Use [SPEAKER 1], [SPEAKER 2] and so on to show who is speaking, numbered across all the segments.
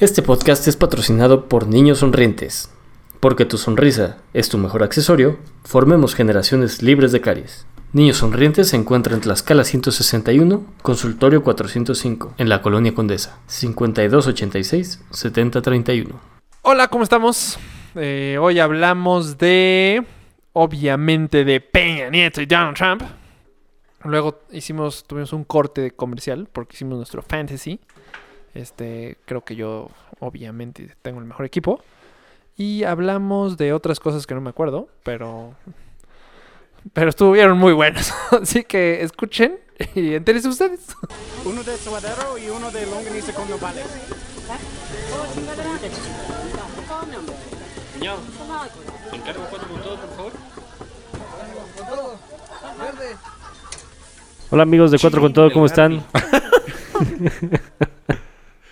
[SPEAKER 1] Este podcast es patrocinado por Niños Sonrientes. Porque tu sonrisa es tu mejor accesorio, formemos generaciones libres de caries. Niños Sonrientes se encuentra en Tlaxcala 161, consultorio 405, en la colonia Condesa, 5286-7031.
[SPEAKER 2] Hola, ¿cómo estamos? Eh, hoy hablamos de, obviamente, de Peña Nieto y Donald Trump. Luego hicimos, tuvimos un corte comercial porque hicimos nuestro fantasy. Este, creo que yo, obviamente, tengo el mejor equipo. Y hablamos de otras cosas que no me acuerdo, pero. Pero estuvieron muy buenas. Así que escuchen y entérense ustedes.
[SPEAKER 3] Uno de suadero y uno de longaniza con nopales.
[SPEAKER 4] Hola amigos de Cuatro con Todo, ¿cómo están?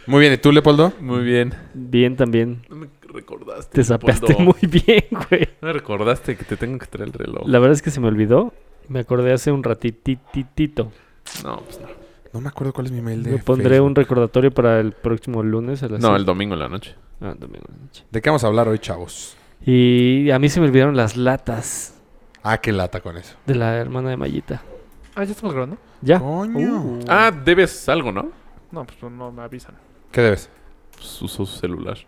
[SPEAKER 5] Muy bien, ¿y tú, Leopoldo?
[SPEAKER 6] Muy bien.
[SPEAKER 4] Bien también.
[SPEAKER 6] No me recordaste.
[SPEAKER 4] Te zapeaste
[SPEAKER 6] Leopoldo.
[SPEAKER 4] muy bien, güey.
[SPEAKER 6] No me recordaste que te tengo que traer el reloj.
[SPEAKER 4] La verdad es que se me olvidó. Me acordé hace un ratititito.
[SPEAKER 6] No, pues no.
[SPEAKER 5] No me acuerdo cuál es mi mail de
[SPEAKER 4] Me pondré
[SPEAKER 5] Facebook.
[SPEAKER 4] un recordatorio para el próximo lunes a las
[SPEAKER 6] No,
[SPEAKER 4] seis.
[SPEAKER 6] el domingo en la noche.
[SPEAKER 4] Ah, domingo en la noche.
[SPEAKER 5] ¿De qué vamos a hablar hoy, chavos?
[SPEAKER 4] Y a mí se me olvidaron las latas
[SPEAKER 5] Ah, qué lata con eso.
[SPEAKER 4] de la hermana de Mayita.
[SPEAKER 2] Ah, ya estamos grabando.
[SPEAKER 4] Ya.
[SPEAKER 5] Coño.
[SPEAKER 6] Ah, debes algo, ¿no?
[SPEAKER 2] No, pues no me avisan.
[SPEAKER 5] ¿Qué debes?
[SPEAKER 6] Pues uso su celular.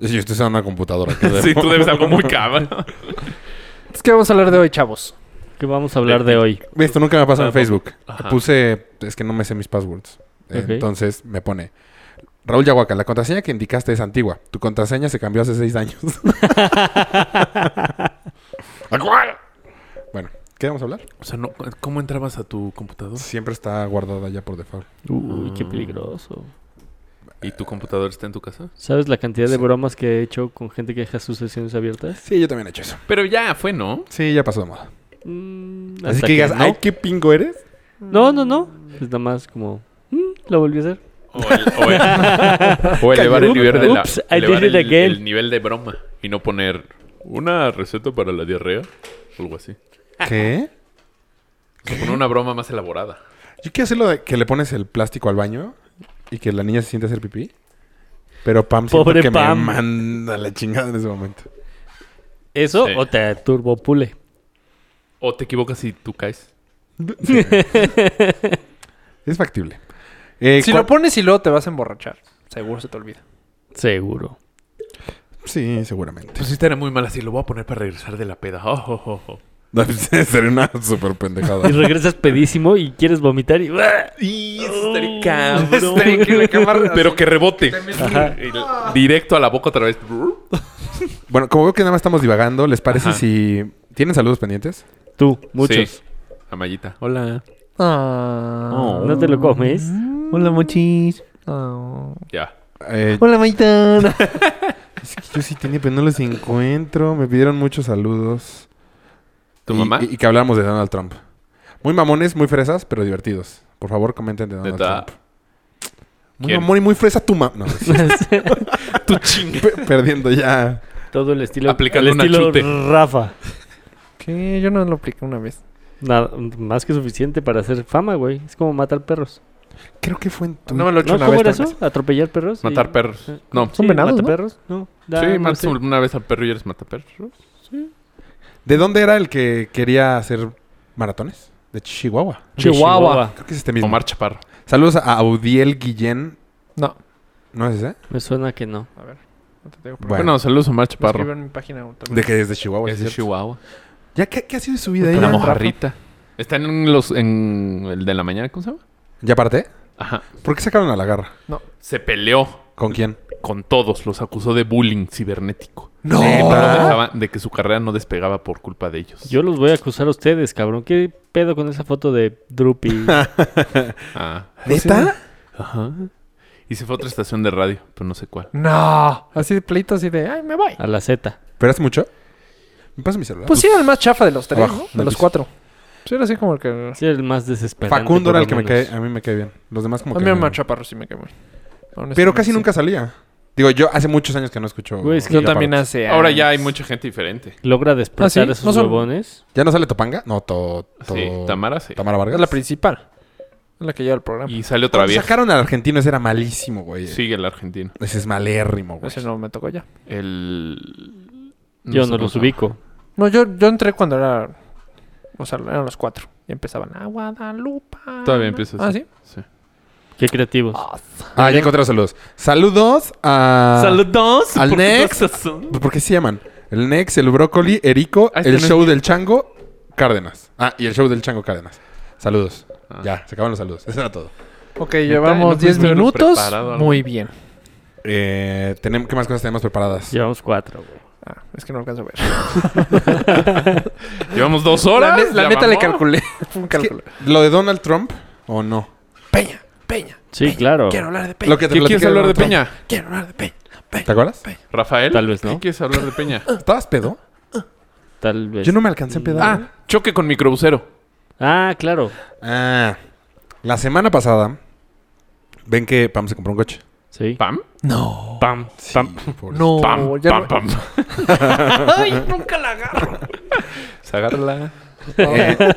[SPEAKER 5] Yo estoy usando una computadora. ¿qué debo?
[SPEAKER 6] sí, tú debes algo muy cabrón.
[SPEAKER 2] Entonces, ¿qué vamos a hablar de hoy, chavos?
[SPEAKER 4] ¿Qué vamos a hablar de hoy?
[SPEAKER 5] Esto nunca me pasa en
[SPEAKER 6] Ah,
[SPEAKER 5] Facebook.
[SPEAKER 6] Ajá.
[SPEAKER 5] Puse... Es que no me sé mis passwords.
[SPEAKER 4] Ok.
[SPEAKER 5] Entonces me pone... Raúl Yahuaca, la contraseña que indicaste es antigua. Tu contraseña se cambió hace seis años. bueno, ¿qué vamos a hablar?
[SPEAKER 6] O sea, no, ¿cómo entrabas a tu computador?
[SPEAKER 5] Siempre está guardada ya por default.
[SPEAKER 4] Uy, qué
[SPEAKER 6] Mm.
[SPEAKER 4] peligroso.
[SPEAKER 6] ¿Y tu computador está en tu casa?
[SPEAKER 4] ¿Sabes la cantidad de
[SPEAKER 5] Sí.
[SPEAKER 4] bromas que he hecho con gente que deja sus sesiones abiertas?
[SPEAKER 5] Sí, yo también he hecho eso.
[SPEAKER 6] Pero ya fue, ¿no?
[SPEAKER 5] Sí, ya pasó de moda.
[SPEAKER 4] Mm,
[SPEAKER 5] Así
[SPEAKER 4] hasta
[SPEAKER 5] que digas,
[SPEAKER 4] no.
[SPEAKER 5] ay, qué pingo eres.
[SPEAKER 4] No, no, no. Es nada más como, mm, lo volví a hacer.
[SPEAKER 6] O, el- o el- o elevar el nivel de la...
[SPEAKER 4] Oops, I did
[SPEAKER 6] elevar
[SPEAKER 4] it
[SPEAKER 6] el-
[SPEAKER 4] again.
[SPEAKER 6] el nivel de broma. Y no poner una receta para la diarrea. o Algo así.
[SPEAKER 5] ¿Qué?
[SPEAKER 6] O sea, poner una broma más elaborada.
[SPEAKER 5] Yo quiero hacer lo de que le pones el plástico al baño y que la niña se siente a hacer pipí. Pero Pam siento
[SPEAKER 4] Pobre
[SPEAKER 5] que
[SPEAKER 4] Pam.
[SPEAKER 5] me manda la chingada en ese momento.
[SPEAKER 4] ¿Eso
[SPEAKER 6] Sí.
[SPEAKER 4] o te turbopule?
[SPEAKER 6] O te equivocas y tú caes.
[SPEAKER 5] Es factible. Eh,
[SPEAKER 2] Si
[SPEAKER 5] cua-
[SPEAKER 2] lo pones y luego te vas a emborrachar. Seguro se te olvida.
[SPEAKER 4] Seguro.
[SPEAKER 5] Sí, seguramente.
[SPEAKER 6] Pues sí estaría muy mal así. Lo voy a poner para regresar de la peda. Oh, oh, oh, oh.
[SPEAKER 5] Sería una súper pendejada.
[SPEAKER 4] Y regresas pedísimo y quieres vomitar y... ¡ah!
[SPEAKER 6] Y
[SPEAKER 4] estaría
[SPEAKER 6] cabrón.
[SPEAKER 2] Estaría que la cámara-
[SPEAKER 6] Pero que rebote.
[SPEAKER 4] Ajá.
[SPEAKER 6] El- Directo a la boca otra vez.
[SPEAKER 5] bueno, como veo que nada más estamos divagando, ¿les parece
[SPEAKER 6] Ajá.
[SPEAKER 5] si... ¿Tienen saludos pendientes?
[SPEAKER 4] Tú, muchos.
[SPEAKER 6] Sí. Amayita. Hola.
[SPEAKER 2] Ah.
[SPEAKER 6] Oh.
[SPEAKER 4] ¿No te lo comes?
[SPEAKER 2] Hola, mochis. Ah,
[SPEAKER 6] Ya.
[SPEAKER 5] Eh,
[SPEAKER 2] Hola, Maitán.
[SPEAKER 5] es que yo sí tenía, pero no los encuentro. Me pidieron muchos saludos.
[SPEAKER 6] ¿Tu
[SPEAKER 5] Y-
[SPEAKER 6] mamá?
[SPEAKER 5] Y, y que habláramos de Donald Trump. Muy mamones, muy fresas, pero divertidos. Por favor, comenten de Donald
[SPEAKER 6] Neta.
[SPEAKER 5] Trump. Muy
[SPEAKER 6] ¿Quién?
[SPEAKER 5] mamón y muy fresa tu mamá. No, sí,
[SPEAKER 6] tu chinga.
[SPEAKER 5] pe- perdiendo ya.
[SPEAKER 4] Todo el estilo...
[SPEAKER 6] Aplicando
[SPEAKER 4] el
[SPEAKER 6] una
[SPEAKER 4] estilo
[SPEAKER 6] chute.
[SPEAKER 4] Rafa.
[SPEAKER 2] ¿Qué? Yo no lo apliqué una vez.
[SPEAKER 4] Nada, más que suficiente para hacer fama, güey. Es como matar perros.
[SPEAKER 5] Creo que fue en tu...
[SPEAKER 2] No me lo he hecho
[SPEAKER 4] ¿No?
[SPEAKER 2] una
[SPEAKER 4] ¿Cómo
[SPEAKER 2] vez.
[SPEAKER 4] era
[SPEAKER 2] tal
[SPEAKER 4] eso? ¿Atropellar perros? y-
[SPEAKER 6] Matar perros.
[SPEAKER 4] Eh,
[SPEAKER 6] No.
[SPEAKER 4] Sí,
[SPEAKER 2] Son venados,
[SPEAKER 4] ¿mata
[SPEAKER 2] ¿no?
[SPEAKER 4] perros? No. da-
[SPEAKER 6] sí,
[SPEAKER 4] no
[SPEAKER 6] matas
[SPEAKER 4] sé.
[SPEAKER 6] una vez al perro y eres mataperro.
[SPEAKER 5] ¿De dónde era el que quería hacer maratones? De Chihuahua.
[SPEAKER 4] De Chihuahua.
[SPEAKER 5] Creo que es este mismo.
[SPEAKER 6] Omar Chaparro.
[SPEAKER 5] Saludos a Audiel Guillén.
[SPEAKER 2] No.
[SPEAKER 5] ¿No es ese?
[SPEAKER 4] Me suena que no.
[SPEAKER 2] A ver. No te digo por
[SPEAKER 5] Bueno.
[SPEAKER 6] Bueno, saludos a Omar
[SPEAKER 2] qué. Lo escribo
[SPEAKER 6] Chaparro.
[SPEAKER 2] en mi página. también.
[SPEAKER 5] De que es de Chihuahua.
[SPEAKER 6] Es
[SPEAKER 5] sí
[SPEAKER 6] de
[SPEAKER 5] cierto.
[SPEAKER 6] Chihuahua.
[SPEAKER 5] ¿Ya qué, qué ha sido de su vida?
[SPEAKER 2] Puta
[SPEAKER 5] ella?
[SPEAKER 6] Una
[SPEAKER 2] Rafa.
[SPEAKER 6] mojarrita. Está en los... En el de la mañana. ¿Cómo se llama?
[SPEAKER 5] ¿Ya parté?
[SPEAKER 6] Ajá.
[SPEAKER 5] ¿Por qué sacaron a la garra?
[SPEAKER 6] Se peleó
[SPEAKER 5] ¿Con quién?
[SPEAKER 6] con todos. Los acusó de bullying cibernético.
[SPEAKER 5] ¡No!
[SPEAKER 6] No dejaba- de que su carrera no despegaba por culpa de ellos.
[SPEAKER 4] Yo los voy a acusar a ustedes, cabrón. ¿Qué pedo con esa foto de Drupi?
[SPEAKER 6] Ah.
[SPEAKER 5] ¿Neta?
[SPEAKER 6] Ajá. Y se fue a otra estación de radio, pero no sé cuál.
[SPEAKER 2] No. Así de pleito, así de. Ay, me voy.
[SPEAKER 4] A la Z.
[SPEAKER 5] ¿Pero hace mucho? ¿Me pasa mi celular?
[SPEAKER 2] Pues sí, era el más chafa de los tres,
[SPEAKER 5] Ah, Abajo,
[SPEAKER 2] ¿no?
[SPEAKER 5] del
[SPEAKER 2] De los
[SPEAKER 5] piso.
[SPEAKER 2] cuatro. Pues era así como el que.
[SPEAKER 4] Sí, el más desesperante.
[SPEAKER 5] Pues Facundo
[SPEAKER 4] por
[SPEAKER 5] era
[SPEAKER 4] lo
[SPEAKER 5] el que me
[SPEAKER 4] menos.
[SPEAKER 5] cae, a mí me cae bien. Los demás como
[SPEAKER 2] A
[SPEAKER 5] que...
[SPEAKER 2] mí
[SPEAKER 5] no.
[SPEAKER 2] Omar Chaparro sí me quemó.
[SPEAKER 5] Pero casi nunca salía. Digo, yo hace muchos años que no escucho.
[SPEAKER 4] Güey, es que
[SPEAKER 2] Yo
[SPEAKER 5] Chaparro.
[SPEAKER 2] también hace.
[SPEAKER 6] Ahora ya hay
[SPEAKER 2] años.
[SPEAKER 6] mucha gente diferente.
[SPEAKER 4] Logra despertar
[SPEAKER 2] ¿Ah, sí?
[SPEAKER 4] esos
[SPEAKER 2] ¿No son-
[SPEAKER 4] huevones.
[SPEAKER 5] ¿Ya no sale Topanga? No, to, to-
[SPEAKER 6] Sí, Tamara sí.
[SPEAKER 5] Tamara Vargas.
[SPEAKER 2] Es la principal. Es la que lleva el programa.
[SPEAKER 7] Y sale otra
[SPEAKER 5] Cuando
[SPEAKER 7] vieja.
[SPEAKER 5] Sacaron al argentino, ese era malísimo, güey.
[SPEAKER 7] Sigue el argentino.
[SPEAKER 5] Ese es malérrimo, güey.
[SPEAKER 2] Ese no me tocó ya.
[SPEAKER 7] El...
[SPEAKER 4] Yo no,
[SPEAKER 7] sé
[SPEAKER 4] los
[SPEAKER 7] cómo
[SPEAKER 4] ubico.
[SPEAKER 2] No, yo, yo entré cuando era. O sea, eran los cuatro. Y empezaban a Guadalupe.
[SPEAKER 7] Todavía empieza
[SPEAKER 2] Ah,
[SPEAKER 7] así.
[SPEAKER 2] sí.
[SPEAKER 7] se llama.
[SPEAKER 4] Qué creativos.
[SPEAKER 5] Ah, ya encontré los saludos. Saludos
[SPEAKER 2] Ah.
[SPEAKER 5] a...
[SPEAKER 4] Saludos.
[SPEAKER 5] al
[SPEAKER 4] ¿por qué
[SPEAKER 5] Nex.
[SPEAKER 4] todos son?
[SPEAKER 5] ¿Por qué se llaman? El Nex, el Brócoli, Erico,
[SPEAKER 7] Ah, este
[SPEAKER 5] el
[SPEAKER 7] no es
[SPEAKER 5] Show del Chango, Cárdenas. Ah, y el Show del Chango, Cárdenas. Saludos.
[SPEAKER 7] Ah.
[SPEAKER 5] Ya, se acaban los saludos. Eso era todo.
[SPEAKER 2] Ok,
[SPEAKER 7] no
[SPEAKER 2] llevamos
[SPEAKER 7] pudiste
[SPEAKER 2] 10
[SPEAKER 7] haberlo
[SPEAKER 2] minutos.
[SPEAKER 7] preparado algo.
[SPEAKER 2] Muy bien.
[SPEAKER 5] Eh, tenem- ¿Qué más cosas tenemos preparadas?
[SPEAKER 4] Llevamos cuatro, güey.
[SPEAKER 2] Ah, es que no alcanzo a ver.
[SPEAKER 7] Sí. Llevamos dos
[SPEAKER 2] La,
[SPEAKER 7] horas.
[SPEAKER 2] ne- la
[SPEAKER 7] ya
[SPEAKER 2] neta le
[SPEAKER 7] vamos.
[SPEAKER 2] calculé. Fue un
[SPEAKER 5] Es que,
[SPEAKER 2] cálculo.
[SPEAKER 5] ¿Lo de Donald Trump o no?
[SPEAKER 2] Peña, Peña.
[SPEAKER 4] Sí, claro.
[SPEAKER 2] Quiero hablar de Peña.
[SPEAKER 5] Lo que te
[SPEAKER 7] ¿Qué
[SPEAKER 5] platicé
[SPEAKER 7] quieres hablar de
[SPEAKER 5] Donald
[SPEAKER 7] Peña?
[SPEAKER 5] Trump.
[SPEAKER 2] Quiero hablar de Peña.
[SPEAKER 5] ¿Te acuerdas?
[SPEAKER 7] Rafael.
[SPEAKER 4] Tal vez, ¿no?
[SPEAKER 7] ¿Qué quieres hablar de Peña?
[SPEAKER 5] ¿Estabas pedo?
[SPEAKER 4] Tal vez.
[SPEAKER 5] Yo no me alcancé a pedar.
[SPEAKER 7] Ah, choque con microbusero.
[SPEAKER 4] Ah, claro.
[SPEAKER 5] Ah, la semana pasada, ven que Pam se compró un coche.
[SPEAKER 4] Sí.
[SPEAKER 7] ¿Pam?
[SPEAKER 2] No.
[SPEAKER 4] Pam, pam.
[SPEAKER 5] Pobre-
[SPEAKER 2] No,
[SPEAKER 7] Pam,
[SPEAKER 2] Oh, ya
[SPEAKER 7] pam,
[SPEAKER 2] no-
[SPEAKER 7] pam.
[SPEAKER 2] Ay, nunca la agarro.
[SPEAKER 7] Se agarra la...
[SPEAKER 5] Eh,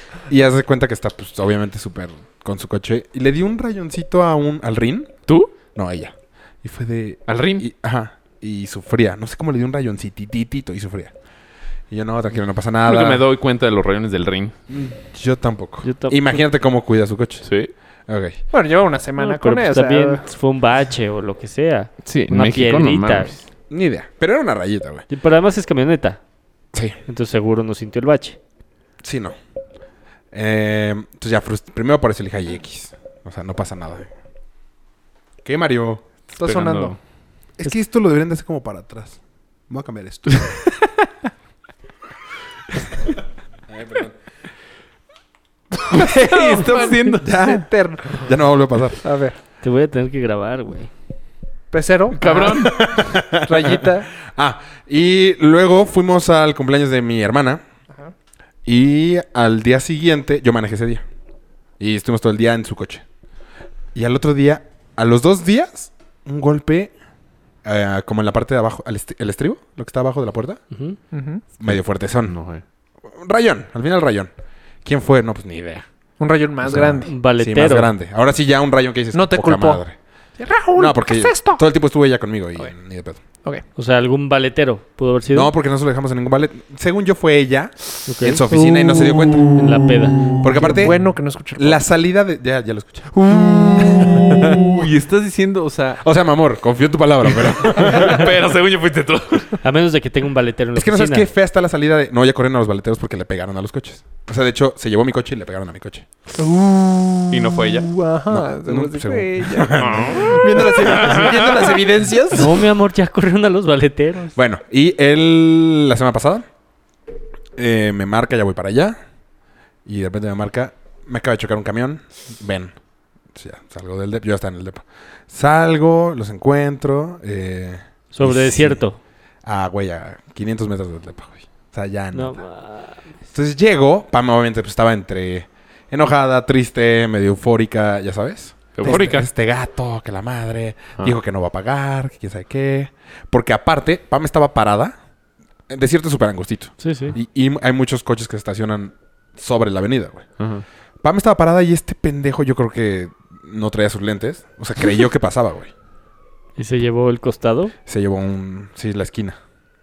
[SPEAKER 5] y hace cuenta que está, pues, obviamente súper con su coche. Y le di un rayoncito a un, al RIN.
[SPEAKER 7] ¿Tú?
[SPEAKER 5] No, a ella. Y fue de...
[SPEAKER 7] ¿Al ring?
[SPEAKER 5] Y, ajá. Y sufría. No sé cómo le di un rayoncititito y sufría. Y yo, no, tranquilo, no pasa nada.
[SPEAKER 7] Creo que me doy cuenta de los rayones del ring.
[SPEAKER 5] Yo tampoco.
[SPEAKER 4] Yo tampoco.
[SPEAKER 5] Imagínate cómo cuida su coche.
[SPEAKER 7] Sí.
[SPEAKER 5] Ok.
[SPEAKER 2] Bueno, lleva una
[SPEAKER 4] No,
[SPEAKER 2] semana
[SPEAKER 4] pero
[SPEAKER 2] con
[SPEAKER 4] pues
[SPEAKER 2] ella. o sea,
[SPEAKER 4] también fue un bache o lo que sea.
[SPEAKER 7] Sí, en
[SPEAKER 4] Una
[SPEAKER 7] México no
[SPEAKER 4] piedrita.
[SPEAKER 7] mames.
[SPEAKER 5] Ni idea. Pero era una rayita, güey.
[SPEAKER 4] Y- Pero además es camioneta.
[SPEAKER 5] Sí.
[SPEAKER 4] Entonces seguro no sintió el bache.
[SPEAKER 5] Sí, no. Eh, entonces ya frust- primero apareció el High X. O sea, no pasa nada. ¿Qué, Mario?
[SPEAKER 2] está
[SPEAKER 7] Pegando-
[SPEAKER 2] sonando.
[SPEAKER 5] Es que esto lo deberían de hacer como para atrás. Vamos a cambiar esto.
[SPEAKER 2] está haciendo eterno.
[SPEAKER 5] ya no va a volver a pasar.
[SPEAKER 2] A ver.
[SPEAKER 4] Te voy a tener que grabar, güey.
[SPEAKER 2] Pecero.
[SPEAKER 7] Cabrón.
[SPEAKER 2] ah, Rayita.
[SPEAKER 5] Ah, y luego fuimos al cumpleaños de mi hermana.
[SPEAKER 2] Ajá.
[SPEAKER 5] Y al día siguiente, yo manejé ese día. Y estuvimos todo el día en su coche. Y al otro día, a los dos días, un golpe eh, como en la parte de abajo, al est- el estribo, lo que está abajo de la puerta,
[SPEAKER 4] Ujú.
[SPEAKER 2] Ujú.
[SPEAKER 5] medio fuertezón.
[SPEAKER 7] No, eh.
[SPEAKER 5] Rayón, al final rayón. ¿Quién fue? No, pues ni idea.
[SPEAKER 2] Un rayón más
[SPEAKER 5] O sea,
[SPEAKER 2] grande.
[SPEAKER 4] Un
[SPEAKER 5] Sí,
[SPEAKER 4] Valetero.
[SPEAKER 5] más grande. Ahora sí ya un rayón que dices.
[SPEAKER 2] No te
[SPEAKER 5] "Poca
[SPEAKER 2] culpó. Raúl,
[SPEAKER 5] No, porque
[SPEAKER 2] ¿qué es esto?
[SPEAKER 5] todo el tiempo estuvo ella conmigo y
[SPEAKER 2] Ok.
[SPEAKER 5] ni de pedo.
[SPEAKER 2] Ok.
[SPEAKER 4] O sea, algún valetero pudo haber sido.
[SPEAKER 5] No, porque no se lo dejamos en ningún ballet. Según yo fue ella
[SPEAKER 4] Ok. Uh.
[SPEAKER 5] en su oficina y no se dio cuenta.
[SPEAKER 4] En la peda.
[SPEAKER 5] Porque aparte,
[SPEAKER 2] Bueno Uh. que no escuché. el
[SPEAKER 5] la salida de... Ya, ya lo escuché.
[SPEAKER 7] Uy, estás diciendo, o sea...
[SPEAKER 5] O sea, mi amor, confío en tu palabra, pero...
[SPEAKER 7] Pero según yo fuiste tú.
[SPEAKER 4] A menos de que tenga un valetero en la
[SPEAKER 5] es que no sabes
[SPEAKER 4] oficina.
[SPEAKER 5] qué fea está la salida de... No, ya corrieron a los baleteros porque le pegaron a los coches. O sea, de hecho, se llevó mi coche y le pegaron a mi coche.
[SPEAKER 7] Y no fue ella.
[SPEAKER 2] Uh, Ajá.
[SPEAKER 5] No,
[SPEAKER 2] seguro
[SPEAKER 5] no,
[SPEAKER 2] sí
[SPEAKER 5] según-
[SPEAKER 2] fue ella. viendo, las, evi- viendo las evidencias.
[SPEAKER 4] No, mi amor, ya corrieron a los valeteros.
[SPEAKER 5] Bueno, y él la semana pasada eh, me marca, ya voy para allá. Y de repente me marca, me acaba de chocar un camión, ven. Entonces ya, salgo del depa, yo ya estaba en el depa. Salgo, los encuentro. Eh,
[SPEAKER 4] Sobre
[SPEAKER 5] Sí.
[SPEAKER 4] desierto.
[SPEAKER 5] ah, güey, a 500 metros del depa, güey. O sea, ya
[SPEAKER 4] No,
[SPEAKER 5] no. Entonces llego, Pam obviamente pues, estaba entre enojada, triste, medio eufórica, ya sabes.
[SPEAKER 7] Eufórica.
[SPEAKER 5] Este, este gato, que la madre,
[SPEAKER 7] Ah.
[SPEAKER 5] dijo que no va a pagar, que quién sabe qué. Porque aparte, Pam estaba parada. En desierto es súper angostito.
[SPEAKER 4] sí, sí.
[SPEAKER 5] Y, y hay muchos coches que se estacionan sobre la avenida, güey.
[SPEAKER 7] este. Ajá.
[SPEAKER 5] Pam estaba parada y este pendejo yo creo que no traía sus lentes. O sea, creyó que pasaba, güey.
[SPEAKER 4] Y se llevó el costado.
[SPEAKER 5] Se llevó un... Sí, la esquina.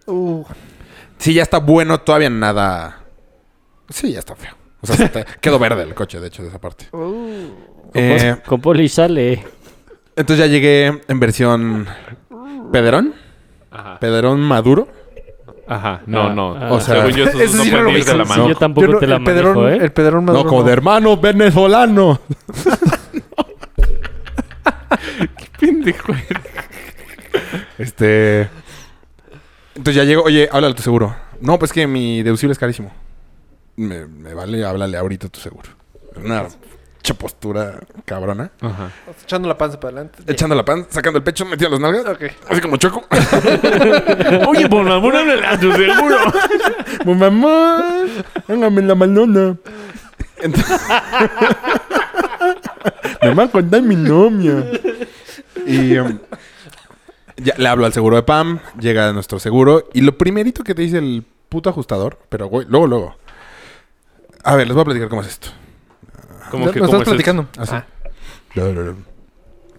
[SPEAKER 2] Uh,
[SPEAKER 5] Sí, ya está bueno, todavía nada... Sí, ya está feo. O sea, se te- quedó verde el coche, de hecho, de esa parte.
[SPEAKER 2] uh.
[SPEAKER 5] Eh,
[SPEAKER 4] Con- Con poli sale.
[SPEAKER 5] entonces ya llegué en versión... Pederón.
[SPEAKER 7] Mm. Ajá.
[SPEAKER 5] Pederón maduro.
[SPEAKER 7] Ajá. No,
[SPEAKER 4] Ah,
[SPEAKER 7] no.
[SPEAKER 4] ah.
[SPEAKER 5] O sea,
[SPEAKER 7] según yo, esos
[SPEAKER 5] ese
[SPEAKER 7] no
[SPEAKER 5] sí no
[SPEAKER 7] pueden
[SPEAKER 5] lo
[SPEAKER 7] ir de
[SPEAKER 5] vi.
[SPEAKER 7] la
[SPEAKER 5] Sí,
[SPEAKER 7] mano.
[SPEAKER 4] yo tampoco
[SPEAKER 2] Yo no-
[SPEAKER 4] te la
[SPEAKER 2] el pedrón,
[SPEAKER 4] manejo, ¿eh?
[SPEAKER 2] El pedrón
[SPEAKER 5] No,
[SPEAKER 2] maduro.
[SPEAKER 5] como
[SPEAKER 2] no.
[SPEAKER 5] de hermanos venezolanos.
[SPEAKER 7] Pendejo.
[SPEAKER 5] Este... Entonces ya llego, oye, háblale a tu seguro. No, pues que mi deducible es carísimo. Me, me vale, háblale ahorita a tu seguro. Una pinche postura cabrona.
[SPEAKER 7] Ajá.
[SPEAKER 2] Echando la panza para adelante.
[SPEAKER 5] Echando la pan, sacando el pecho, metiendo las nalgas.
[SPEAKER 2] Ok.
[SPEAKER 5] Así como choco.
[SPEAKER 7] Oye, por favor, háblale a tu seguro.
[SPEAKER 5] mamá, hágame la malona. Entonces... me va a contar mi novia. Y... em, ya le hablo al seguro de Pam, llega nuestro seguro y lo primerito que te dice el puto ajustador, pero güey, luego, luego. A ver, les voy a platicar cómo es esto. Ah,
[SPEAKER 7] Como
[SPEAKER 5] Lo-
[SPEAKER 7] que
[SPEAKER 5] lo
[SPEAKER 7] como
[SPEAKER 5] estamos platicando. Así.
[SPEAKER 2] Ah.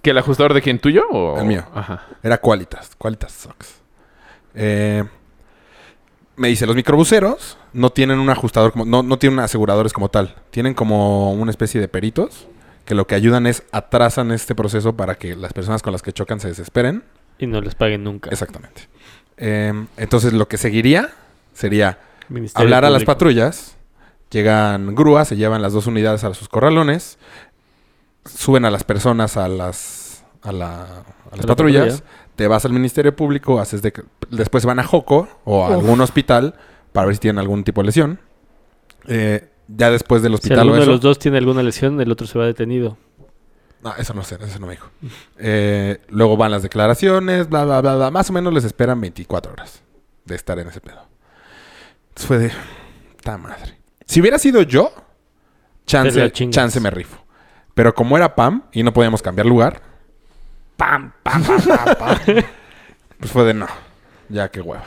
[SPEAKER 7] ¿Que el ajustador de quién tuyo o
[SPEAKER 5] El mío.
[SPEAKER 7] Ajá.
[SPEAKER 5] Era Qualitas. Qualitas sucks. Eh, me dice, los microbuseros no tienen un ajustador, como, no, no tienen aseguradores como tal. Tienen como una especie de peritos que lo que ayudan es atrasan este proceso para que las personas con las que chocan se desesperen.
[SPEAKER 4] Y no les paguen nunca.
[SPEAKER 5] Exactamente. Eh, entonces lo que seguiría sería
[SPEAKER 4] Ministerio
[SPEAKER 5] hablar a las
[SPEAKER 4] Público.
[SPEAKER 5] patrullas, llegan grúas, se llevan las dos unidades a sus corralones, suben a las personas a las, a la- a las
[SPEAKER 4] la
[SPEAKER 5] patrullas,
[SPEAKER 4] patrulla.
[SPEAKER 5] te vas al Ministerio Público, haces de, después van a Joco o a
[SPEAKER 2] Uf.
[SPEAKER 5] algún hospital para ver si tienen algún tipo de lesión. Eh, ya después del
[SPEAKER 4] Si
[SPEAKER 5] hospital
[SPEAKER 4] alguno
[SPEAKER 5] o
[SPEAKER 4] de
[SPEAKER 5] eso,
[SPEAKER 4] los dos tiene alguna lesión, el otro se va detenido.
[SPEAKER 5] no, eso no sé, eso no me dijo. Eh, luego van las declaraciones, bla, bla, bla, bla. Más o menos les esperan 24 horas de estar en ese pedo. Entonces fue de... ¡Ta madre! Si hubiera sido yo,
[SPEAKER 4] Te
[SPEAKER 5] chance,
[SPEAKER 4] la chingas.
[SPEAKER 5] chance me rifo. Pero como era Pam y no podíamos cambiar lugar... ¡Pam, pam, pam, pam, pam! pues fue de no. Ya, qué hueva.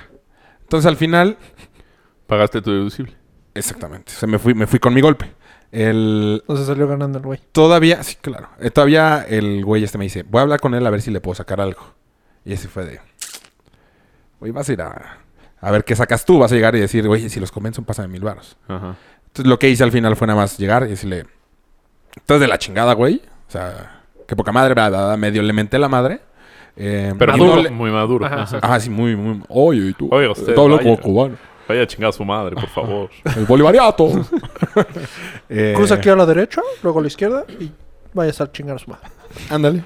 [SPEAKER 5] Entonces al final
[SPEAKER 7] Pagaste tu deducible.
[SPEAKER 5] Exactamente. O sea, me fui, me fui con mi golpe. El,
[SPEAKER 2] Entonces salió ganando el güey.
[SPEAKER 5] todavía, sí, claro. Eh, todavía el güey este me dice, voy a hablar con él a ver si le puedo sacar algo. Y ese fue de, oye, vas a ir a, a ver qué sacas tú. Vas a llegar y decir, oye, si los convenzo, pásame mil varos.
[SPEAKER 7] Ajá.
[SPEAKER 5] Entonces lo que hice al final fue nada más llegar y decirle, estás de la chingada, güey. O sea, qué poca madre, bla, bla, bla. medio le menté la madre. Eh,
[SPEAKER 7] Pero
[SPEAKER 5] y
[SPEAKER 7] muy,
[SPEAKER 5] no
[SPEAKER 7] ma-
[SPEAKER 5] le-
[SPEAKER 7] muy maduro.
[SPEAKER 2] Ajá,
[SPEAKER 7] Ajá.
[SPEAKER 5] Ajá, sí, muy, muy... Oye, ¿y tú?
[SPEAKER 7] Oye, usted,
[SPEAKER 5] Tú hablas
[SPEAKER 7] vaya.
[SPEAKER 5] como cubano.
[SPEAKER 7] Vaya a chingar a su madre, por favor.
[SPEAKER 5] El bolivariato. Eh,
[SPEAKER 2] Cruza aquí a la derecha, luego a la izquierda y vaya a chingar a su madre.
[SPEAKER 5] Ándale.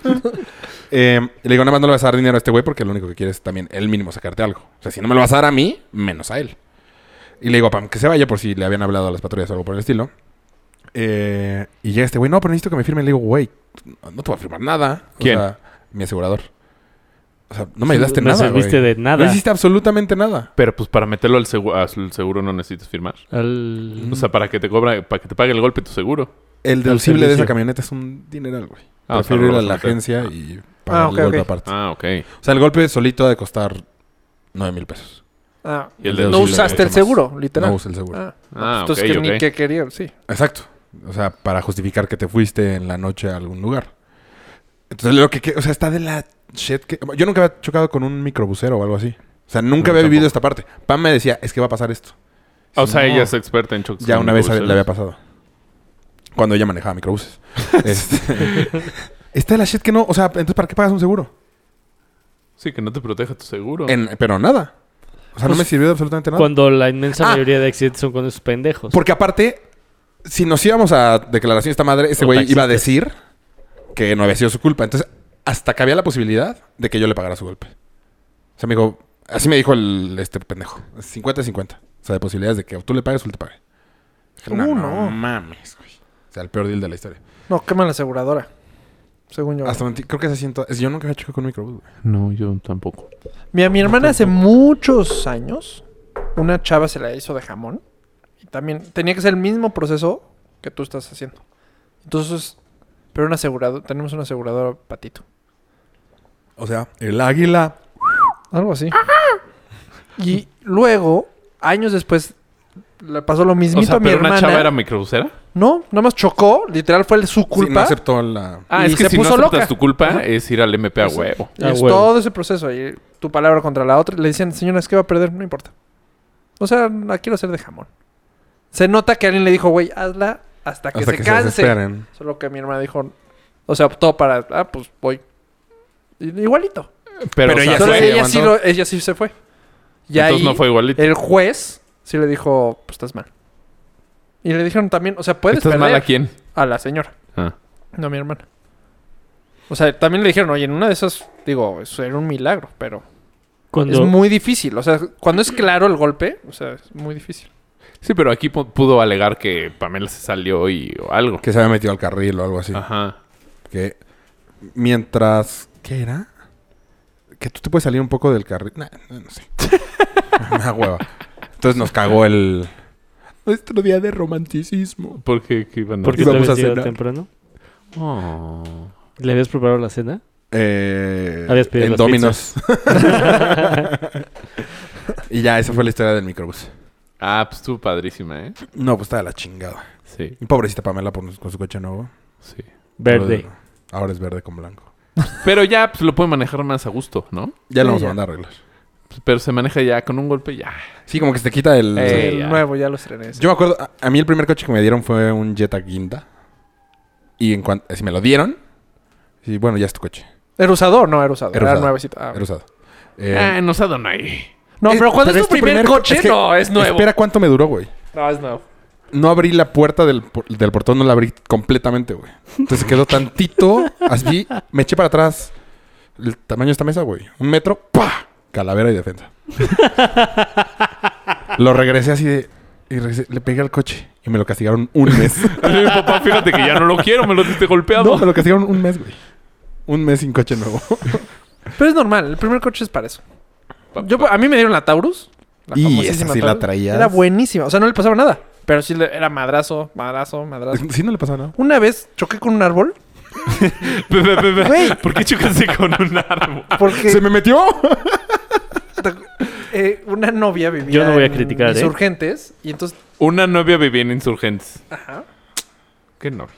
[SPEAKER 5] Eh, le digo, nada más no le vas a dar dinero a este güey porque lo único que quiere es también el mínimo sacarte algo. O sea, si no me lo vas a dar a mí, menos a él. Y le digo, Pam, que se vaya por si le habían hablado a las patrullas o algo por el estilo. Eh, y llega este güey, no, pero necesito que me firme. Le digo, güey, no te voy a firmar nada. O
[SPEAKER 7] ¿Quién?
[SPEAKER 5] sea, mi asegurador. O sea, no me ayudaste en
[SPEAKER 4] No
[SPEAKER 5] nada.
[SPEAKER 4] serviste
[SPEAKER 5] güey.
[SPEAKER 4] de nada.
[SPEAKER 5] No hiciste absolutamente nada.
[SPEAKER 7] Pero pues para meterlo al seguro, al seguro no necesitas firmar.
[SPEAKER 4] Al-
[SPEAKER 7] O sea, para que te cobra, para que te pague el golpe tu seguro.
[SPEAKER 5] El deducible de
[SPEAKER 4] servicio.
[SPEAKER 5] esa camioneta es un dineral, güey.
[SPEAKER 7] Ah, o sea,
[SPEAKER 5] Prefiero
[SPEAKER 7] no
[SPEAKER 5] ir
[SPEAKER 7] lo
[SPEAKER 5] a
[SPEAKER 7] vas
[SPEAKER 5] la
[SPEAKER 7] a meter.
[SPEAKER 5] agencia y pagar
[SPEAKER 2] Ah, ok,
[SPEAKER 5] el golpe
[SPEAKER 2] ok.
[SPEAKER 5] aparte.
[SPEAKER 7] Ah, ok.
[SPEAKER 5] O sea, el golpe solito ha de costar 9 mil pesos.
[SPEAKER 2] Ah,
[SPEAKER 7] Y el
[SPEAKER 5] No
[SPEAKER 2] no
[SPEAKER 5] sí,
[SPEAKER 7] deducible-
[SPEAKER 2] usaste el
[SPEAKER 5] mucho más.
[SPEAKER 2] seguro, literal.
[SPEAKER 5] No usa el seguro.
[SPEAKER 2] Ah,
[SPEAKER 7] Ah, ok,
[SPEAKER 2] entonces que ni
[SPEAKER 7] ok.
[SPEAKER 2] que quería, sí.
[SPEAKER 5] Exacto. O sea, para justificar que te fuiste en la noche a algún lugar. Entonces, lo que... que- o sea, está de la shit que... Yo nunca había chocado con un microbusero o algo así. O sea, nunca había vivido esta parte. Pam me decía, es que va a pasar esto.
[SPEAKER 7] Ah, o sea,
[SPEAKER 5] No.
[SPEAKER 7] ella es experta en choques.
[SPEAKER 5] Ya
[SPEAKER 7] con
[SPEAKER 5] una vez
[SPEAKER 7] buses.
[SPEAKER 5] le había pasado. Cuando ella manejaba microbuses. Este- está de la shit que no... O sea, entonces, ¿para qué pagas un seguro?
[SPEAKER 7] Sí, que no te proteja tu seguro.
[SPEAKER 5] En- pero nada. O sea, no
[SPEAKER 4] Pues,
[SPEAKER 5] me sirvió de absolutamente nada.
[SPEAKER 4] Cuando la inmensa
[SPEAKER 5] Ah.
[SPEAKER 4] mayoría de accidentes son con esos pendejos.
[SPEAKER 2] pues.
[SPEAKER 5] Porque aparte, si nos íbamos a declaración de esta madre, ese
[SPEAKER 4] O
[SPEAKER 5] güey
[SPEAKER 4] taxistas.
[SPEAKER 5] iba a decir que no había sido su culpa. Entonces, hasta que había la posibilidad de que yo le pagara su golpe. O sea, me dijo, así me dijo el este pendejo. 50-50. O sea, de posibilidades de que o tú le pagues o él te pague. Dije,
[SPEAKER 2] Uh, no.
[SPEAKER 5] mames, güey. O sea, el peor deal de la historia.
[SPEAKER 2] No, quema la aseguradora. Según yo.
[SPEAKER 5] Hasta donde- creo que se siento. Yo nunca había chocado con un microbús, güey.
[SPEAKER 7] No, yo tampoco.
[SPEAKER 2] Mira, mi hermana hace muchos años, una chava se la hizo de jamón. Y también tenía que ser el mismo proceso que tú estás haciendo. Entonces, pero un asegurado, tenemos un asegurador patito.
[SPEAKER 5] O sea, el águila.
[SPEAKER 2] Algo así. Y luego, años después, le pasó lo mismito
[SPEAKER 7] O sea,
[SPEAKER 2] a mi
[SPEAKER 7] pero
[SPEAKER 2] hermana.
[SPEAKER 7] una chava era microbusera.
[SPEAKER 2] No, nada más chocó, literal fue su
[SPEAKER 5] Sí, no
[SPEAKER 2] culpa.
[SPEAKER 5] aceptó la.
[SPEAKER 7] Ah,
[SPEAKER 2] Y
[SPEAKER 7] es que
[SPEAKER 2] se
[SPEAKER 7] si
[SPEAKER 2] puso
[SPEAKER 7] no aceptas
[SPEAKER 2] loca.
[SPEAKER 7] tu culpa
[SPEAKER 2] Ajá.
[SPEAKER 7] es ir al MP a
[SPEAKER 2] Eso.
[SPEAKER 7] huevo.
[SPEAKER 2] Y
[SPEAKER 4] Ah,
[SPEAKER 2] es
[SPEAKER 4] huevo.
[SPEAKER 2] todo ese proceso. Y tu palabra contra la otra. Le dicen, señora, es que va a perder, no importa. O sea, la quiero hacer de jamón. Se nota que alguien le dijo, güey, hazla hasta que
[SPEAKER 5] Hasta
[SPEAKER 2] se
[SPEAKER 5] que se
[SPEAKER 2] canse.
[SPEAKER 5] desesperen.
[SPEAKER 2] Solo que mi hermana dijo, o sea, optó para, ah, pues voy. Y- Igualito.
[SPEAKER 7] Pero,
[SPEAKER 5] Pero
[SPEAKER 7] o sea,
[SPEAKER 5] ella
[SPEAKER 2] Solo
[SPEAKER 5] fue,
[SPEAKER 2] ella, sí
[SPEAKER 5] aguantó.
[SPEAKER 2] lo- ella sí se fue. Y
[SPEAKER 7] entonces
[SPEAKER 2] ahí
[SPEAKER 7] no fue igualito.
[SPEAKER 2] el juez sí le dijo, pues estás mal. Y le dijeron también, o sea, puedes
[SPEAKER 7] ¿Estás
[SPEAKER 2] perder
[SPEAKER 7] mal a quién?
[SPEAKER 2] a la señora.
[SPEAKER 7] Ah.
[SPEAKER 2] No, mi hermana. O sea, también le dijeron, oye, en una de esas, digo, eso era un milagro, pero
[SPEAKER 4] Cuando-
[SPEAKER 2] es muy difícil. O sea, cuando es claro el golpe, o sea, es muy difícil.
[SPEAKER 7] Sí, pero aquí pu- pudo alegar que Pamela se salió y o algo.
[SPEAKER 5] Que se había metido al carril o algo así.
[SPEAKER 7] Ajá.
[SPEAKER 5] Que mientras. ¿Qué era? Que tú te puedes salir un poco del carril. Nah, no no sé. Una hueva. Entonces nos cagó el. Nuestro día de romanticismo.
[SPEAKER 7] ¿Por qué, qué iban a
[SPEAKER 4] ¿Por qué
[SPEAKER 5] Y
[SPEAKER 4] te
[SPEAKER 5] vamos
[SPEAKER 4] habías
[SPEAKER 5] a
[SPEAKER 4] llegado
[SPEAKER 5] cenar.
[SPEAKER 4] temprano?
[SPEAKER 7] Oh.
[SPEAKER 4] ¿Le habías preparado la cena?
[SPEAKER 5] Eh,
[SPEAKER 4] Habías pedido
[SPEAKER 5] en
[SPEAKER 4] las
[SPEAKER 5] Dominos. y ya, esa fue la historia del microbús.
[SPEAKER 7] Ah, pues estuvo padrísima, ¿eh?
[SPEAKER 5] No, pues estaba la chingada.
[SPEAKER 7] Sí,
[SPEAKER 5] Pobrecita Pamela por- con su coche nuevo.
[SPEAKER 7] sí.
[SPEAKER 4] Verde.
[SPEAKER 5] Ahora- Ahora es verde con blanco.
[SPEAKER 7] Pero ya pues, lo puede manejar más a gusto, ¿no?
[SPEAKER 5] Ya
[SPEAKER 2] Sí,
[SPEAKER 5] lo vamos
[SPEAKER 2] ya.
[SPEAKER 5] a mandar a arreglar.
[SPEAKER 7] Pues, Pero se maneja ya con un golpe, ya.
[SPEAKER 5] Sí, como que se te quita el...
[SPEAKER 2] Sí,
[SPEAKER 7] Eh,
[SPEAKER 2] el
[SPEAKER 7] ya.
[SPEAKER 2] nuevo, ya lo estrené.
[SPEAKER 5] Yo me acuerdo, a, a mí el primer coche que me dieron fue un Jetta Guinda. Y en cuanto... Si me lo dieron... Sí, bueno, ya es tu coche.
[SPEAKER 2] Era usado, o no, era usado.
[SPEAKER 5] Era
[SPEAKER 2] Era,
[SPEAKER 5] usado.
[SPEAKER 2] nuevecito. Ah,
[SPEAKER 5] Era usado. Eh,
[SPEAKER 7] Ah, nos ha dado ahí.
[SPEAKER 2] No,
[SPEAKER 5] eh,
[SPEAKER 2] pero cuando es tu primer, coche,
[SPEAKER 5] es que-
[SPEAKER 2] no, es nuevo.
[SPEAKER 5] Espera cuánto me duró, güey.
[SPEAKER 2] No, es nuevo.
[SPEAKER 5] No abrí la puerta del, por- del portón, no la abrí completamente, güey. Entonces quedó tantito, así, me eché para atrás. El tamaño de esta mesa, güey. Un metro, ¡pa! Calavera y defensa. lo regresé así de... Y regresé, le pegué al coche y me lo castigaron un mes.
[SPEAKER 7] Ay, papá, fíjate que ya no lo quiero, me lo diste golpeado.
[SPEAKER 5] no, me lo castigaron un mes, güey. Un mes sin coche nuevo.
[SPEAKER 2] Pero es normal, el primer coche es para eso. Yo, a mí me dieron la Taurus. La
[SPEAKER 5] y
[SPEAKER 2] famosísima
[SPEAKER 5] esa sí la
[SPEAKER 2] Taurus.
[SPEAKER 5] traías.
[SPEAKER 2] Era buenísima, o sea, no le pasaba nada. Pero sí le- era madrazo, madrazo, madrazo.
[SPEAKER 5] Sí, no le pasó nada.
[SPEAKER 2] Una vez choqué con un árbol
[SPEAKER 7] Ve, ve, ve, ve.
[SPEAKER 2] Güey.
[SPEAKER 7] ¿Por qué chocaste con un árbol?
[SPEAKER 2] porque
[SPEAKER 5] ¡Se me metió!
[SPEAKER 2] eh, una novia vivía
[SPEAKER 4] Yo no voy a
[SPEAKER 2] en
[SPEAKER 4] criticar, ¿eh?
[SPEAKER 2] Insurgentes y entonces...
[SPEAKER 7] Una novia vivía en Insurgentes.
[SPEAKER 2] Ajá.
[SPEAKER 7] ¿Qué novia?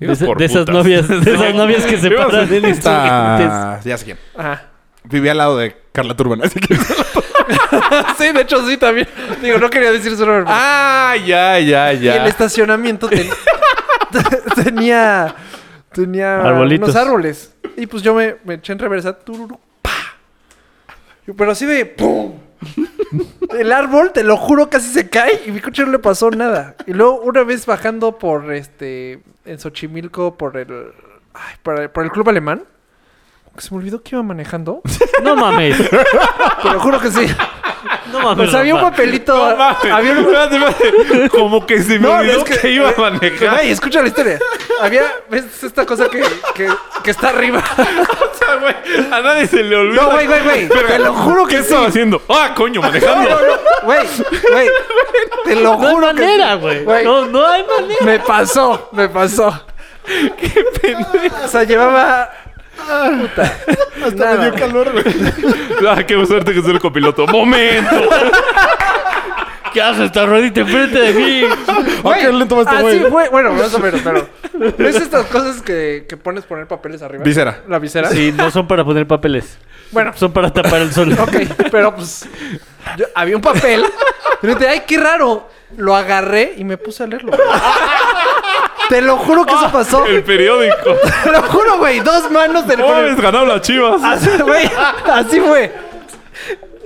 [SPEAKER 4] De, esa- de esas novias, de esas novias que se
[SPEAKER 7] Ibas a
[SPEAKER 4] pasan en insurgentes.
[SPEAKER 5] Está... Ah, Ya sé quién.
[SPEAKER 2] Ajá.
[SPEAKER 5] Vivía al lado de Carla Turban, así que...
[SPEAKER 2] sí, de hecho sí también. Digo, no quería decir solo árbol.
[SPEAKER 7] Ah, ya, ya,
[SPEAKER 2] Y el
[SPEAKER 7] ya.
[SPEAKER 2] estacionamiento ten- te- tenía tenía
[SPEAKER 4] Arbolitos.
[SPEAKER 2] unos árboles. Y pues yo me, me eché en reversa. tururú, pa. Yo, Pero así de ¡pum! El árbol, te lo juro, casi se cae y mi coche no le pasó nada. Y luego una vez bajando por este en Xochimilco por el ay, por el, por el club alemán, como que se me olvidó que iba manejando.
[SPEAKER 4] No mames.
[SPEAKER 2] Te lo juro que sí.
[SPEAKER 4] No mames.
[SPEAKER 2] O sea, había un
[SPEAKER 4] Rafa.
[SPEAKER 2] papelito,
[SPEAKER 7] No mames.
[SPEAKER 2] había un
[SPEAKER 7] Espérate, espérate. Como que se me
[SPEAKER 2] No,
[SPEAKER 7] olvidó
[SPEAKER 2] es que- eh,
[SPEAKER 7] que, iba a manejar.
[SPEAKER 2] Güey, escucha la historia. Había, ¿ves esta cosa que, que, que está arriba?
[SPEAKER 7] O sea, güey, a nadie se le olvidó.
[SPEAKER 2] No, güey, güey, güey. Te lo juro
[SPEAKER 7] ¿Qué
[SPEAKER 2] que sí.
[SPEAKER 7] estaba haciendo? Ah, coño,
[SPEAKER 2] No,
[SPEAKER 7] manejando.
[SPEAKER 2] no, no. Güey, güey. Te lo
[SPEAKER 4] No hay
[SPEAKER 2] juro que sí.
[SPEAKER 4] manera, güey. No, no hay manera.
[SPEAKER 2] Me pasó, me pasó. Qué pendejo. O sea, llevaba... Puta. Hasta me dio calor.
[SPEAKER 7] Ah, qué suerte que soy el copiloto. ¡Momento!
[SPEAKER 4] ¿Qué haces esta ruedita enfrente de mí?
[SPEAKER 5] Ah, qué lento va este
[SPEAKER 2] ah,
[SPEAKER 5] güey.
[SPEAKER 2] sí, güey. Bueno, más o menos, pero... ¿Ves estas cosas que, que pones poner papeles arriba?
[SPEAKER 5] Visera.
[SPEAKER 2] La visera.
[SPEAKER 4] Sí, no son para poner papeles.
[SPEAKER 2] Bueno,
[SPEAKER 4] Son para tapar el sol.
[SPEAKER 2] Ok, pero pues yo- había un papel. Y dije, ay, qué raro. Lo agarré y me puse a leerlo. güey. Te lo juro que eso pasó.
[SPEAKER 7] El periódico.
[SPEAKER 2] Te lo juro, güey. Dos manos del
[SPEAKER 7] No mames, ganaron las chivas.
[SPEAKER 2] Así, güey. Así fue.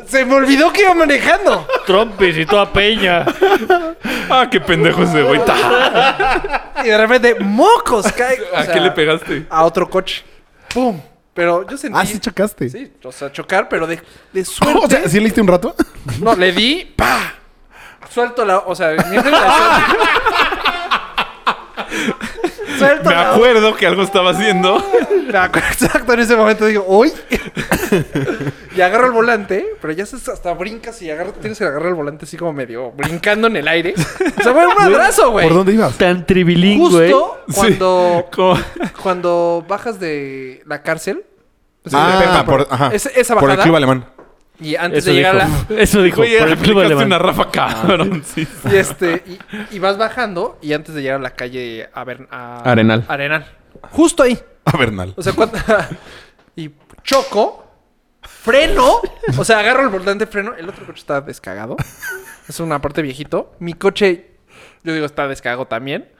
[SPEAKER 2] Se me olvidó que iba manejando.
[SPEAKER 4] Trompis y toda peña.
[SPEAKER 7] Ah, qué pendejo ese güey. Ta.
[SPEAKER 2] Y de repente, mocos, cae. o
[SPEAKER 7] ¿A
[SPEAKER 2] sea,
[SPEAKER 7] qué le pegaste?
[SPEAKER 2] A otro coche. ¡Pum! Pero yo sentí.
[SPEAKER 5] Ah, sí chocaste.
[SPEAKER 2] Sí, o sea, chocar, pero de, de suerte.
[SPEAKER 5] O sea, ¿sí le diste un rato?
[SPEAKER 2] No, le di, pa. Suelto la, o sea, mientras la suelto. Suelto
[SPEAKER 7] Me
[SPEAKER 2] la-
[SPEAKER 7] acuerdo que algo estaba haciendo.
[SPEAKER 2] Me acuerdo, Exacto, en ese momento digo, "Uy." y agarro el volante, pero ya se hasta brincas y agarra, tienes que agarrar el volante así como medio brincando en el aire. O sea, fue un madrazo, güey.
[SPEAKER 5] ¿Por dónde ibas?
[SPEAKER 4] Tan tribilingüe.
[SPEAKER 2] Justo cuando
[SPEAKER 7] Como-
[SPEAKER 2] cuando bajas de la cárcel. o sea, de
[SPEAKER 5] Ah,
[SPEAKER 2] Pepa,
[SPEAKER 5] por, ajá.
[SPEAKER 2] Esa- esa
[SPEAKER 5] Por el
[SPEAKER 2] bajada.
[SPEAKER 5] club alemán.
[SPEAKER 2] Y antes
[SPEAKER 4] Eso
[SPEAKER 2] de
[SPEAKER 4] dijo.
[SPEAKER 2] llegar a la,
[SPEAKER 4] Eso dijo.
[SPEAKER 7] Güey,
[SPEAKER 4] por el club
[SPEAKER 7] aplicaste
[SPEAKER 4] alemán.
[SPEAKER 7] una rafa cabrón. Sí, sí.
[SPEAKER 2] Y este, y, y vas bajando y antes de llegar a la calle a ver a
[SPEAKER 7] Arenal.
[SPEAKER 2] Arenal. Justo ahí.
[SPEAKER 5] A Bernal.
[SPEAKER 2] O sea, cuando- y choco, freno, o sea, agarro el volante, freno, el otro coche está descagado. Es una parte viejito. Mi coche yo digo está descagado también.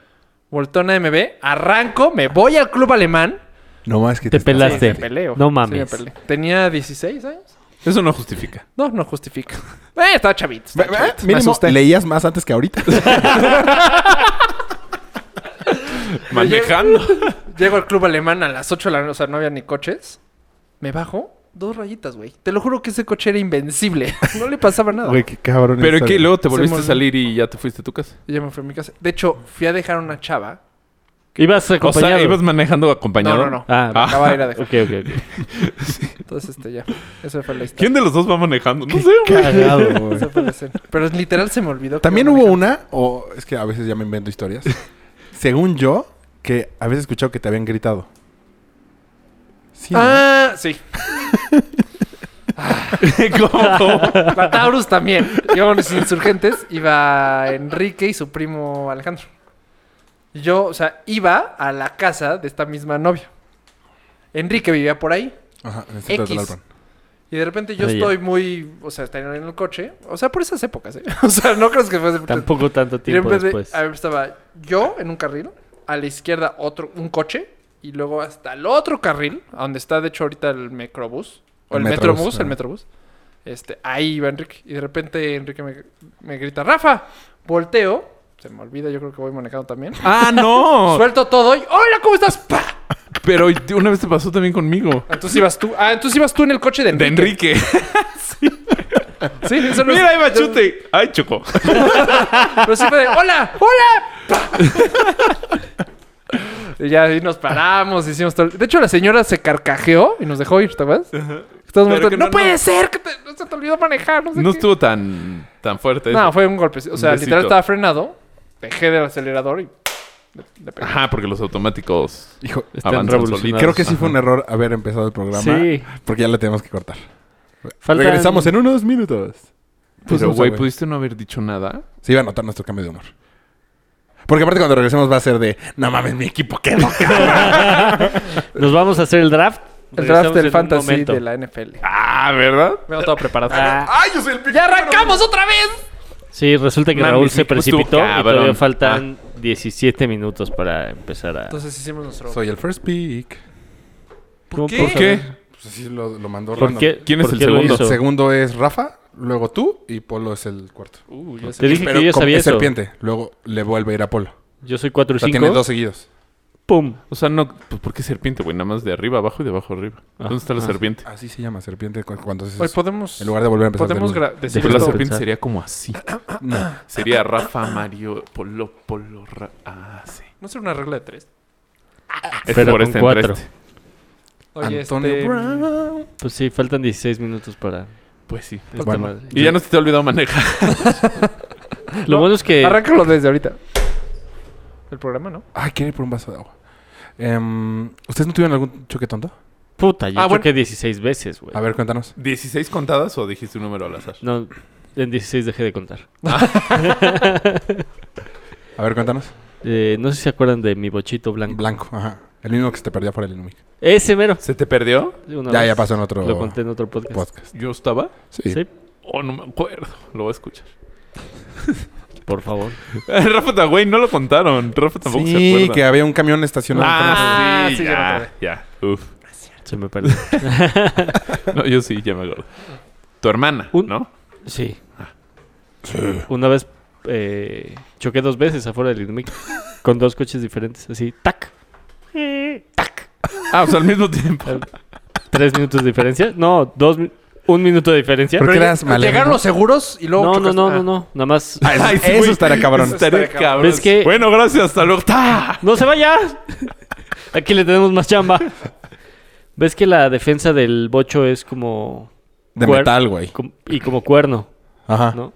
[SPEAKER 2] Volteo una MB, arranco, me voy al club alemán.
[SPEAKER 5] No más que
[SPEAKER 4] Te
[SPEAKER 5] estás-
[SPEAKER 2] Sí, me
[SPEAKER 4] pelaste.
[SPEAKER 2] peleo.
[SPEAKER 4] No
[SPEAKER 2] Sí,
[SPEAKER 4] mames.
[SPEAKER 2] me peleé. Tenía 16 años.
[SPEAKER 7] Eso no justifica.
[SPEAKER 2] No, no justifica. Eh, estaba chavito.
[SPEAKER 5] Ve-
[SPEAKER 2] estaba
[SPEAKER 5] ve,
[SPEAKER 2] chavito. Me
[SPEAKER 5] Mínimo,
[SPEAKER 2] asusté.
[SPEAKER 5] leías más antes que ahorita.
[SPEAKER 7] Manejando.
[SPEAKER 2] Llego al club alemán a las 8 de la noche, o sea, no había ni coches. Me bajo dos rayitas, güey. Te lo juro que ese coche era invencible. No le pasaba nada.
[SPEAKER 5] Güey, qué cabrón.
[SPEAKER 7] Pero es
[SPEAKER 5] está,
[SPEAKER 7] que
[SPEAKER 5] güey.
[SPEAKER 7] luego te
[SPEAKER 2] Se
[SPEAKER 7] volviste a
[SPEAKER 2] murió.
[SPEAKER 7] salir y ya te fuiste a tu casa.
[SPEAKER 2] Y ya me fui a mi casa. De hecho, fui a dejar a una chava.
[SPEAKER 4] Ibas
[SPEAKER 7] O
[SPEAKER 4] acompañado.
[SPEAKER 7] sea, ibas manejando
[SPEAKER 2] No,
[SPEAKER 7] acompañado.
[SPEAKER 2] no, no.
[SPEAKER 4] Ah,
[SPEAKER 7] Ah.
[SPEAKER 2] Acaba de ir a dejar.
[SPEAKER 4] ok, ok, ok.
[SPEAKER 2] Entonces, este, ya. Esa fue la historia.
[SPEAKER 7] ¿Quién de los dos va manejando? No sé, güey.
[SPEAKER 5] Cagado, güey.
[SPEAKER 2] Esa fue la escena. Pero literal se me olvidó. que
[SPEAKER 5] También
[SPEAKER 2] iba
[SPEAKER 5] hubo
[SPEAKER 2] manejando.
[SPEAKER 5] una, o es que a veces ya me invento historias. Según yo, que habías escuchado que te habían gritado. Sí. ¿no?
[SPEAKER 2] Ah, sí.
[SPEAKER 7] ¿Cómo, cómo?
[SPEAKER 2] La Taurus también. Íbamos los insurgentes. Iba Enrique y su primo Alejandro. Yo, o sea, iba a la casa de esta misma novia. Enrique vivía por ahí.
[SPEAKER 5] Ajá, en el centro de
[SPEAKER 2] X.
[SPEAKER 5] Tlalpan.
[SPEAKER 2] Y de repente yo
[SPEAKER 4] Ah, ya.
[SPEAKER 2] estoy muy, o sea, estaría en el coche. O sea, por esas épocas, ¿eh? O sea, no crees que fue hace
[SPEAKER 4] Tampoco tanto
[SPEAKER 2] Y de
[SPEAKER 4] tiempo
[SPEAKER 2] repente,
[SPEAKER 4] después.
[SPEAKER 2] a ver, estaba yo en un carril, a la izquierda otro, un coche, y luego hasta el otro carril, a donde está de hecho ahorita el microbús, o el,
[SPEAKER 5] El
[SPEAKER 2] metrobús,
[SPEAKER 5] Metrobús,
[SPEAKER 2] el
[SPEAKER 5] ah.
[SPEAKER 2] metrobús. Este, ahí iba Enrique, y de repente Enrique me, me grita, Rafa, volteo, se me olvida, yo creo que voy manejando también.
[SPEAKER 6] ¡Ah, no!
[SPEAKER 2] Suelto todo y, hola, ¿cómo estás? ¡Pa!
[SPEAKER 6] Pero una vez te pasó también conmigo.
[SPEAKER 2] Entonces ibas tú, ah, entonces ibas tú en el coche de
[SPEAKER 6] De
[SPEAKER 2] Enrique.
[SPEAKER 6] Enrique.
[SPEAKER 2] Sí, eso no es-
[SPEAKER 6] Mira, ahí va Chute. ¡Ay, Choco!
[SPEAKER 2] Pero sí fue de, ¡hola! ¡Hola! y ya ahí nos paramos, hicimos todo. el- De hecho, la señora se carcajeó y nos dejó ir, ¿te acuerdas? Todos muertos,
[SPEAKER 6] que
[SPEAKER 2] no,
[SPEAKER 6] no, no.
[SPEAKER 2] puede ser, que te- no se te olvidó manejar. No, sé
[SPEAKER 6] No
[SPEAKER 2] qué".
[SPEAKER 6] estuvo tan, tan fuerte.
[SPEAKER 2] No,
[SPEAKER 6] eso.
[SPEAKER 2] fue un golpe. O sea,
[SPEAKER 6] Un besito.
[SPEAKER 2] literal estaba frenado, dejé del acelerador y le, le pegué.
[SPEAKER 6] Ajá, porque los automáticos
[SPEAKER 5] Hijo,
[SPEAKER 4] Están
[SPEAKER 6] avanzan
[SPEAKER 4] revolucionados.
[SPEAKER 6] solitos.
[SPEAKER 5] creo que sí fue un error haber empezado el programa.
[SPEAKER 4] Sí.
[SPEAKER 5] Porque ya la tenemos que cortar.
[SPEAKER 4] Faltan-
[SPEAKER 5] Regresamos en unos minutos.
[SPEAKER 6] Pero,
[SPEAKER 5] Pusimos
[SPEAKER 6] Pues, güey,
[SPEAKER 5] a
[SPEAKER 6] ¿pudiste no haber dicho nada?
[SPEAKER 5] Se iba a notar nuestro cambio de humor. Porque aparte cuando regresemos va a ser de, no mames, mi equipo quedó.
[SPEAKER 4] Nos vamos a hacer el draft.
[SPEAKER 2] El draft
[SPEAKER 4] Regresamos en
[SPEAKER 2] del
[SPEAKER 4] un
[SPEAKER 2] fantasy
[SPEAKER 4] momento.
[SPEAKER 2] de la NFL.
[SPEAKER 6] Ah, ¿verdad?
[SPEAKER 2] Vengo todo preparado.
[SPEAKER 6] Ah,
[SPEAKER 5] ¡Ay, yo soy el
[SPEAKER 2] Ah, ¡Ya arrancamos otra vez!
[SPEAKER 4] Sí, resulta que
[SPEAKER 6] Mames,
[SPEAKER 4] Raúl se
[SPEAKER 6] mi equipo
[SPEAKER 4] precipitó
[SPEAKER 6] estuvo
[SPEAKER 4] y todavía
[SPEAKER 6] cabrón.
[SPEAKER 4] faltan 17 minutos para empezar a...
[SPEAKER 2] Entonces hicimos nuestro...
[SPEAKER 5] Soy el first pick.
[SPEAKER 4] ¿Cómo
[SPEAKER 6] ¿Qué?
[SPEAKER 4] por-
[SPEAKER 6] ¿Por qué?
[SPEAKER 5] Pues así lo, lo mandó
[SPEAKER 4] ¿Por
[SPEAKER 5] Random.
[SPEAKER 4] qué?
[SPEAKER 6] ¿Quién es
[SPEAKER 4] por
[SPEAKER 6] el
[SPEAKER 4] qué lo
[SPEAKER 6] segundo?
[SPEAKER 5] El
[SPEAKER 4] hizo?
[SPEAKER 5] segundo es Rafa, luego tú y Polo es el cuarto.
[SPEAKER 2] Uh, ya sé.
[SPEAKER 4] Te dije que yo
[SPEAKER 5] como
[SPEAKER 4] sabía
[SPEAKER 5] es
[SPEAKER 4] eso.
[SPEAKER 5] serpiente, luego le vuelve a ir a Polo.
[SPEAKER 4] Yo soy 4
[SPEAKER 5] O
[SPEAKER 4] y
[SPEAKER 5] sea, tiene
[SPEAKER 4] 5.
[SPEAKER 5] dos seguidos.
[SPEAKER 4] ¡Pum!
[SPEAKER 6] O sea, no, pues ¿por qué serpiente, güey? Nada más de arriba abajo y de abajo arriba. ¿Dónde está la serpiente?
[SPEAKER 5] Así se llama serpiente cu- cuando haces
[SPEAKER 2] Hoy
[SPEAKER 5] eso.
[SPEAKER 2] podemos...
[SPEAKER 5] En lugar de volver a empezar.
[SPEAKER 2] Podemos
[SPEAKER 5] del-
[SPEAKER 2] gra- decir
[SPEAKER 6] Pues la
[SPEAKER 2] esto.
[SPEAKER 6] serpiente
[SPEAKER 4] pensar.
[SPEAKER 6] sería como así.
[SPEAKER 5] No.
[SPEAKER 6] Sería Rafa, Mario, Polo, Polo, Ra... Ah, sí.
[SPEAKER 2] No ser una regla de tres.
[SPEAKER 6] Es este
[SPEAKER 4] Pero con
[SPEAKER 6] entre
[SPEAKER 4] cuatro.
[SPEAKER 2] Oye,
[SPEAKER 5] Antonio
[SPEAKER 2] este...
[SPEAKER 5] Brown.
[SPEAKER 4] Pues sí, faltan 16 minutos para...
[SPEAKER 6] Pues sí.
[SPEAKER 4] esta
[SPEAKER 5] Bueno.
[SPEAKER 4] madre.
[SPEAKER 6] Y ya no se te ha olvidado manejar.
[SPEAKER 4] Lo bueno es que...
[SPEAKER 2] Arráncalo desde ahorita. El programa, ¿no?
[SPEAKER 5] Ay, quiere ir por un vaso de agua. Em, ¿Ustedes no tuvieron algún choque tonto?
[SPEAKER 4] Puta, yo
[SPEAKER 6] Ah, bueno.
[SPEAKER 4] choqué 16 veces, güey.
[SPEAKER 5] A ver, cuéntanos.
[SPEAKER 6] ¿16 contadas o dijiste un número al azar?
[SPEAKER 4] No, en 16 dejé de contar.
[SPEAKER 5] A ver, cuéntanos.
[SPEAKER 4] Eh, no sé si se acuerdan de mi bochito blanco.
[SPEAKER 5] Blanco, ajá. El mismo que se te perdía por el Inumic.
[SPEAKER 4] Ese mero.
[SPEAKER 6] ¿Se te perdió?
[SPEAKER 4] Una
[SPEAKER 5] Ya,
[SPEAKER 4] vez
[SPEAKER 5] ya pasó en otro
[SPEAKER 4] pues, Lo conté en otro podcast.
[SPEAKER 5] podcast.
[SPEAKER 6] ¿Yo estaba?
[SPEAKER 5] Sí.
[SPEAKER 4] Sí,
[SPEAKER 6] Oh, no me acuerdo. Lo voy a escuchar.
[SPEAKER 4] por favor.
[SPEAKER 6] Rafa, ta- güey, no lo contaron. Rafa tampoco
[SPEAKER 5] Sí,
[SPEAKER 6] se acuerda.
[SPEAKER 5] que había un camión estacionado.
[SPEAKER 6] Ah,
[SPEAKER 2] Ah,
[SPEAKER 6] sí,
[SPEAKER 2] sí, ya me
[SPEAKER 6] ya,
[SPEAKER 2] acordé.
[SPEAKER 6] ya. Uf.
[SPEAKER 4] Se me perdió.
[SPEAKER 6] No, yo sí, ya me acuerdo. Tu hermana,
[SPEAKER 4] Un-
[SPEAKER 6] ¿no?
[SPEAKER 4] Sí. Una vez eh, choqué dos veces afuera del Inumic con dos coches diferentes, así, tac. Eh, Tac.
[SPEAKER 6] Ah, o sea, al mismo tiempo.
[SPEAKER 4] Tres minutos de diferencia. No, dos, mi- un minuto de diferencia.
[SPEAKER 5] ¿Por qué eras malero?
[SPEAKER 2] Llegaron los seguros y luego
[SPEAKER 4] No, no,
[SPEAKER 2] chocaste.
[SPEAKER 4] no,
[SPEAKER 2] Ah.
[SPEAKER 4] no, no. Nada más.
[SPEAKER 6] Ay, sí,
[SPEAKER 5] eso
[SPEAKER 6] güey.
[SPEAKER 5] estaría cabrón.
[SPEAKER 6] Eso Estaría
[SPEAKER 2] Estaría
[SPEAKER 6] cabrón.
[SPEAKER 4] Es que-
[SPEAKER 6] Bueno, gracias. Hasta luego. ¡Ta!
[SPEAKER 4] ¡No se vaya! Aquí le tenemos más chamba. ¿Ves que la defensa del bocho es como.
[SPEAKER 5] De
[SPEAKER 4] Cuer-
[SPEAKER 5] metal, güey.
[SPEAKER 4] com- y como cuerno,
[SPEAKER 5] Ajá.
[SPEAKER 4] ¿no?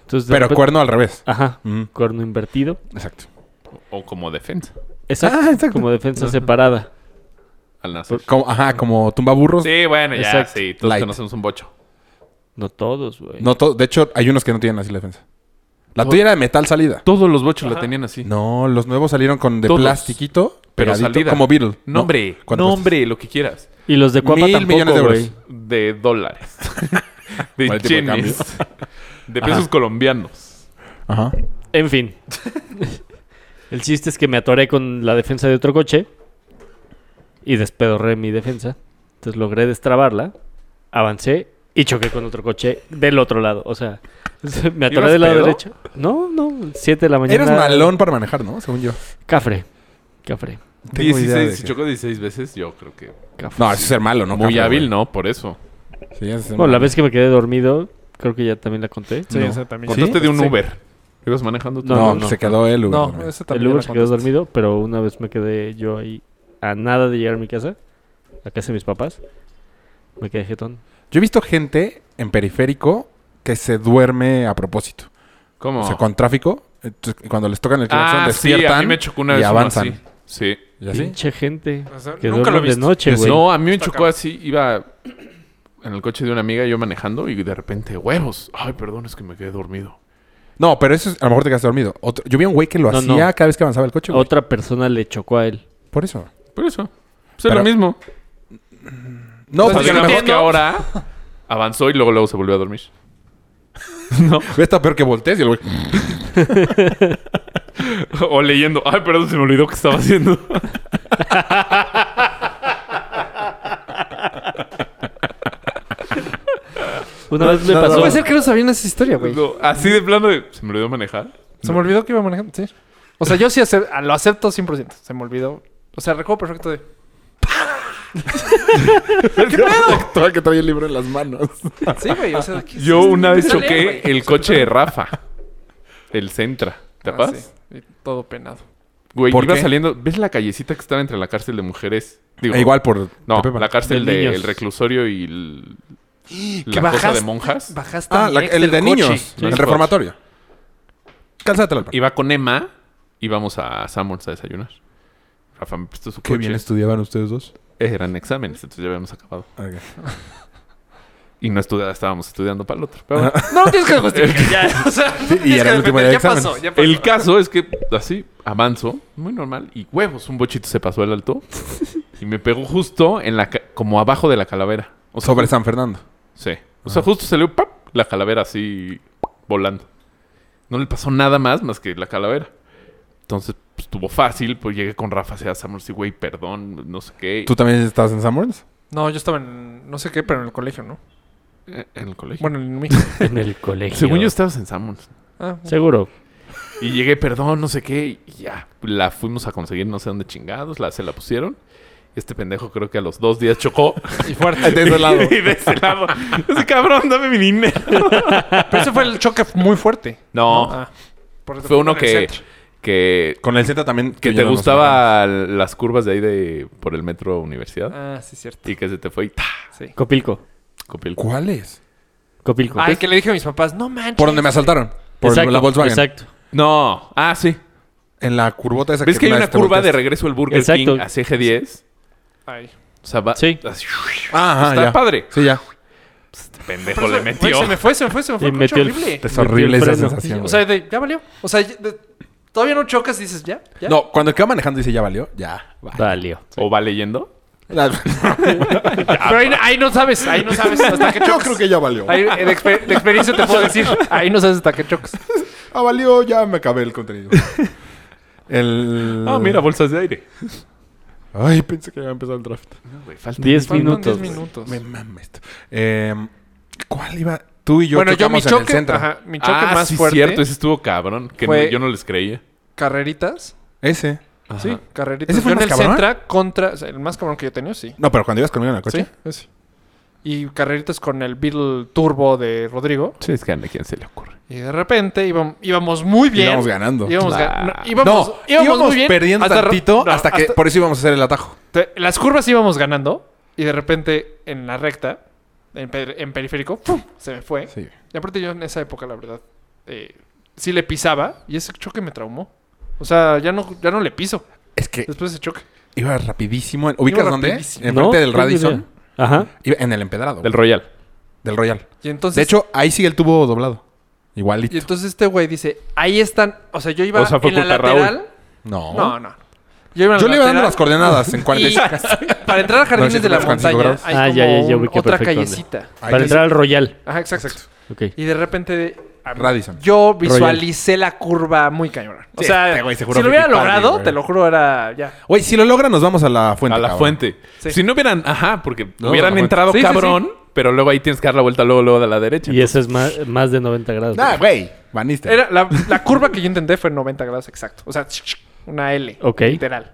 [SPEAKER 4] Entonces, de
[SPEAKER 5] Pero
[SPEAKER 4] repente-
[SPEAKER 5] cuerno Ah, al revés.
[SPEAKER 4] Ajá.
[SPEAKER 5] Mm,
[SPEAKER 4] Cuerno invertido.
[SPEAKER 5] Exacto.
[SPEAKER 6] O como defensa.
[SPEAKER 4] Exacto. Como defensa separada.
[SPEAKER 6] Al nacer.
[SPEAKER 5] Como- ajá, como tumba burros.
[SPEAKER 6] Sí, bueno, ya,
[SPEAKER 4] Exacto.
[SPEAKER 6] sí. Todos
[SPEAKER 5] Light.
[SPEAKER 6] conocemos un bocho.
[SPEAKER 4] No todos, güey.
[SPEAKER 5] No, to- de hecho, hay unos que no tienen así la defensa. La tuya era de metal salida.
[SPEAKER 6] Todos los bochos la tenían así.
[SPEAKER 5] No, los nuevos salieron con de
[SPEAKER 6] Todos.
[SPEAKER 5] plastiquito,
[SPEAKER 6] Pero
[SPEAKER 5] pegadito,
[SPEAKER 6] salida.
[SPEAKER 5] como Beetle. No.
[SPEAKER 6] Nombre,
[SPEAKER 5] ¿Cuánto
[SPEAKER 6] nombre, lo que quieras.
[SPEAKER 4] Y los de Cuapa
[SPEAKER 5] Mil millones de
[SPEAKER 4] tampoco,
[SPEAKER 5] euros.
[SPEAKER 4] güey.
[SPEAKER 6] De dólares. de
[SPEAKER 5] Mal tipo de
[SPEAKER 6] yenes. De pesos colombianos.
[SPEAKER 5] Ajá.
[SPEAKER 4] En fin. El chiste es que me atoré con la defensa de otro coche y despedorré mi defensa. Entonces logré destrabarla, avancé y choqué con otro coche del otro lado. O sea, me atoré
[SPEAKER 6] ¿Ibas
[SPEAKER 4] del lado
[SPEAKER 6] pedo?
[SPEAKER 4] derecho. No, no, 7 de la mañana.
[SPEAKER 5] Eres malón para manejar, ¿no? Según yo.
[SPEAKER 4] Cafre. Cafre.
[SPEAKER 5] Tengo idea de
[SPEAKER 6] 16, si
[SPEAKER 5] que-
[SPEAKER 6] chocó 16 veces, yo creo que.
[SPEAKER 4] Cafre.
[SPEAKER 5] No, eso es ser malo, ¿no?
[SPEAKER 6] Muy
[SPEAKER 5] Cafre,
[SPEAKER 6] hábil,
[SPEAKER 5] güey.
[SPEAKER 6] ¿no? Por eso.
[SPEAKER 5] Sí, eso es ser
[SPEAKER 4] Bueno, la
[SPEAKER 5] malo.
[SPEAKER 4] vez que me quedé dormido, creo que ya también la conté.
[SPEAKER 2] Sí,
[SPEAKER 5] No.
[SPEAKER 2] esa también.
[SPEAKER 6] Contaste de un
[SPEAKER 2] Sí.
[SPEAKER 6] Uber. Ibas manejando tú.
[SPEAKER 4] No,
[SPEAKER 5] No, pues
[SPEAKER 4] no,
[SPEAKER 5] se
[SPEAKER 4] no.
[SPEAKER 5] quedó él, güey.
[SPEAKER 2] No, esa también.
[SPEAKER 4] El Uber
[SPEAKER 2] la
[SPEAKER 4] se quedó
[SPEAKER 2] contaste.
[SPEAKER 4] dormido, pero una vez me quedé yo ahí a nada de llegar a mi casa, a casa de mis papás. Me quedé jetón.
[SPEAKER 5] Yo he visto gente en periférico que se duerme a propósito.
[SPEAKER 6] ¿Cómo?
[SPEAKER 5] O sea, con tráfico, entonces, cuando les tocan el claxon,
[SPEAKER 6] ah, sí,
[SPEAKER 5] despiertan
[SPEAKER 6] a mí me chocó una
[SPEAKER 5] y
[SPEAKER 6] vez uno
[SPEAKER 5] avanzan.
[SPEAKER 6] así. Sí.
[SPEAKER 5] ¿Y así?
[SPEAKER 4] Pinche gente.
[SPEAKER 2] O sea,
[SPEAKER 4] Que
[SPEAKER 2] nunca lo
[SPEAKER 4] duermen de
[SPEAKER 2] viste.
[SPEAKER 4] noche,
[SPEAKER 5] ¿Ah, Yo sí.
[SPEAKER 4] güey.
[SPEAKER 6] No, a mí me chocó
[SPEAKER 2] cabrón.
[SPEAKER 6] así. Iba en el coche de una amiga, yo manejando, y de repente, huevos. Ay, perdón, es que me quedé dormido.
[SPEAKER 5] No, pero eso es- a lo mejor te quedaste dormido. Otro- yo vi a un güey que lo
[SPEAKER 4] No,
[SPEAKER 5] hacía
[SPEAKER 4] no.
[SPEAKER 5] cada vez que avanzaba el coche, güey.
[SPEAKER 4] Otra persona le chocó a él.
[SPEAKER 5] Por eso.
[SPEAKER 6] Por eso. Pues
[SPEAKER 5] Pero-
[SPEAKER 6] es lo mismo.
[SPEAKER 5] No,
[SPEAKER 6] O sea,
[SPEAKER 5] pues a lo
[SPEAKER 6] digamos
[SPEAKER 5] mejor-
[SPEAKER 6] que ahora avanzó y luego, luego se volvió a dormir.
[SPEAKER 5] Está peor que voltees y el güey.
[SPEAKER 6] o leyendo. Ay, perdón, se me olvidó que estaba haciendo.
[SPEAKER 4] Una vez me pasó.
[SPEAKER 2] Puede ser que no sabían esa historia, güey.
[SPEAKER 6] No, así de plano de, Se me olvidó manejar.
[SPEAKER 2] Se me olvidó que iba manejando, sí. O sea, yo sí ace- a- lo acepto 100%. Se me olvidó. O sea, recuerdo perfecto de...
[SPEAKER 5] Todo que trae el libro en las manos.
[SPEAKER 2] Sí, güey. O sea, ¿qué es
[SPEAKER 6] Yo
[SPEAKER 2] esto?
[SPEAKER 6] una vez
[SPEAKER 2] Empieza a leer,
[SPEAKER 6] choqué
[SPEAKER 2] güey.
[SPEAKER 6] el coche de Rafa. El Centra. ¿Te
[SPEAKER 2] Ah,
[SPEAKER 6] acuerdas?
[SPEAKER 2] sí, y Todo penado.
[SPEAKER 6] Güey,
[SPEAKER 5] ¿Por
[SPEAKER 6] iba
[SPEAKER 5] qué? E
[SPEAKER 6] saliendo. ¿Ves la callecita que estaba entre la cárcel de mujeres? Digo,
[SPEAKER 5] igual por.
[SPEAKER 6] No,
[SPEAKER 5] Tepepan.
[SPEAKER 6] la cárcel
[SPEAKER 4] De
[SPEAKER 6] del
[SPEAKER 4] niños.
[SPEAKER 6] reclusorio y el-
[SPEAKER 2] ¿Que
[SPEAKER 6] la cosa de
[SPEAKER 2] bajaste?
[SPEAKER 6] monjas.
[SPEAKER 2] Bajaste
[SPEAKER 5] Ah,
[SPEAKER 2] mi
[SPEAKER 5] la-
[SPEAKER 2] ex
[SPEAKER 5] el
[SPEAKER 2] del
[SPEAKER 5] de
[SPEAKER 2] coche.
[SPEAKER 5] niños.
[SPEAKER 6] Sí.
[SPEAKER 5] El reformatorio. Cálzate la
[SPEAKER 6] Iba con Emma y vamos a Samuels a desayunar. Rafa me prestó su
[SPEAKER 5] Qué
[SPEAKER 6] coche.
[SPEAKER 5] bien estudiaban ustedes dos.
[SPEAKER 6] Eran exámenes, entonces ya habíamos acabado. Y no estudiaba, estábamos estudiando para el otro. Pero bueno.
[SPEAKER 2] No, tienes que justificar. ya, o sea, no tienes
[SPEAKER 5] y era
[SPEAKER 2] que
[SPEAKER 5] el último día
[SPEAKER 2] defender,
[SPEAKER 5] de
[SPEAKER 2] ya pasó,
[SPEAKER 5] exámenes.
[SPEAKER 2] ya pasó.
[SPEAKER 6] el caso es que así avanzo, muy normal, y huevos, un bochito se pasó el alto y me pegó justo en la ca- como abajo de la calavera. O sea,
[SPEAKER 5] Sobre San Fernando.
[SPEAKER 6] Sí. O sea, justo salió ¡pap! la calavera así volando. No le pasó nada más más que la calavera. Entonces, pues, estuvo fácil. Pues llegué con Rafa hacia Samuels y, güey, perdón, no sé qué.
[SPEAKER 5] ¿Tú también estás en Samuels?
[SPEAKER 2] No, yo estaba en... No sé qué, pero en el colegio, ¿no?
[SPEAKER 6] Eh, En el colegio. Pues,
[SPEAKER 2] Bueno, en mi...
[SPEAKER 4] en el colegio.
[SPEAKER 6] Según yo, estabas en Samuels.
[SPEAKER 2] Ah,
[SPEAKER 4] Seguro.
[SPEAKER 6] Y llegué, perdón, no sé qué. Y ya, la fuimos a conseguir no sé dónde chingados. La, se la pusieron. Este pendejo creo que a los dos días chocó.
[SPEAKER 2] y fuerte.
[SPEAKER 5] De ese lado.
[SPEAKER 6] y de ese lado. Ese cabrón, dame mi dinero.
[SPEAKER 2] Pero ese fue el choque muy fuerte.
[SPEAKER 6] No,
[SPEAKER 2] Ah, por eso
[SPEAKER 6] fue uno
[SPEAKER 2] en el
[SPEAKER 6] que,
[SPEAKER 2] centro.
[SPEAKER 6] que
[SPEAKER 5] Con el Z también.
[SPEAKER 6] Que
[SPEAKER 5] tú y
[SPEAKER 6] te
[SPEAKER 5] yo no nos
[SPEAKER 6] gustaba las curvas de ahí de por el metro universidad
[SPEAKER 2] Ah, sí, cierto.
[SPEAKER 6] y que se te fue y ¡ta!
[SPEAKER 2] Sí.
[SPEAKER 4] Copilco.
[SPEAKER 6] copié el
[SPEAKER 5] conocemos. ¿Cuál es?
[SPEAKER 4] Copilco.
[SPEAKER 2] Ah, el que le dije a mis papás, no manches.
[SPEAKER 5] Por donde me asaltaron. Por la Volkswagen.
[SPEAKER 4] Exacto.
[SPEAKER 6] No, ah, sí.
[SPEAKER 5] En la curvota esa
[SPEAKER 6] ¿Ves que hay
[SPEAKER 5] una
[SPEAKER 6] una
[SPEAKER 5] vez te
[SPEAKER 6] curva de
[SPEAKER 5] volteaste?
[SPEAKER 6] regreso al Burger
[SPEAKER 4] Exacto.
[SPEAKER 6] King a CG10?
[SPEAKER 2] Ay.
[SPEAKER 6] O sea, va.
[SPEAKER 4] Sí.
[SPEAKER 6] así,
[SPEAKER 5] Ah, ajá,
[SPEAKER 6] está
[SPEAKER 5] ya.
[SPEAKER 6] padre.
[SPEAKER 5] Sí, ya.
[SPEAKER 6] Pendejo Pues le
[SPEAKER 2] Güey,
[SPEAKER 6] metió.
[SPEAKER 2] Se me fue, se me fue, se me fue.
[SPEAKER 4] Y
[SPEAKER 2] Fue
[SPEAKER 4] metió el-
[SPEAKER 2] horrible.
[SPEAKER 5] Es horrible
[SPEAKER 4] Metió
[SPEAKER 5] esa
[SPEAKER 4] el freno.
[SPEAKER 5] sensación.
[SPEAKER 2] O
[SPEAKER 5] güey.
[SPEAKER 2] sea, de- ya valió. O sea, ya- de- todavía no chocas y dices, ya, ya.
[SPEAKER 5] no, cuando queda manejando dice ya valió. Ya. va.
[SPEAKER 4] Valió.
[SPEAKER 6] ¿O va leyendo?
[SPEAKER 2] Pero ahí, ahí no sabes, ahí no sabes hasta que
[SPEAKER 5] Yo
[SPEAKER 2] chocas.
[SPEAKER 5] creo que ya valió.
[SPEAKER 2] Ahí, de, exper- de experiencia te puedo decir, ahí no sabes hasta que chocas.
[SPEAKER 5] Ah, valió, ya me acabé el contenido. El.
[SPEAKER 6] Ah,
[SPEAKER 2] pues.
[SPEAKER 6] mira, bolsas de aire.
[SPEAKER 5] Ay, pensé que ya había empezado el draft.
[SPEAKER 6] Güey, falta-
[SPEAKER 4] 10
[SPEAKER 2] Faltan
[SPEAKER 4] minutos.
[SPEAKER 2] 10 minutos.
[SPEAKER 5] Me mama esto. Eh, ¿Cuál iba? Tú y yo
[SPEAKER 2] bueno, yo mi
[SPEAKER 5] chocamos en el
[SPEAKER 2] choque,
[SPEAKER 5] centro.
[SPEAKER 2] ajá, mi choque
[SPEAKER 6] ah,
[SPEAKER 2] más
[SPEAKER 6] sí,
[SPEAKER 2] fuerte,
[SPEAKER 6] cierto. Ese estuvo cabrón. Que
[SPEAKER 2] Fue-
[SPEAKER 6] no- yo no les creía.
[SPEAKER 2] carreritas.
[SPEAKER 5] Ese.
[SPEAKER 2] Sí, carreritas.
[SPEAKER 5] ¿Ese fue
[SPEAKER 2] Yo en
[SPEAKER 5] el
[SPEAKER 2] el
[SPEAKER 5] más cabrón?
[SPEAKER 2] centra contra, o sea, el más cabrón que yo tenía, sí.
[SPEAKER 5] No, pero cuando ibas conmigo en el coche.
[SPEAKER 2] Sí, ese. Y carreritas con el Beetle Turbo de Rodrigo.
[SPEAKER 6] Sí, es que a quién se le ocurre.
[SPEAKER 2] Y de repente íbam- íbamos muy bien.
[SPEAKER 5] Íbamos ganando.
[SPEAKER 2] Íbamos,
[SPEAKER 6] Claro.
[SPEAKER 2] gan- no, íbamos-
[SPEAKER 5] no,
[SPEAKER 2] íbamos
[SPEAKER 5] íbamos,
[SPEAKER 2] muy bien
[SPEAKER 5] perdiendo
[SPEAKER 2] hasta-
[SPEAKER 5] tantito
[SPEAKER 2] no,
[SPEAKER 5] hasta que por eso íbamos a hacer el atajo.
[SPEAKER 2] Te- las curvas íbamos ganando y de repente en la recta, en, per- en periférico, ¡pum! se me fue.
[SPEAKER 5] Sí.
[SPEAKER 2] Y aparte yo en esa época, la verdad, eh, sí le pisaba y ese choque me traumó. O sea, ya no, ya no le piso
[SPEAKER 5] Es que
[SPEAKER 2] después de ese choque.
[SPEAKER 5] iba rapidísimo. en- ¿Ubicas
[SPEAKER 2] Iba
[SPEAKER 5] dónde?
[SPEAKER 2] rapidísimo.
[SPEAKER 5] Enfrente
[SPEAKER 4] ¿No?
[SPEAKER 5] del
[SPEAKER 4] Tengo
[SPEAKER 5] Radisson.
[SPEAKER 4] idea. Ajá.
[SPEAKER 5] Iba en el empedrado.
[SPEAKER 6] Del
[SPEAKER 5] Del,
[SPEAKER 6] Royal.
[SPEAKER 5] Royal.
[SPEAKER 2] Y entonces,
[SPEAKER 5] De hecho, ahí sigue el tubo doblado. Igualito.
[SPEAKER 2] y entonces este güey dice, ahí están, o sea, yo iba
[SPEAKER 6] O sea, fue
[SPEAKER 2] en la
[SPEAKER 6] culpa de Raúl.
[SPEAKER 2] lateral.
[SPEAKER 5] No.
[SPEAKER 2] No, no. Yo, iba en
[SPEAKER 5] Yo
[SPEAKER 2] la
[SPEAKER 5] le iba
[SPEAKER 2] lateral
[SPEAKER 5] dando las coordenadas en 40.
[SPEAKER 2] y para entrar a Jardines
[SPEAKER 5] No,
[SPEAKER 2] de la
[SPEAKER 5] 45
[SPEAKER 2] Montaña
[SPEAKER 5] grados.
[SPEAKER 2] hay
[SPEAKER 4] Ah,
[SPEAKER 2] como
[SPEAKER 4] ya, ya, ya
[SPEAKER 2] un-
[SPEAKER 4] ubiqué
[SPEAKER 2] otra
[SPEAKER 4] perfecto dónde.
[SPEAKER 2] callecita.
[SPEAKER 5] Ahí
[SPEAKER 4] Para
[SPEAKER 5] te-
[SPEAKER 4] entrar al Royal.
[SPEAKER 2] Ajá, exacto.
[SPEAKER 4] Ok.
[SPEAKER 2] Y de repente. a-
[SPEAKER 5] Radisson.
[SPEAKER 2] Yo visualicé la curva muy cañona. O
[SPEAKER 5] Sí,
[SPEAKER 2] sea,
[SPEAKER 5] este güey se juró
[SPEAKER 2] si lo hubiera
[SPEAKER 5] Fittipaldi,
[SPEAKER 2] logrado,
[SPEAKER 5] güey.
[SPEAKER 2] te lo juro, era ya.
[SPEAKER 5] Oye, si lo logran, nos vamos a la fuente.
[SPEAKER 6] a la
[SPEAKER 5] cabrón.
[SPEAKER 6] fuente.
[SPEAKER 2] Sí.
[SPEAKER 6] Si no hubieran, ajá, porque
[SPEAKER 5] No, a la
[SPEAKER 6] hubieran
[SPEAKER 5] fuente.
[SPEAKER 6] entrado
[SPEAKER 2] Sí, sí,
[SPEAKER 6] cabrón, pero luego ahí tienes que dar la vuelta luego, luego a la derecha.
[SPEAKER 4] Y eso es más, más de 90 grados.
[SPEAKER 5] Nah, güey. Vaniste.
[SPEAKER 2] Era la, la curva que yo intenté fue 90 grados exacto. O sea, una L.
[SPEAKER 4] Ok.
[SPEAKER 2] Literal.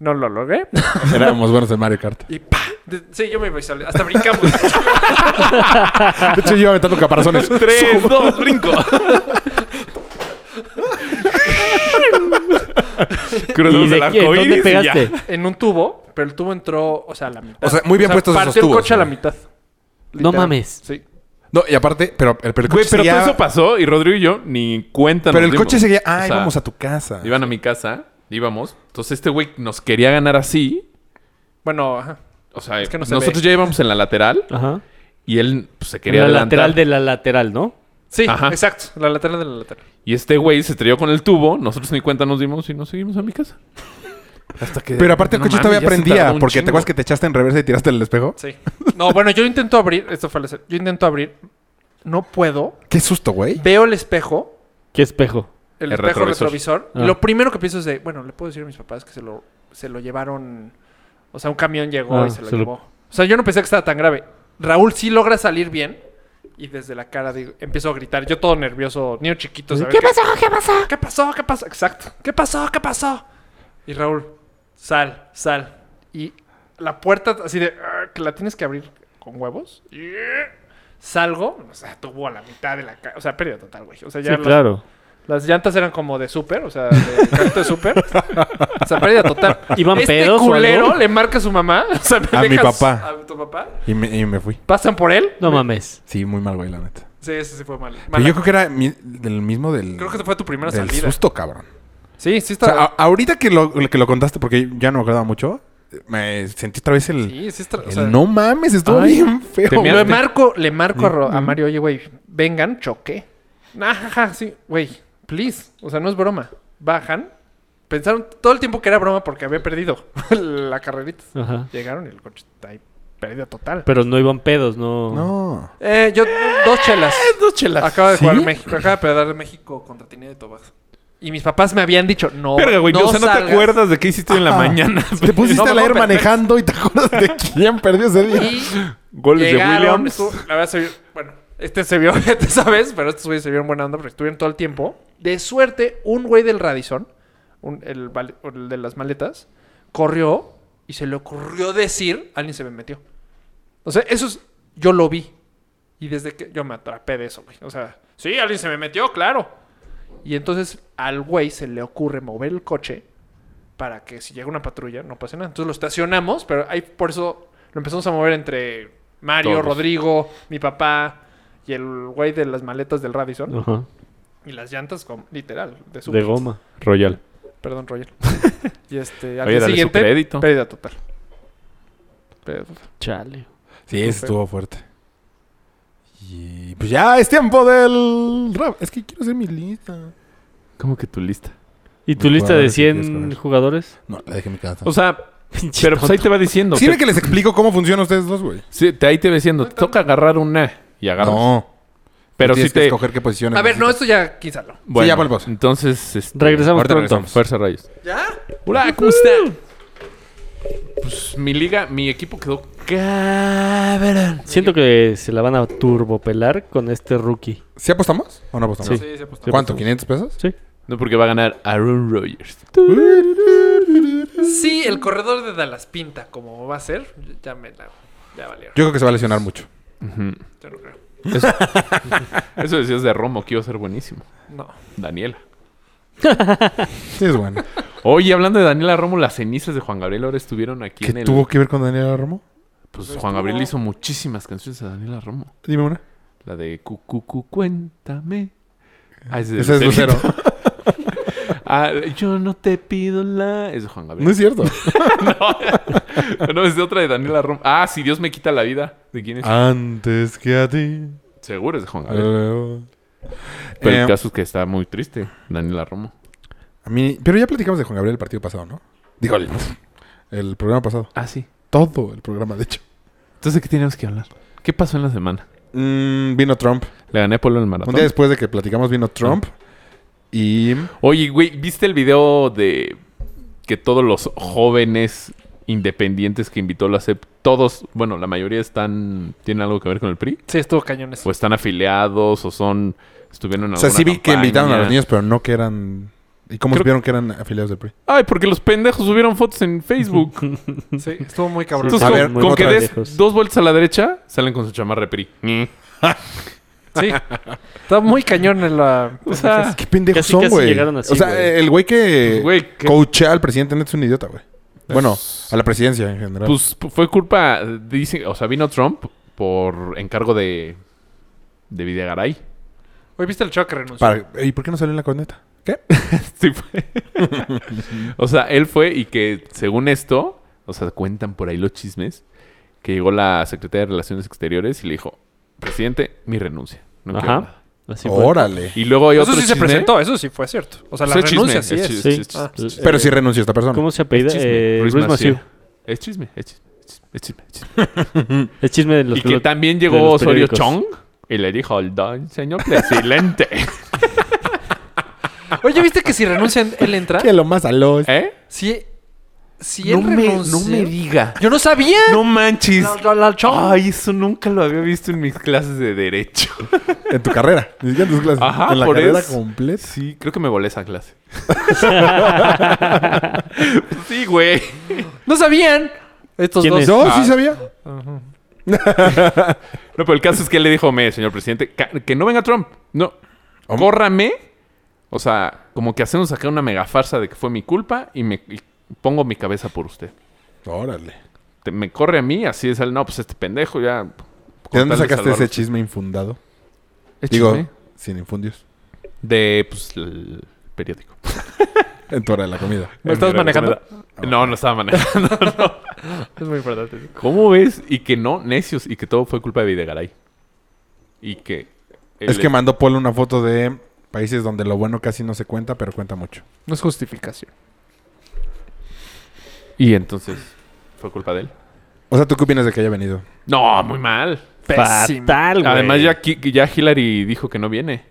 [SPEAKER 2] No lo logré.
[SPEAKER 5] Éramos buenos en Mario Kart.
[SPEAKER 2] Y ¡pa! De- Sí, yo me visualicé. Hasta brincamos.
[SPEAKER 5] De hecho, yo iba aventando caparazones.
[SPEAKER 6] Tres, dos, brinco.
[SPEAKER 4] ¿Y
[SPEAKER 6] Cruzamos
[SPEAKER 4] de
[SPEAKER 6] el
[SPEAKER 4] qué?
[SPEAKER 6] arco iris
[SPEAKER 4] ¿Dónde
[SPEAKER 6] y ya.
[SPEAKER 4] pegaste?
[SPEAKER 2] en un tubo, pero el tubo entró, o sea, a la mitad.
[SPEAKER 5] O sea, muy bien puestos esos
[SPEAKER 2] partió
[SPEAKER 5] tubos,
[SPEAKER 2] el coche a la
[SPEAKER 5] güey.
[SPEAKER 2] mitad.
[SPEAKER 4] No
[SPEAKER 2] Literal.
[SPEAKER 4] mames.
[SPEAKER 2] Sí.
[SPEAKER 5] No, y aparte, pero el, pero el
[SPEAKER 6] Güey,
[SPEAKER 5] coche
[SPEAKER 6] pero
[SPEAKER 5] seguía-
[SPEAKER 6] todo eso pasó y Rodrigo y yo ni cuenta
[SPEAKER 5] Pero
[SPEAKER 6] nos
[SPEAKER 5] el coche
[SPEAKER 6] dimos.
[SPEAKER 5] seguía. Ah,
[SPEAKER 6] O sea,
[SPEAKER 5] íbamos a tu casa.
[SPEAKER 6] Iban a mi casa, íbamos. Entonces este güey nos quería ganar así.
[SPEAKER 2] Bueno, ajá.
[SPEAKER 6] O sea,
[SPEAKER 2] Es que no se
[SPEAKER 6] nosotros
[SPEAKER 2] ve.
[SPEAKER 6] ya íbamos en la lateral
[SPEAKER 4] Ajá.
[SPEAKER 6] y él pues, se quería
[SPEAKER 4] La
[SPEAKER 6] adelantar.
[SPEAKER 4] lateral de la lateral, ¿no?
[SPEAKER 2] Sí,
[SPEAKER 6] Ajá.
[SPEAKER 2] exacto. La lateral de la lateral.
[SPEAKER 6] Y este güey se estrelló con el tubo, nosotros ni cuenta nos dimos y nos seguimos a mi casa. Hasta que.
[SPEAKER 5] Pero aparte el
[SPEAKER 6] No
[SPEAKER 5] coche
[SPEAKER 6] mames,
[SPEAKER 5] todavía
[SPEAKER 6] ya se tardó
[SPEAKER 5] prendía,
[SPEAKER 6] un
[SPEAKER 5] porque te
[SPEAKER 6] chingo.
[SPEAKER 5] acuerdas que te echaste en reversa y tiraste el espejo.
[SPEAKER 2] Sí. No, bueno, yo intento abrir. Esto fue la escena. Yo intento abrir. No puedo.
[SPEAKER 5] Qué susto, güey.
[SPEAKER 2] Veo el espejo.
[SPEAKER 4] ¿Qué espejo?
[SPEAKER 2] El,
[SPEAKER 6] El
[SPEAKER 2] espejo retrovisor.
[SPEAKER 6] retrovisor.
[SPEAKER 4] Ah.
[SPEAKER 2] Lo primero que pienso es de, bueno, le puedo decir a mis papás que se lo, se lo llevaron. O sea, un camión llegó
[SPEAKER 4] Ah,
[SPEAKER 2] y se lo
[SPEAKER 4] se lo-
[SPEAKER 2] llevó. O sea, yo no pensé que estaba tan grave. Raúl sí logra salir bien. Y desde la cara digo- empiezo a gritar. Yo todo nervioso, niño chiquito. ¿Qué, pasó? ¿Qué pasó? ¿Qué pasó? ¿Qué pasó? Exacto. ¿Qué pasó? ¿Qué pasó? Y Raúl, sal, sal. Y la puerta así de, "Ah", que la tienes que abrir con huevos. Y, eh, Salgo, o sea, tuvo a la mitad de la cara. O sea, pérdida total, güey. O sea, ya
[SPEAKER 4] Sí,
[SPEAKER 2] las-
[SPEAKER 4] claro.
[SPEAKER 2] las llantas eran como de súper, o sea, de canto de súper. O sea, pérdida total.
[SPEAKER 4] ¿Iban
[SPEAKER 2] este
[SPEAKER 4] pedos o
[SPEAKER 2] culero
[SPEAKER 4] algo?
[SPEAKER 2] le marca a su mamá. O sea, me
[SPEAKER 5] A mi
[SPEAKER 2] dejas-
[SPEAKER 5] papá.
[SPEAKER 2] A tu papá.
[SPEAKER 5] Y me, y me fui.
[SPEAKER 2] Pasan por él.
[SPEAKER 4] No mames.
[SPEAKER 5] Sí, muy mal, güey, la neta.
[SPEAKER 2] Sí, ese sí fue mal.
[SPEAKER 5] Pero
[SPEAKER 2] Mala.
[SPEAKER 5] yo creo que era mi- del mismo del.
[SPEAKER 2] Creo que esa fue tu primera
[SPEAKER 5] del
[SPEAKER 2] salida.
[SPEAKER 5] susto, cabrón.
[SPEAKER 2] Sí, sí
[SPEAKER 5] O
[SPEAKER 2] está.
[SPEAKER 5] sea, ah, a- ahorita que lo, que lo contaste, porque ya no me acordaba mucho, me sentí otra vez el.
[SPEAKER 2] sí, sí está. O
[SPEAKER 5] el
[SPEAKER 2] sea,
[SPEAKER 5] no mames, estuvo
[SPEAKER 4] Ay,
[SPEAKER 5] bien feo. güey.
[SPEAKER 2] le marco, le marco a,
[SPEAKER 5] Mm.
[SPEAKER 2] Ro- a Mario, oye, güey, vengan, choqué. Nah, jaja, sí, güey, please. O sea, no es broma. Bajan. Pensaron todo el tiempo que era broma porque había perdido la carrerita.
[SPEAKER 4] Ajá.
[SPEAKER 2] Llegaron y el coche está ahí, pérdida total.
[SPEAKER 4] Pero no iban pedos, no.
[SPEAKER 5] No.
[SPEAKER 2] Eh, yo dos chelas.
[SPEAKER 6] Eh,
[SPEAKER 2] dos chelas. Acaba de
[SPEAKER 5] ¿Sí?
[SPEAKER 2] jugar México, acaba de perder México contra Trinidad y Tobago. Y mis papás me habían dicho, no,
[SPEAKER 6] Verga,
[SPEAKER 2] Oh,
[SPEAKER 6] güey.
[SPEAKER 2] no,
[SPEAKER 6] yo, o sea, no
[SPEAKER 2] salgas.
[SPEAKER 6] te acuerdas de qué hiciste en la
[SPEAKER 5] Ajá.
[SPEAKER 6] mañana.
[SPEAKER 5] Ah, Te pusiste
[SPEAKER 2] No, no,
[SPEAKER 5] a leer
[SPEAKER 2] perfecto.
[SPEAKER 5] manejando y te acuerdas de quién perdió ese día.
[SPEAKER 2] Y
[SPEAKER 6] Goles
[SPEAKER 2] llegaron,
[SPEAKER 6] de Williams.
[SPEAKER 2] estuvo- la verdad se vio, bueno, este se vio, este sabes, pero estos güeyes se vieron buena onda porque estuvieron todo el tiempo. De suerte, un güey del Radisson, un- el, vale- el de las maletas, corrió y se le ocurrió decir, alguien se me metió. O sea, eso es, yo lo vi. Y desde que yo me atrapé de eso, güey. O sea, sí, alguien se me metió, claro. Y entonces al güey se le ocurre mover el coche para que si llega una patrulla no pase nada. Entonces lo estacionamos, pero ahí por eso lo empezamos a mover entre Mario,
[SPEAKER 6] Todos.
[SPEAKER 2] Rodrigo, mi papá y el güey de las maletas del Radisson.
[SPEAKER 4] Ajá.
[SPEAKER 2] Y las llantas, como, literal, de su
[SPEAKER 4] De goma.
[SPEAKER 6] Royal.
[SPEAKER 2] Perdón, Roger. y este, al
[SPEAKER 6] Oye,
[SPEAKER 2] día
[SPEAKER 6] dale su
[SPEAKER 2] siguiente,
[SPEAKER 6] crédito.
[SPEAKER 2] pérdida total. Pérdida total.
[SPEAKER 4] Chale.
[SPEAKER 5] Sí, ese estuvo fuerte. Y pues ya es tiempo del rap. Es que quiero hacer mi lista.
[SPEAKER 6] ¿Cómo que tu lista?
[SPEAKER 4] ¿Y tu
[SPEAKER 5] Los
[SPEAKER 4] lista de
[SPEAKER 5] jugadores que quieres
[SPEAKER 4] 100
[SPEAKER 5] comer.
[SPEAKER 4] jugadores?
[SPEAKER 5] No, la dejé en mi casa.
[SPEAKER 6] O sea, pero pues ahí te va diciendo.
[SPEAKER 5] Sirve
[SPEAKER 6] te-
[SPEAKER 5] que les explico cómo funcionan ustedes dos, güey.
[SPEAKER 6] sí, te- ahí te va diciendo. Te toca agarrar una y agarras.
[SPEAKER 5] No.
[SPEAKER 6] pero
[SPEAKER 5] tienes
[SPEAKER 6] sí
[SPEAKER 5] que
[SPEAKER 6] te.
[SPEAKER 5] escoger qué posiciones.
[SPEAKER 2] A ver,
[SPEAKER 6] pues,
[SPEAKER 2] no,
[SPEAKER 5] necesitas.
[SPEAKER 2] esto ya quízalo.
[SPEAKER 6] Bueno,
[SPEAKER 5] ya volvemos.
[SPEAKER 6] Entonces, este,
[SPEAKER 4] Regresamos
[SPEAKER 5] Ahorita
[SPEAKER 4] pronto.
[SPEAKER 5] regresamos.
[SPEAKER 6] Fuerza Rayos.
[SPEAKER 2] ¿Ya?
[SPEAKER 6] Hola, ¿cómo están? Pues mi liga, mi equipo quedó cabrón.
[SPEAKER 4] Siento que se la van a turbopelar con este rookie.
[SPEAKER 5] ¿Sí apostamos o no apostamos?
[SPEAKER 4] Sí.
[SPEAKER 2] Sí, se apostó.
[SPEAKER 5] ¿Cuánto? ¿500 pesos?
[SPEAKER 4] Sí.
[SPEAKER 6] No, porque va a ganar Aaron Rodgers.
[SPEAKER 2] Sí, el corredor de Dallas pinta como va a ser. Ya me la. Ya valieron.
[SPEAKER 5] Yo creo que se va a lesionar mucho.
[SPEAKER 2] Yo no creo.
[SPEAKER 6] Eso decías de Romo, que iba a ser buenísimo.
[SPEAKER 2] No.
[SPEAKER 6] Daniela.
[SPEAKER 5] Sí, es bueno.
[SPEAKER 6] Oye, hablando de Daniela Romo, las cenizas de Juan Gabriel ahora estuvieron aquí
[SPEAKER 5] ¿Qué
[SPEAKER 6] en el.
[SPEAKER 5] tuvo que ver con Daniela Romo?
[SPEAKER 6] Pues Juan Gabriel hizo muchísimas canciones a Daniela Romo.
[SPEAKER 5] Dime una.
[SPEAKER 6] La de Cucucu, cuéntame. Ah, es de
[SPEAKER 5] Ese es
[SPEAKER 6] Lucerito.
[SPEAKER 5] Lucero.
[SPEAKER 6] Ah, yo no te pido la. Es de Juan Gabriel.
[SPEAKER 5] No es cierto.
[SPEAKER 6] No, es de otra de Daniela Romo. Ah, si Dios me quita la vida. ¿De quién es?
[SPEAKER 5] Antes que a ti. Eh,
[SPEAKER 6] Seguro es de Juan Gabriel. Eh,
[SPEAKER 5] Pero
[SPEAKER 6] Ah, Pero el caso es que está muy triste, Daniela Romo.
[SPEAKER 5] A mí, pero ya platicamos de Juan Gabriel el partido pasado, ¿no? Digo, el, el programa pasado.
[SPEAKER 6] Ah, sí.
[SPEAKER 5] Todo el programa, de hecho.
[SPEAKER 6] Entonces, ¿de ¿qué tenemos que hablar? ¿Qué pasó en la semana?
[SPEAKER 5] Mm, vino Trump.
[SPEAKER 6] Le gané a Polo en el
[SPEAKER 5] Un día
[SPEAKER 6] maratón.
[SPEAKER 5] después de que platicamos vino Trump. Y...
[SPEAKER 6] Oye, güey, ¿viste el video de que todos los jóvenes independientes que invitó la CEP, todos, bueno, la mayoría están, tienen algo que ver con el PRI?
[SPEAKER 2] Sí, estuvo cañones.
[SPEAKER 6] ¿O están afiliados o son, estuvieron en
[SPEAKER 5] O sea,
[SPEAKER 6] alguna
[SPEAKER 5] sí vi que
[SPEAKER 6] campaña?
[SPEAKER 5] invitaron a los niños, pero no que eran... ¿Y cómo
[SPEAKER 6] Creo-
[SPEAKER 5] supieron que eran afiliados del PRI?
[SPEAKER 6] Ay, porque los pendejos subieron fotos en Facebook.
[SPEAKER 2] Sí, estuvo muy cabrón.
[SPEAKER 6] Entonces,
[SPEAKER 5] A
[SPEAKER 6] con,
[SPEAKER 5] ver,
[SPEAKER 6] con
[SPEAKER 5] ¿cómo
[SPEAKER 6] que
[SPEAKER 5] otra Mm.
[SPEAKER 4] vez?
[SPEAKER 6] des dos vueltas a la derecha, salen con su chamarra de PRI.
[SPEAKER 2] Sí. Estaba muy cañón en la.
[SPEAKER 6] O sea,
[SPEAKER 5] Ah, ¿Qué pendejos
[SPEAKER 4] Casi,
[SPEAKER 5] son,
[SPEAKER 4] casi
[SPEAKER 5] güey?
[SPEAKER 4] llegaron así,
[SPEAKER 5] o sea,
[SPEAKER 4] güey.
[SPEAKER 5] el güey Pues, que
[SPEAKER 6] Pues, güey, que-
[SPEAKER 5] coachea al presidente neta es un idiota, güey. Bueno, a la presidencia en general.
[SPEAKER 6] Pues p- fue culpa, dice, o sea, vino Trump por encargo de, de Videgaray.
[SPEAKER 2] Hoy viste el chavo que renunció.
[SPEAKER 5] Para- ¿Y por qué no salió en la corneta? ¿Qué?
[SPEAKER 6] Sí fue. o sea, él fue y que según esto, o sea, cuentan por ahí los chismes, que llegó la secretaria de Relaciones Exteriores y le dijo, presidente, mi renuncia. No quiero
[SPEAKER 4] Ajá.
[SPEAKER 6] nada".
[SPEAKER 5] pues,
[SPEAKER 4] Así fue.
[SPEAKER 5] Órale.
[SPEAKER 6] Y luego hay
[SPEAKER 2] Eso
[SPEAKER 6] otro
[SPEAKER 2] sí se
[SPEAKER 6] chisme.
[SPEAKER 2] presentó, eso sí fue cierto. O sea, la
[SPEAKER 6] Ese chisme,
[SPEAKER 2] renuncia sí
[SPEAKER 6] es
[SPEAKER 2] es.
[SPEAKER 6] chisme.
[SPEAKER 4] Sí.
[SPEAKER 2] Ah.
[SPEAKER 4] Eh,
[SPEAKER 5] Pero sí renunció esta persona.
[SPEAKER 4] ¿Cómo se apellida?
[SPEAKER 6] chisme.
[SPEAKER 4] Eh,
[SPEAKER 6] Ruiz
[SPEAKER 4] Ruiz Massieu.
[SPEAKER 6] Massieu. Es chisme, es chisme, es chisme, es chisme.
[SPEAKER 4] Es chisme de los
[SPEAKER 6] y que
[SPEAKER 4] pelot-
[SPEAKER 6] también
[SPEAKER 4] de
[SPEAKER 6] llegó
[SPEAKER 4] los
[SPEAKER 6] Osorio
[SPEAKER 4] periódicos.
[SPEAKER 6] Chong y le dijo al don señor presidente.
[SPEAKER 2] Oye, ¿viste que si renuncian, él entra?
[SPEAKER 5] Que lo más a los.
[SPEAKER 6] ¿Eh?
[SPEAKER 2] Si, si
[SPEAKER 6] No
[SPEAKER 2] él
[SPEAKER 6] me,
[SPEAKER 2] renuncia...
[SPEAKER 6] no me diga.
[SPEAKER 2] Yo no sabía.
[SPEAKER 6] No manches.
[SPEAKER 2] La- la- la Chong.
[SPEAKER 6] Ay, eso nunca lo había visto en mis clases de derecho.
[SPEAKER 5] En tu carrera. Ni siquiera en tus clases.
[SPEAKER 6] Ajá,
[SPEAKER 5] en la
[SPEAKER 6] por
[SPEAKER 5] carrera
[SPEAKER 6] eso.
[SPEAKER 5] completa.
[SPEAKER 6] Sí, creo que me volé esa clase. sí, güey.
[SPEAKER 2] No sabían. Estos
[SPEAKER 4] ¿Quién
[SPEAKER 2] dos.
[SPEAKER 4] es?
[SPEAKER 5] No,
[SPEAKER 6] Ah.
[SPEAKER 5] sí sabía.
[SPEAKER 6] No, pero el caso es que él le dijo, me, señor presidente, ca- que no venga Trump. No.
[SPEAKER 5] Hom-
[SPEAKER 6] Córrame. O sea, como que hacemos acá una mega farsa de que fue mi culpa y me y pongo mi cabeza por usted.
[SPEAKER 5] Órale.
[SPEAKER 6] Te- me corre a mí, así es el no, pues este pendejo ya.
[SPEAKER 5] ¿De dónde
[SPEAKER 6] con tal de
[SPEAKER 5] sacaste ese
[SPEAKER 6] salvarlo".
[SPEAKER 5] chisme infundado?
[SPEAKER 6] Es
[SPEAKER 5] Digo,
[SPEAKER 6] chisme
[SPEAKER 5] sin infundios.
[SPEAKER 6] de pues el periódico.
[SPEAKER 5] En tu hora de la comida.
[SPEAKER 2] ¿Me estás manejando?
[SPEAKER 5] Ah,
[SPEAKER 6] No, no estaba manejando. no.
[SPEAKER 2] Es muy importante.
[SPEAKER 6] ¿Cómo ves? Y que no, necios, y que todo fue culpa de Videgaray. Y que. él-
[SPEAKER 5] Es que mandó Polo una foto de países donde lo bueno casi no se cuenta, pero cuenta mucho.
[SPEAKER 2] No es justificación.
[SPEAKER 6] Y entonces, ¿fue culpa de él?
[SPEAKER 5] O sea, ¿tú qué opinas de que haya venido?
[SPEAKER 6] No, muy mal.
[SPEAKER 2] Pésimo.
[SPEAKER 4] Fatal, güey.
[SPEAKER 6] Además, ya, Ki- ya Hillary dijo que no viene.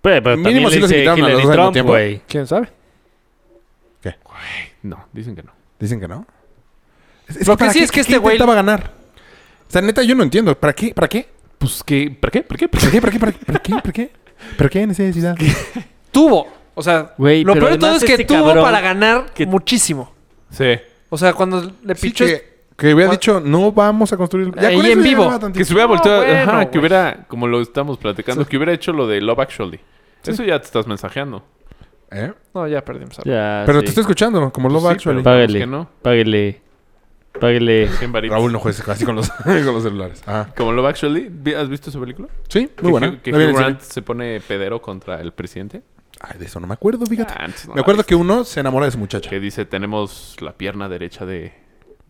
[SPEAKER 4] Pero, pero también
[SPEAKER 5] Mínimo
[SPEAKER 4] le
[SPEAKER 5] sí los
[SPEAKER 4] dice
[SPEAKER 5] invitaron a
[SPEAKER 4] Hillary
[SPEAKER 5] los dos al mismo
[SPEAKER 4] Trump,
[SPEAKER 5] tiempo.
[SPEAKER 4] güey.
[SPEAKER 2] ¿Quién sabe?
[SPEAKER 6] No, dicen que no.
[SPEAKER 5] Dicen que no.
[SPEAKER 2] Lo que
[SPEAKER 5] ¿para
[SPEAKER 2] sí
[SPEAKER 5] qué?
[SPEAKER 2] es que
[SPEAKER 5] ¿Qué
[SPEAKER 2] este güey-
[SPEAKER 5] intentaba ganar. O sea, neta, yo no entiendo. ¿Para qué? ¿Para qué?
[SPEAKER 6] Pues que, ¿para qué? ¿Para qué? ¿Para
[SPEAKER 5] ¿Para
[SPEAKER 6] qué?
[SPEAKER 5] qué? ¿Para qué? ¿Para qué? ¿Para qué? ¿Para qué? ¿Pero qué necesidad?
[SPEAKER 2] Tuvo. O sea,
[SPEAKER 4] Güey,
[SPEAKER 2] lo
[SPEAKER 4] pero
[SPEAKER 2] peor de todo
[SPEAKER 4] además
[SPEAKER 2] es que
[SPEAKER 4] este
[SPEAKER 2] tuvo
[SPEAKER 4] cabrón
[SPEAKER 2] para ganar
[SPEAKER 4] que-
[SPEAKER 2] muchísimo.
[SPEAKER 6] Sí.
[SPEAKER 2] O sea, cuando le
[SPEAKER 5] Sí,
[SPEAKER 2] pichó...
[SPEAKER 5] que, que hubiera
[SPEAKER 2] Cu-
[SPEAKER 5] dicho, no vamos a construir...
[SPEAKER 2] Ahí
[SPEAKER 5] con eso
[SPEAKER 2] en vivo.
[SPEAKER 5] ganaba tantito.
[SPEAKER 6] Que se hubiera volteado.
[SPEAKER 2] bueno,
[SPEAKER 6] ajá,
[SPEAKER 2] güey.
[SPEAKER 6] que hubiera, como lo estamos platicando, que hubiera hecho lo de Love Actually. Eso ya te estás mensajeando.
[SPEAKER 5] ¿Eh?
[SPEAKER 2] No, ya perdimos. algo.
[SPEAKER 4] Ya,
[SPEAKER 5] Pero
[SPEAKER 4] Ah, sí.
[SPEAKER 5] te estoy escuchando, como Love
[SPEAKER 6] Sí,
[SPEAKER 5] Actually.
[SPEAKER 6] pero
[SPEAKER 4] Págale.
[SPEAKER 6] pues que no.
[SPEAKER 4] Páguele. Páguele.
[SPEAKER 6] Cien varitos.
[SPEAKER 5] Raúl no juegues así con los, con los celulares. Ah,
[SPEAKER 6] Como Love Actually. ¿vi- ¿Has visto esa película?
[SPEAKER 5] sí,
[SPEAKER 6] Que
[SPEAKER 5] muy buena.
[SPEAKER 6] Hugh- Que
[SPEAKER 5] La vi en
[SPEAKER 6] Hugh
[SPEAKER 5] el
[SPEAKER 6] Grant se pone pedero contra el presidente.
[SPEAKER 5] cine. Ay, de eso no me acuerdo, fíjate.
[SPEAKER 6] Ah, antes no
[SPEAKER 5] me
[SPEAKER 6] la
[SPEAKER 5] acuerdo
[SPEAKER 6] viste.
[SPEAKER 5] que uno se enamora de su muchacha.
[SPEAKER 6] Que dice, tenemos la pierna derecha de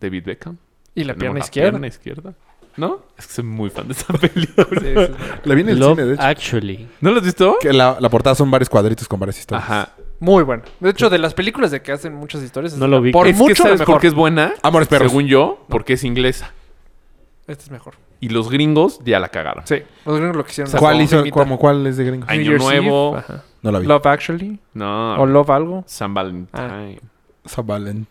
[SPEAKER 6] David Beckham.
[SPEAKER 2] Y la
[SPEAKER 6] Tenemos
[SPEAKER 2] pierna izquierda.
[SPEAKER 6] pierna izquierda. ¿No? Es que soy muy fan de esa película.
[SPEAKER 5] La vi en el
[SPEAKER 4] Love
[SPEAKER 5] cine, de hecho.
[SPEAKER 4] Actually.
[SPEAKER 6] ¿No lo has visto?
[SPEAKER 5] Que la, la portada son varios cuadritos con varias historias.
[SPEAKER 6] Ajá.
[SPEAKER 2] Muy bueno. De hecho, de las películas de que hacen muchas historias...
[SPEAKER 4] No lo vi.
[SPEAKER 2] Por
[SPEAKER 6] es que
[SPEAKER 2] mucho la
[SPEAKER 6] ¿sabes
[SPEAKER 2] mejor.
[SPEAKER 6] por qué es buena?
[SPEAKER 5] Amores perros.
[SPEAKER 6] Según yo, porque es inglesa.
[SPEAKER 2] Este es mejor.
[SPEAKER 6] Y los gringos ya la cagaron.
[SPEAKER 2] Sí. Los gringos lo quisieron. hacer.
[SPEAKER 5] ¿Cuál
[SPEAKER 2] Como
[SPEAKER 5] hizo,
[SPEAKER 2] gringuita.
[SPEAKER 5] como, cuál es de gringo?
[SPEAKER 6] Año
[SPEAKER 2] New Year's
[SPEAKER 6] Nuevo.
[SPEAKER 2] Eve, ajá.
[SPEAKER 5] No la vi.
[SPEAKER 2] Love Actually.
[SPEAKER 6] No.
[SPEAKER 2] O Love algo.
[SPEAKER 6] San Valentín.
[SPEAKER 5] San Valentine.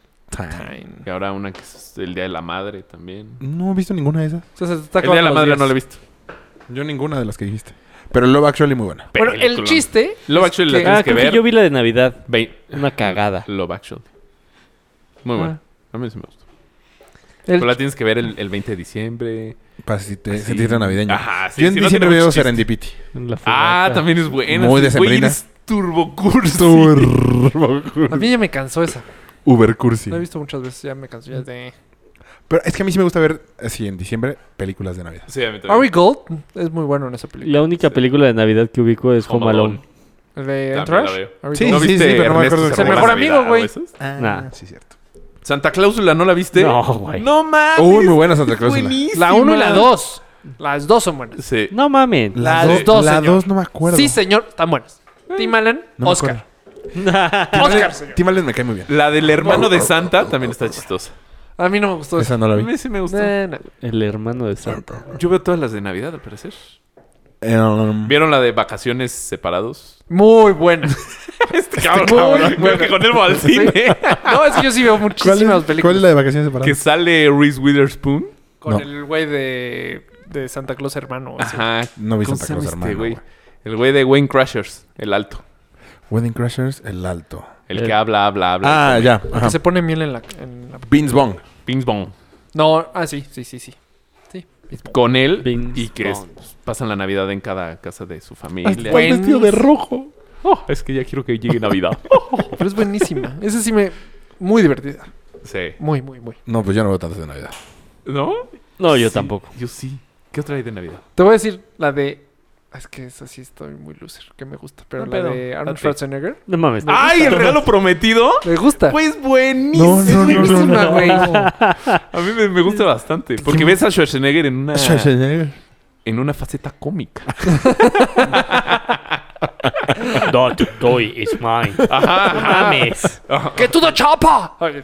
[SPEAKER 6] Y ahora una que es el Día de la Madre también.
[SPEAKER 5] No he visto ninguna de esas.
[SPEAKER 2] O sea, se te está
[SPEAKER 6] El Día de la
[SPEAKER 2] acabando los
[SPEAKER 6] Madre
[SPEAKER 2] días.
[SPEAKER 6] no lo he visto.
[SPEAKER 5] Yo ninguna de las que dijiste. Pero Love Actually muy buena.
[SPEAKER 2] Bueno, el
[SPEAKER 6] Peliculón.
[SPEAKER 2] chiste...
[SPEAKER 6] Love
[SPEAKER 2] es
[SPEAKER 6] Actually
[SPEAKER 2] que-
[SPEAKER 6] la tienes
[SPEAKER 4] Ah,
[SPEAKER 6] que
[SPEAKER 4] creo
[SPEAKER 6] ver.
[SPEAKER 4] que yo vi la de Navidad.
[SPEAKER 6] Ve-
[SPEAKER 4] Una cagada.
[SPEAKER 6] Love Actually. Muy
[SPEAKER 2] Ah.
[SPEAKER 6] buena. A mí sí me gusta.
[SPEAKER 2] el
[SPEAKER 6] Pero la tienes que ver el, el 20 de diciembre.
[SPEAKER 5] Para si te
[SPEAKER 6] Sí.
[SPEAKER 5] sentirte navideño.
[SPEAKER 6] Ajá, sí,
[SPEAKER 5] Yo en
[SPEAKER 6] sí, no
[SPEAKER 5] diciembre
[SPEAKER 6] tiene mucho
[SPEAKER 5] veo
[SPEAKER 6] chiste.
[SPEAKER 5] Serendipity.
[SPEAKER 4] En la
[SPEAKER 6] Ah,
[SPEAKER 4] fogata.
[SPEAKER 6] también es buena.
[SPEAKER 5] Muy
[SPEAKER 6] Güey,
[SPEAKER 5] decembrina.
[SPEAKER 6] eres turbo cursi.
[SPEAKER 5] Turbo-
[SPEAKER 2] A mí ya me cansó esa.
[SPEAKER 5] Uber cursi.
[SPEAKER 2] La he visto muchas veces, ya me cansó. Ya de...
[SPEAKER 5] Pero es que a mí sí me gusta ver, así en diciembre, películas de Navidad.
[SPEAKER 6] Sí, a mí también.
[SPEAKER 2] Ari Gold es muy bueno en esa película.
[SPEAKER 4] La única película de Navidad que ubico es
[SPEAKER 6] Home
[SPEAKER 4] Home Alone.
[SPEAKER 2] ¿El de
[SPEAKER 6] También
[SPEAKER 2] Entourage?
[SPEAKER 6] la veo.
[SPEAKER 2] Ari
[SPEAKER 5] Sí,
[SPEAKER 6] ¿No
[SPEAKER 2] Gold. Ah,
[SPEAKER 5] sí,
[SPEAKER 6] viste
[SPEAKER 5] pero no me acuerdo
[SPEAKER 6] Ernesto
[SPEAKER 5] de
[SPEAKER 6] se
[SPEAKER 2] ese.
[SPEAKER 6] robó
[SPEAKER 2] Mejor
[SPEAKER 6] la
[SPEAKER 2] amigo,
[SPEAKER 6] Navidad,
[SPEAKER 2] güey.
[SPEAKER 6] o esos?
[SPEAKER 4] Nah.
[SPEAKER 5] Sí, cierto.
[SPEAKER 6] Santa Clausula, ¿no la viste?
[SPEAKER 4] No, güey.
[SPEAKER 6] No mames.
[SPEAKER 5] Uy, Ah, muy buena Santa Clausula.
[SPEAKER 6] Buenísima.
[SPEAKER 2] La 1 y la 2. Las dos son buenas.
[SPEAKER 6] Sí.
[SPEAKER 4] No mames.
[SPEAKER 5] La
[SPEAKER 2] Las
[SPEAKER 5] dos,
[SPEAKER 2] dos,
[SPEAKER 5] la
[SPEAKER 2] señor.
[SPEAKER 5] dos no me acuerdo.
[SPEAKER 2] Sí, señor, están buenas. Tim Allen,
[SPEAKER 5] No me
[SPEAKER 2] Oscar.
[SPEAKER 5] Tim Allen-
[SPEAKER 2] Oscar, señor.
[SPEAKER 5] Tim Allen me cae muy bien.
[SPEAKER 6] La del hermano de Santa también está chistosa.
[SPEAKER 2] A mí no me gustó esa.
[SPEAKER 5] Esa no la
[SPEAKER 6] A
[SPEAKER 5] vi.
[SPEAKER 6] mí sí me gustó.
[SPEAKER 2] Eh, no.
[SPEAKER 4] El hermano de Santa.
[SPEAKER 6] Yo veo todas las de Navidad, al parecer.
[SPEAKER 5] Um,
[SPEAKER 6] ¿Vieron la de vacaciones separados?
[SPEAKER 2] Muy buena.
[SPEAKER 6] Este cabrón,
[SPEAKER 2] cabrón,
[SPEAKER 6] cabrón,
[SPEAKER 2] güey.
[SPEAKER 6] Veo que con ¿eh? él va al cine.
[SPEAKER 2] No, es que yo sí veo
[SPEAKER 5] ¿Cuál,
[SPEAKER 2] muchísimas
[SPEAKER 5] es, cuál es
[SPEAKER 2] películas.
[SPEAKER 5] la de vacaciones separadas?
[SPEAKER 6] que sale Reese Witherspoon.
[SPEAKER 2] Con
[SPEAKER 5] No.
[SPEAKER 2] el güey de, de Santa Claus hermano. o sea.
[SPEAKER 6] Ajá.
[SPEAKER 5] No vi
[SPEAKER 6] ¿Cómo
[SPEAKER 5] Santa
[SPEAKER 6] se llama
[SPEAKER 5] Claus,
[SPEAKER 6] este
[SPEAKER 5] hermano,
[SPEAKER 6] güey?
[SPEAKER 5] güey.
[SPEAKER 6] El güey de Wayne Crashers, el alto.
[SPEAKER 5] Wedding Crashers, El Alto.
[SPEAKER 6] El,
[SPEAKER 4] El-
[SPEAKER 6] que habla, habla, habla.
[SPEAKER 5] Eh. Ah, ya.
[SPEAKER 2] Que
[SPEAKER 5] Ajá.
[SPEAKER 2] se pone miel en la, en la-
[SPEAKER 5] Beans Bong.
[SPEAKER 6] Pings Bong.
[SPEAKER 2] No, ah, sí, sí, sí, sí.
[SPEAKER 6] Con él
[SPEAKER 4] Vince
[SPEAKER 6] y que es- pues, pasan la Navidad en cada casa de su familia.
[SPEAKER 2] Buen- vestido de
[SPEAKER 5] rojo.
[SPEAKER 6] Oh, es que ya quiero que llegue Navidad.
[SPEAKER 2] Pero es buenísima. Esa sí me... Muy divertida.
[SPEAKER 6] sí.
[SPEAKER 2] Muy, muy, muy.
[SPEAKER 5] No, pues yo no veo tantas de Navidad.
[SPEAKER 6] ¿No?
[SPEAKER 4] No, yo
[SPEAKER 6] Sí,
[SPEAKER 4] tampoco.
[SPEAKER 6] Yo sí. ¿Qué otra hay de Navidad?
[SPEAKER 2] Te voy a decir la de... Es que esa sí estoy muy loser, que me gusta. Pero
[SPEAKER 6] No
[SPEAKER 2] la
[SPEAKER 6] pedo,
[SPEAKER 2] de Arnold
[SPEAKER 6] date.
[SPEAKER 2] Schwarzenegger.
[SPEAKER 4] No mames.
[SPEAKER 6] ¡Ay, el regalo prometido!
[SPEAKER 2] Me gusta.
[SPEAKER 6] Pues buenísimo.
[SPEAKER 5] No, no,
[SPEAKER 2] buenísima,
[SPEAKER 5] no,
[SPEAKER 2] güey.
[SPEAKER 6] A mí me, me gusta bastante. Porque ves a Schwarzenegger en una, en una faceta cómica.
[SPEAKER 4] That toy is mine. Mames.
[SPEAKER 2] ¡Que tú da chapa! ¡Que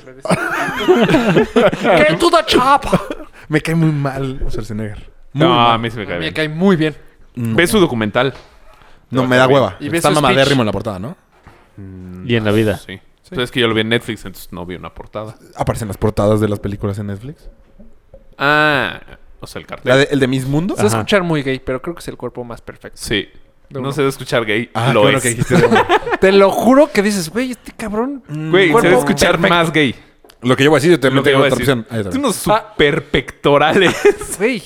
[SPEAKER 2] tú da chapa!
[SPEAKER 5] Me cae muy mal Schwarzenegger. Muy
[SPEAKER 6] No, a
[SPEAKER 5] mal.
[SPEAKER 6] mí se me cae
[SPEAKER 2] Me
[SPEAKER 6] bien.
[SPEAKER 2] cae muy bien.
[SPEAKER 5] No,
[SPEAKER 6] Ve su documental.
[SPEAKER 5] no, me da hueva.
[SPEAKER 2] Y ve
[SPEAKER 5] Está
[SPEAKER 2] su speech.
[SPEAKER 5] mamadérrimo en la portada, ¿no?
[SPEAKER 4] Y en la vida.
[SPEAKER 6] Sí. Entonces es que yo lo vi en Netflix, entonces no vi una portada.
[SPEAKER 5] Aparecen las portadas de las películas en Netflix.
[SPEAKER 6] Ah, o sea, el cartel.
[SPEAKER 5] La de- ¿El de Miss Mundo?
[SPEAKER 2] Se va a
[SPEAKER 4] Ajá.
[SPEAKER 2] escuchar muy gay, pero creo que es el cuerpo más perfecto.
[SPEAKER 6] Sí.
[SPEAKER 2] De
[SPEAKER 6] no
[SPEAKER 2] uno.
[SPEAKER 6] se debe escuchar gay.
[SPEAKER 5] Ah,
[SPEAKER 6] lo
[SPEAKER 5] qué bueno
[SPEAKER 6] es.
[SPEAKER 5] que dijiste de-
[SPEAKER 2] Te lo juro que dices, güey, este cabrón.
[SPEAKER 6] Güey, se debe
[SPEAKER 2] Cuerpo
[SPEAKER 6] escuchar más gay.
[SPEAKER 5] Lo que yo voy a decir, yo te
[SPEAKER 6] Lo que
[SPEAKER 5] tengo
[SPEAKER 6] iba a
[SPEAKER 5] otra
[SPEAKER 6] decir.
[SPEAKER 5] opción. Ahí está.
[SPEAKER 6] Tiene unos
[SPEAKER 4] Ah.
[SPEAKER 6] super pectorales.
[SPEAKER 2] Güey,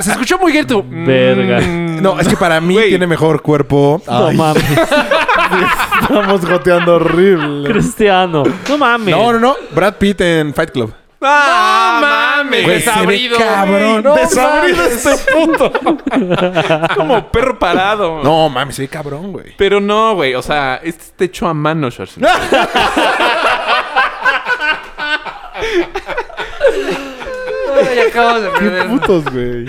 [SPEAKER 2] se escuchó muy gay
[SPEAKER 6] ah,
[SPEAKER 2] tú.
[SPEAKER 4] Verga.
[SPEAKER 2] Mm,
[SPEAKER 5] No, es que para mí
[SPEAKER 6] Güey.
[SPEAKER 5] tiene mejor cuerpo.
[SPEAKER 4] No
[SPEAKER 5] Ay,
[SPEAKER 4] mames.
[SPEAKER 5] Estamos goteando horrible.
[SPEAKER 4] Cristiano. No mames.
[SPEAKER 5] No, no, no. Brad Pitt en Fight Club.
[SPEAKER 6] ¡Ah, mames!
[SPEAKER 5] Güey, se ve
[SPEAKER 6] Desabrido.
[SPEAKER 5] cabrón.
[SPEAKER 6] güey.
[SPEAKER 5] Desabrido este-
[SPEAKER 6] mames. Como perro parado.
[SPEAKER 5] No, mames, soy cabrón, güey.
[SPEAKER 6] Pero no, güey. O sea, este está hecho a mano, Schwarzenegger.
[SPEAKER 2] ay, acabas de perder.
[SPEAKER 5] Putos, güey.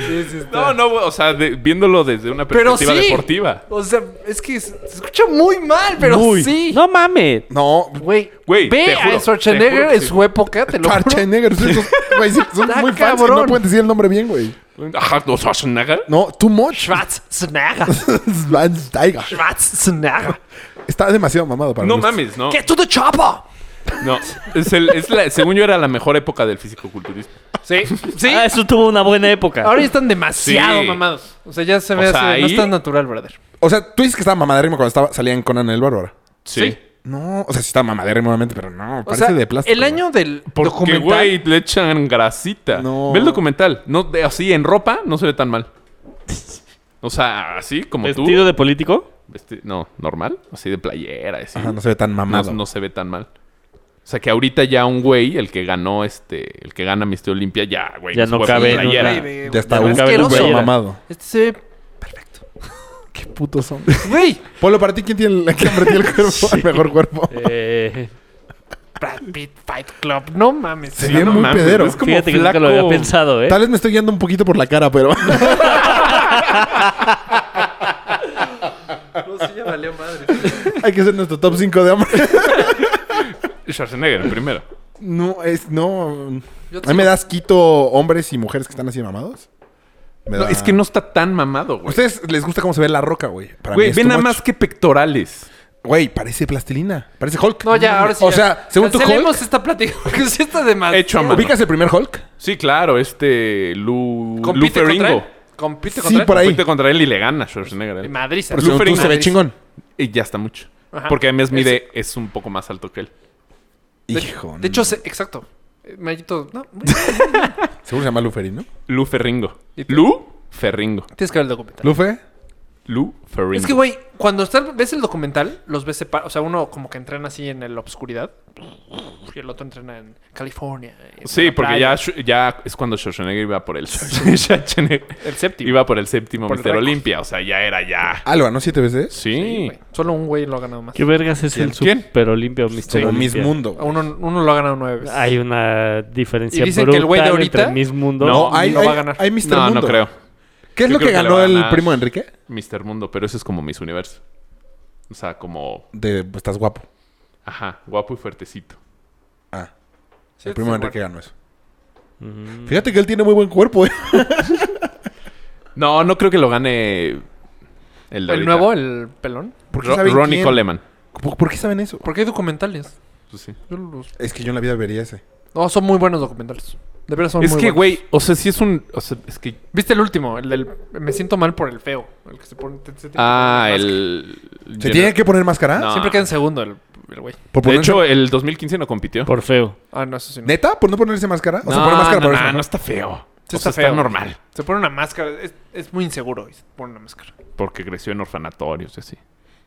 [SPEAKER 6] No, no, güey. O sea, de- viéndolo desde una
[SPEAKER 2] Pero
[SPEAKER 6] perspectiva
[SPEAKER 2] sí.
[SPEAKER 6] deportiva.
[SPEAKER 2] O sea, es que se se escucha muy mal, pero
[SPEAKER 5] Muy.
[SPEAKER 2] sí.
[SPEAKER 4] No mames.
[SPEAKER 5] No,
[SPEAKER 2] Güey,
[SPEAKER 6] Güey,
[SPEAKER 2] ve
[SPEAKER 6] te juro,
[SPEAKER 2] a
[SPEAKER 6] te juro
[SPEAKER 2] Schwarzenegger
[SPEAKER 6] que
[SPEAKER 2] en
[SPEAKER 6] sí.
[SPEAKER 2] su época, te lo juro.
[SPEAKER 5] Schwarzenegger. esos- güey, sí, Son
[SPEAKER 2] Está
[SPEAKER 5] muy fans y no
[SPEAKER 2] cabrón.
[SPEAKER 5] pueden decir el nombre bien, güey.
[SPEAKER 6] Ajá, no, Schwarzenegger.
[SPEAKER 5] No, too much.
[SPEAKER 2] Schwarzenegger.
[SPEAKER 5] Schwarzenegger.
[SPEAKER 2] Schwarzenegger.
[SPEAKER 5] Está demasiado mamado para
[SPEAKER 6] No
[SPEAKER 5] mí.
[SPEAKER 6] mames, no.
[SPEAKER 2] Get to the chopper.
[SPEAKER 6] No. Es el, es la, según yo era la mejor época del fisicoculturismo.
[SPEAKER 2] Sí, sí.
[SPEAKER 4] Ah, eso tuvo una buena época.
[SPEAKER 2] Ahora ya están demasiado
[SPEAKER 6] Sí.
[SPEAKER 2] mamados. O sea, ya se ve
[SPEAKER 6] O
[SPEAKER 2] así.
[SPEAKER 6] sea,
[SPEAKER 2] No
[SPEAKER 6] ahí-
[SPEAKER 2] es tan natural, brother.
[SPEAKER 5] O sea, tú dices que estaba mamadérrimo cuando estaba, salía en Conan el Bárbaro.
[SPEAKER 6] Sí.
[SPEAKER 5] No, o sea, sí estaba mamadérrimo obviamente, pero no,
[SPEAKER 2] O
[SPEAKER 5] parece
[SPEAKER 2] sea,
[SPEAKER 5] de plástico.
[SPEAKER 2] el año del
[SPEAKER 6] Porque,
[SPEAKER 2] documental.
[SPEAKER 6] güey, le echan grasita.
[SPEAKER 5] No.
[SPEAKER 6] Ve el documental. No, de- así, en ropa, no se ve tan mal. O sea, así como
[SPEAKER 4] ¿Vestido
[SPEAKER 6] tú.
[SPEAKER 4] de político?
[SPEAKER 6] Vesti- no, normal. Así de playera. así.
[SPEAKER 5] Ajá, no se ve tan
[SPEAKER 6] no,
[SPEAKER 5] mamado.
[SPEAKER 6] no se ve tan mal. O sea, que ahorita ya un güey, el que ganó este... El que gana Mr. Olimpia, ya, güey.
[SPEAKER 4] Ya
[SPEAKER 6] se
[SPEAKER 4] no
[SPEAKER 6] puede
[SPEAKER 4] cabe
[SPEAKER 6] poner
[SPEAKER 4] en una-
[SPEAKER 6] playera.
[SPEAKER 2] güey,
[SPEAKER 5] Ya está
[SPEAKER 4] Ya
[SPEAKER 5] un
[SPEAKER 4] nunca ve
[SPEAKER 5] un güey
[SPEAKER 4] nunca.
[SPEAKER 5] mamado.
[SPEAKER 2] Este se ve perfecto.
[SPEAKER 5] Qué putos son.
[SPEAKER 2] Güey,
[SPEAKER 5] Polo, para ti, ¿quién tiene el, quién hombre tiene el cuerpo? El mejor cuerpo.
[SPEAKER 4] Eh,
[SPEAKER 2] Brad Pitt Fight Club. No mames.
[SPEAKER 5] Se
[SPEAKER 6] Ah,
[SPEAKER 5] ve
[SPEAKER 6] no
[SPEAKER 5] muy
[SPEAKER 6] mames,
[SPEAKER 5] pedero.
[SPEAKER 6] es como
[SPEAKER 4] fíjate que nunca lo
[SPEAKER 6] flaco.
[SPEAKER 4] había pensado, ¿eh?
[SPEAKER 5] Tal vez me estoy guiando un poquito por la cara, pero.
[SPEAKER 2] No, sí, ya valió madre.
[SPEAKER 5] Hay que ser nuestro top 5 de hombres.
[SPEAKER 6] Schwarzenegger, el primero.
[SPEAKER 5] No, es. No.
[SPEAKER 2] Yo te
[SPEAKER 5] A mí me das quito hombres y mujeres que están así mamados. Me
[SPEAKER 6] No,
[SPEAKER 5] da-
[SPEAKER 6] es que no está tan mamado, güey.
[SPEAKER 5] ¿Ustedes les gusta cómo se ve la roca, güey? Para mí
[SPEAKER 6] Güey,
[SPEAKER 5] es
[SPEAKER 6] ve
[SPEAKER 5] too
[SPEAKER 6] nada
[SPEAKER 5] much.
[SPEAKER 6] más que pectorales.
[SPEAKER 5] Güey, parece plastilina. Parece Hulk.
[SPEAKER 2] No, ya, ahora sí.
[SPEAKER 5] O
[SPEAKER 2] ya.
[SPEAKER 5] sea, según tu
[SPEAKER 2] Cancelemos
[SPEAKER 5] Hulk.
[SPEAKER 2] esta plática porque sí está de más.
[SPEAKER 6] Hecho a mano.
[SPEAKER 5] ¿Ubicas el primer Hulk?
[SPEAKER 6] Sí, claro, este Lu... Lu
[SPEAKER 2] Compite contra
[SPEAKER 6] Ferringo.
[SPEAKER 2] él. Compite
[SPEAKER 5] Sí,
[SPEAKER 2] contra él.
[SPEAKER 5] por ahí.
[SPEAKER 6] Compite contra él y le gana a Schwarzenegger. a él.
[SPEAKER 2] Madrid.
[SPEAKER 5] Porque según tú
[SPEAKER 6] Lufering
[SPEAKER 5] se ve
[SPEAKER 6] Madrid.
[SPEAKER 5] chingón.
[SPEAKER 6] Y ya está mucho.
[SPEAKER 2] Ajá.
[SPEAKER 6] Porque además mide, es un poco más alto que él.
[SPEAKER 5] Hijo.
[SPEAKER 2] De hecho, se- exacto. Eh, Mayito, no.
[SPEAKER 5] seguro se llama Luferín, ¿no?
[SPEAKER 6] Lu Ferringo. Lu Ferringo.
[SPEAKER 2] Tienes que ver el documental.
[SPEAKER 5] Lufe.
[SPEAKER 6] Lu Ferringo.
[SPEAKER 2] Es que, güey, cuando estás- ves el documental, los ves separados. O sea, uno como que entrena así en la obscuridad. Y el otro entrena en California. en
[SPEAKER 6] Sí,
[SPEAKER 2] la
[SPEAKER 6] porque
[SPEAKER 2] playa.
[SPEAKER 6] ya, Sch- ya es cuando Schwarzenegger iba por el... Schwarzenegger
[SPEAKER 2] El séptimo.
[SPEAKER 6] iba por el séptimo
[SPEAKER 2] Por el
[SPEAKER 6] Mister
[SPEAKER 2] récord.
[SPEAKER 6] Olimpia. O sea, ya era ya.
[SPEAKER 5] Alba, ¿no? Siete veces.
[SPEAKER 6] Sí.
[SPEAKER 2] güey. Solo un güey lo ha ganado más.
[SPEAKER 4] ¿Qué vergas es el
[SPEAKER 6] ¿Quién?
[SPEAKER 4] Super Olimpia o Mr.
[SPEAKER 5] Como Miss
[SPEAKER 4] Olympia?
[SPEAKER 5] Mundo. güey.
[SPEAKER 2] Uno, uno lo ha ganado nueve veces.
[SPEAKER 4] Hay una diferencia
[SPEAKER 2] Pues, ¿Y dicen que el güey de
[SPEAKER 4] brutal entre
[SPEAKER 2] ahorita?
[SPEAKER 4] Miss Mundo.
[SPEAKER 6] No,
[SPEAKER 5] hay,
[SPEAKER 2] lo va
[SPEAKER 5] hay-
[SPEAKER 2] a ganar.
[SPEAKER 5] hay Mr.
[SPEAKER 6] no,
[SPEAKER 5] Mundo.
[SPEAKER 6] no creo.
[SPEAKER 5] ¿Qué es
[SPEAKER 6] Yo
[SPEAKER 5] lo
[SPEAKER 6] creo
[SPEAKER 5] que
[SPEAKER 6] que le
[SPEAKER 5] ganó
[SPEAKER 6] va a
[SPEAKER 5] el
[SPEAKER 6] ganar.
[SPEAKER 5] primo de Enrique?
[SPEAKER 6] Mister Mundo, pero eso es como Miss Universo. O sea, como...
[SPEAKER 5] De pues, estás guapo.
[SPEAKER 6] Ajá, guapo y fuertecito.
[SPEAKER 5] Ah. el primo de Enrique ganó eso.
[SPEAKER 4] Mm.
[SPEAKER 5] Fíjate que él tiene muy buen cuerpo, eh.
[SPEAKER 6] No, no creo que lo gane el de
[SPEAKER 2] El
[SPEAKER 6] ahorita.
[SPEAKER 2] nuevo, el pelón.
[SPEAKER 5] ¿Por qué
[SPEAKER 6] Ro-
[SPEAKER 5] saben
[SPEAKER 6] Ronnie
[SPEAKER 5] quién?
[SPEAKER 6] Coleman.
[SPEAKER 5] ¿Por, por qué saben eso?
[SPEAKER 2] Porque hay documentales.
[SPEAKER 6] Pues sí.
[SPEAKER 2] Yo los-
[SPEAKER 5] Es que yo en la vida vería ese.
[SPEAKER 2] No, son muy buenos documentales. De verdad son
[SPEAKER 6] Es
[SPEAKER 2] muy
[SPEAKER 6] que,
[SPEAKER 2] buenos.
[SPEAKER 6] güey, o sea, sí es un... O sea, es que...
[SPEAKER 2] ¿Viste el último? El del. Me siento mal por el feo. El que se pone. se- se-
[SPEAKER 6] Ah,
[SPEAKER 2] se-
[SPEAKER 6] el...
[SPEAKER 5] ¿Se tiene que poner máscara?
[SPEAKER 6] No.
[SPEAKER 2] Siempre queda en segundo el el güey.
[SPEAKER 5] ¿Por
[SPEAKER 6] De
[SPEAKER 5] ponerse-
[SPEAKER 6] hecho, el 2015 no compitió.
[SPEAKER 4] Por feo.
[SPEAKER 2] Ah, no, eso sí. No.
[SPEAKER 5] ¿Neta? ¿Por no ponerse máscara? O sea, poner máscara
[SPEAKER 6] no,
[SPEAKER 5] por
[SPEAKER 6] no,
[SPEAKER 5] eso.
[SPEAKER 6] no está feo.
[SPEAKER 2] Sí
[SPEAKER 6] O
[SPEAKER 2] está
[SPEAKER 6] sea, está,
[SPEAKER 2] feo.
[SPEAKER 6] normal.
[SPEAKER 2] Se pone una máscara. Es, es muy inseguro. y Se pone una máscara.
[SPEAKER 6] Porque creció en orfanatorios y así.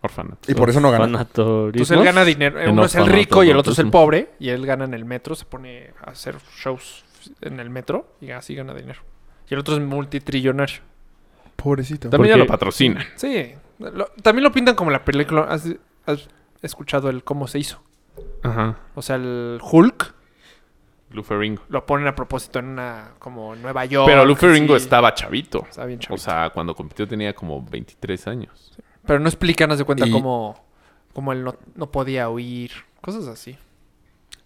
[SPEAKER 6] Orfanatos.
[SPEAKER 5] Y por eso no ganó.
[SPEAKER 4] Fanatorismos.
[SPEAKER 2] Entonces él gana dinero. eh,
[SPEAKER 6] En
[SPEAKER 2] Uno es el
[SPEAKER 6] orfanatos,
[SPEAKER 2] rico y el
[SPEAKER 6] ¿no?
[SPEAKER 2] otro es el
[SPEAKER 6] Entonces,
[SPEAKER 2] pobre. Y él gana en el metro. Se pone a hacer shows en el metro. Y así gana dinero. Y el otro es multitrillonario.
[SPEAKER 5] Pobrecito.
[SPEAKER 6] También ya
[SPEAKER 4] Porque-
[SPEAKER 6] lo patrocinan.
[SPEAKER 2] Sí. lo- también lo pintan como la película. ¿Has, has escuchado el cómo se hizo?
[SPEAKER 6] Ajá.
[SPEAKER 2] O sea, el Hulk
[SPEAKER 6] Luferingo.
[SPEAKER 2] Lo ponen a propósito en una como Nueva York.
[SPEAKER 6] Pero Luferingo
[SPEAKER 2] así.
[SPEAKER 6] estaba chavito.
[SPEAKER 2] Está bien
[SPEAKER 6] O
[SPEAKER 2] chavito.
[SPEAKER 6] sea, cuando compitió tenía como 23 años.
[SPEAKER 2] Pero no explican, haz de cuenta,
[SPEAKER 5] Y-
[SPEAKER 2] cómo, cómo él no, no podía oír. Cosas así.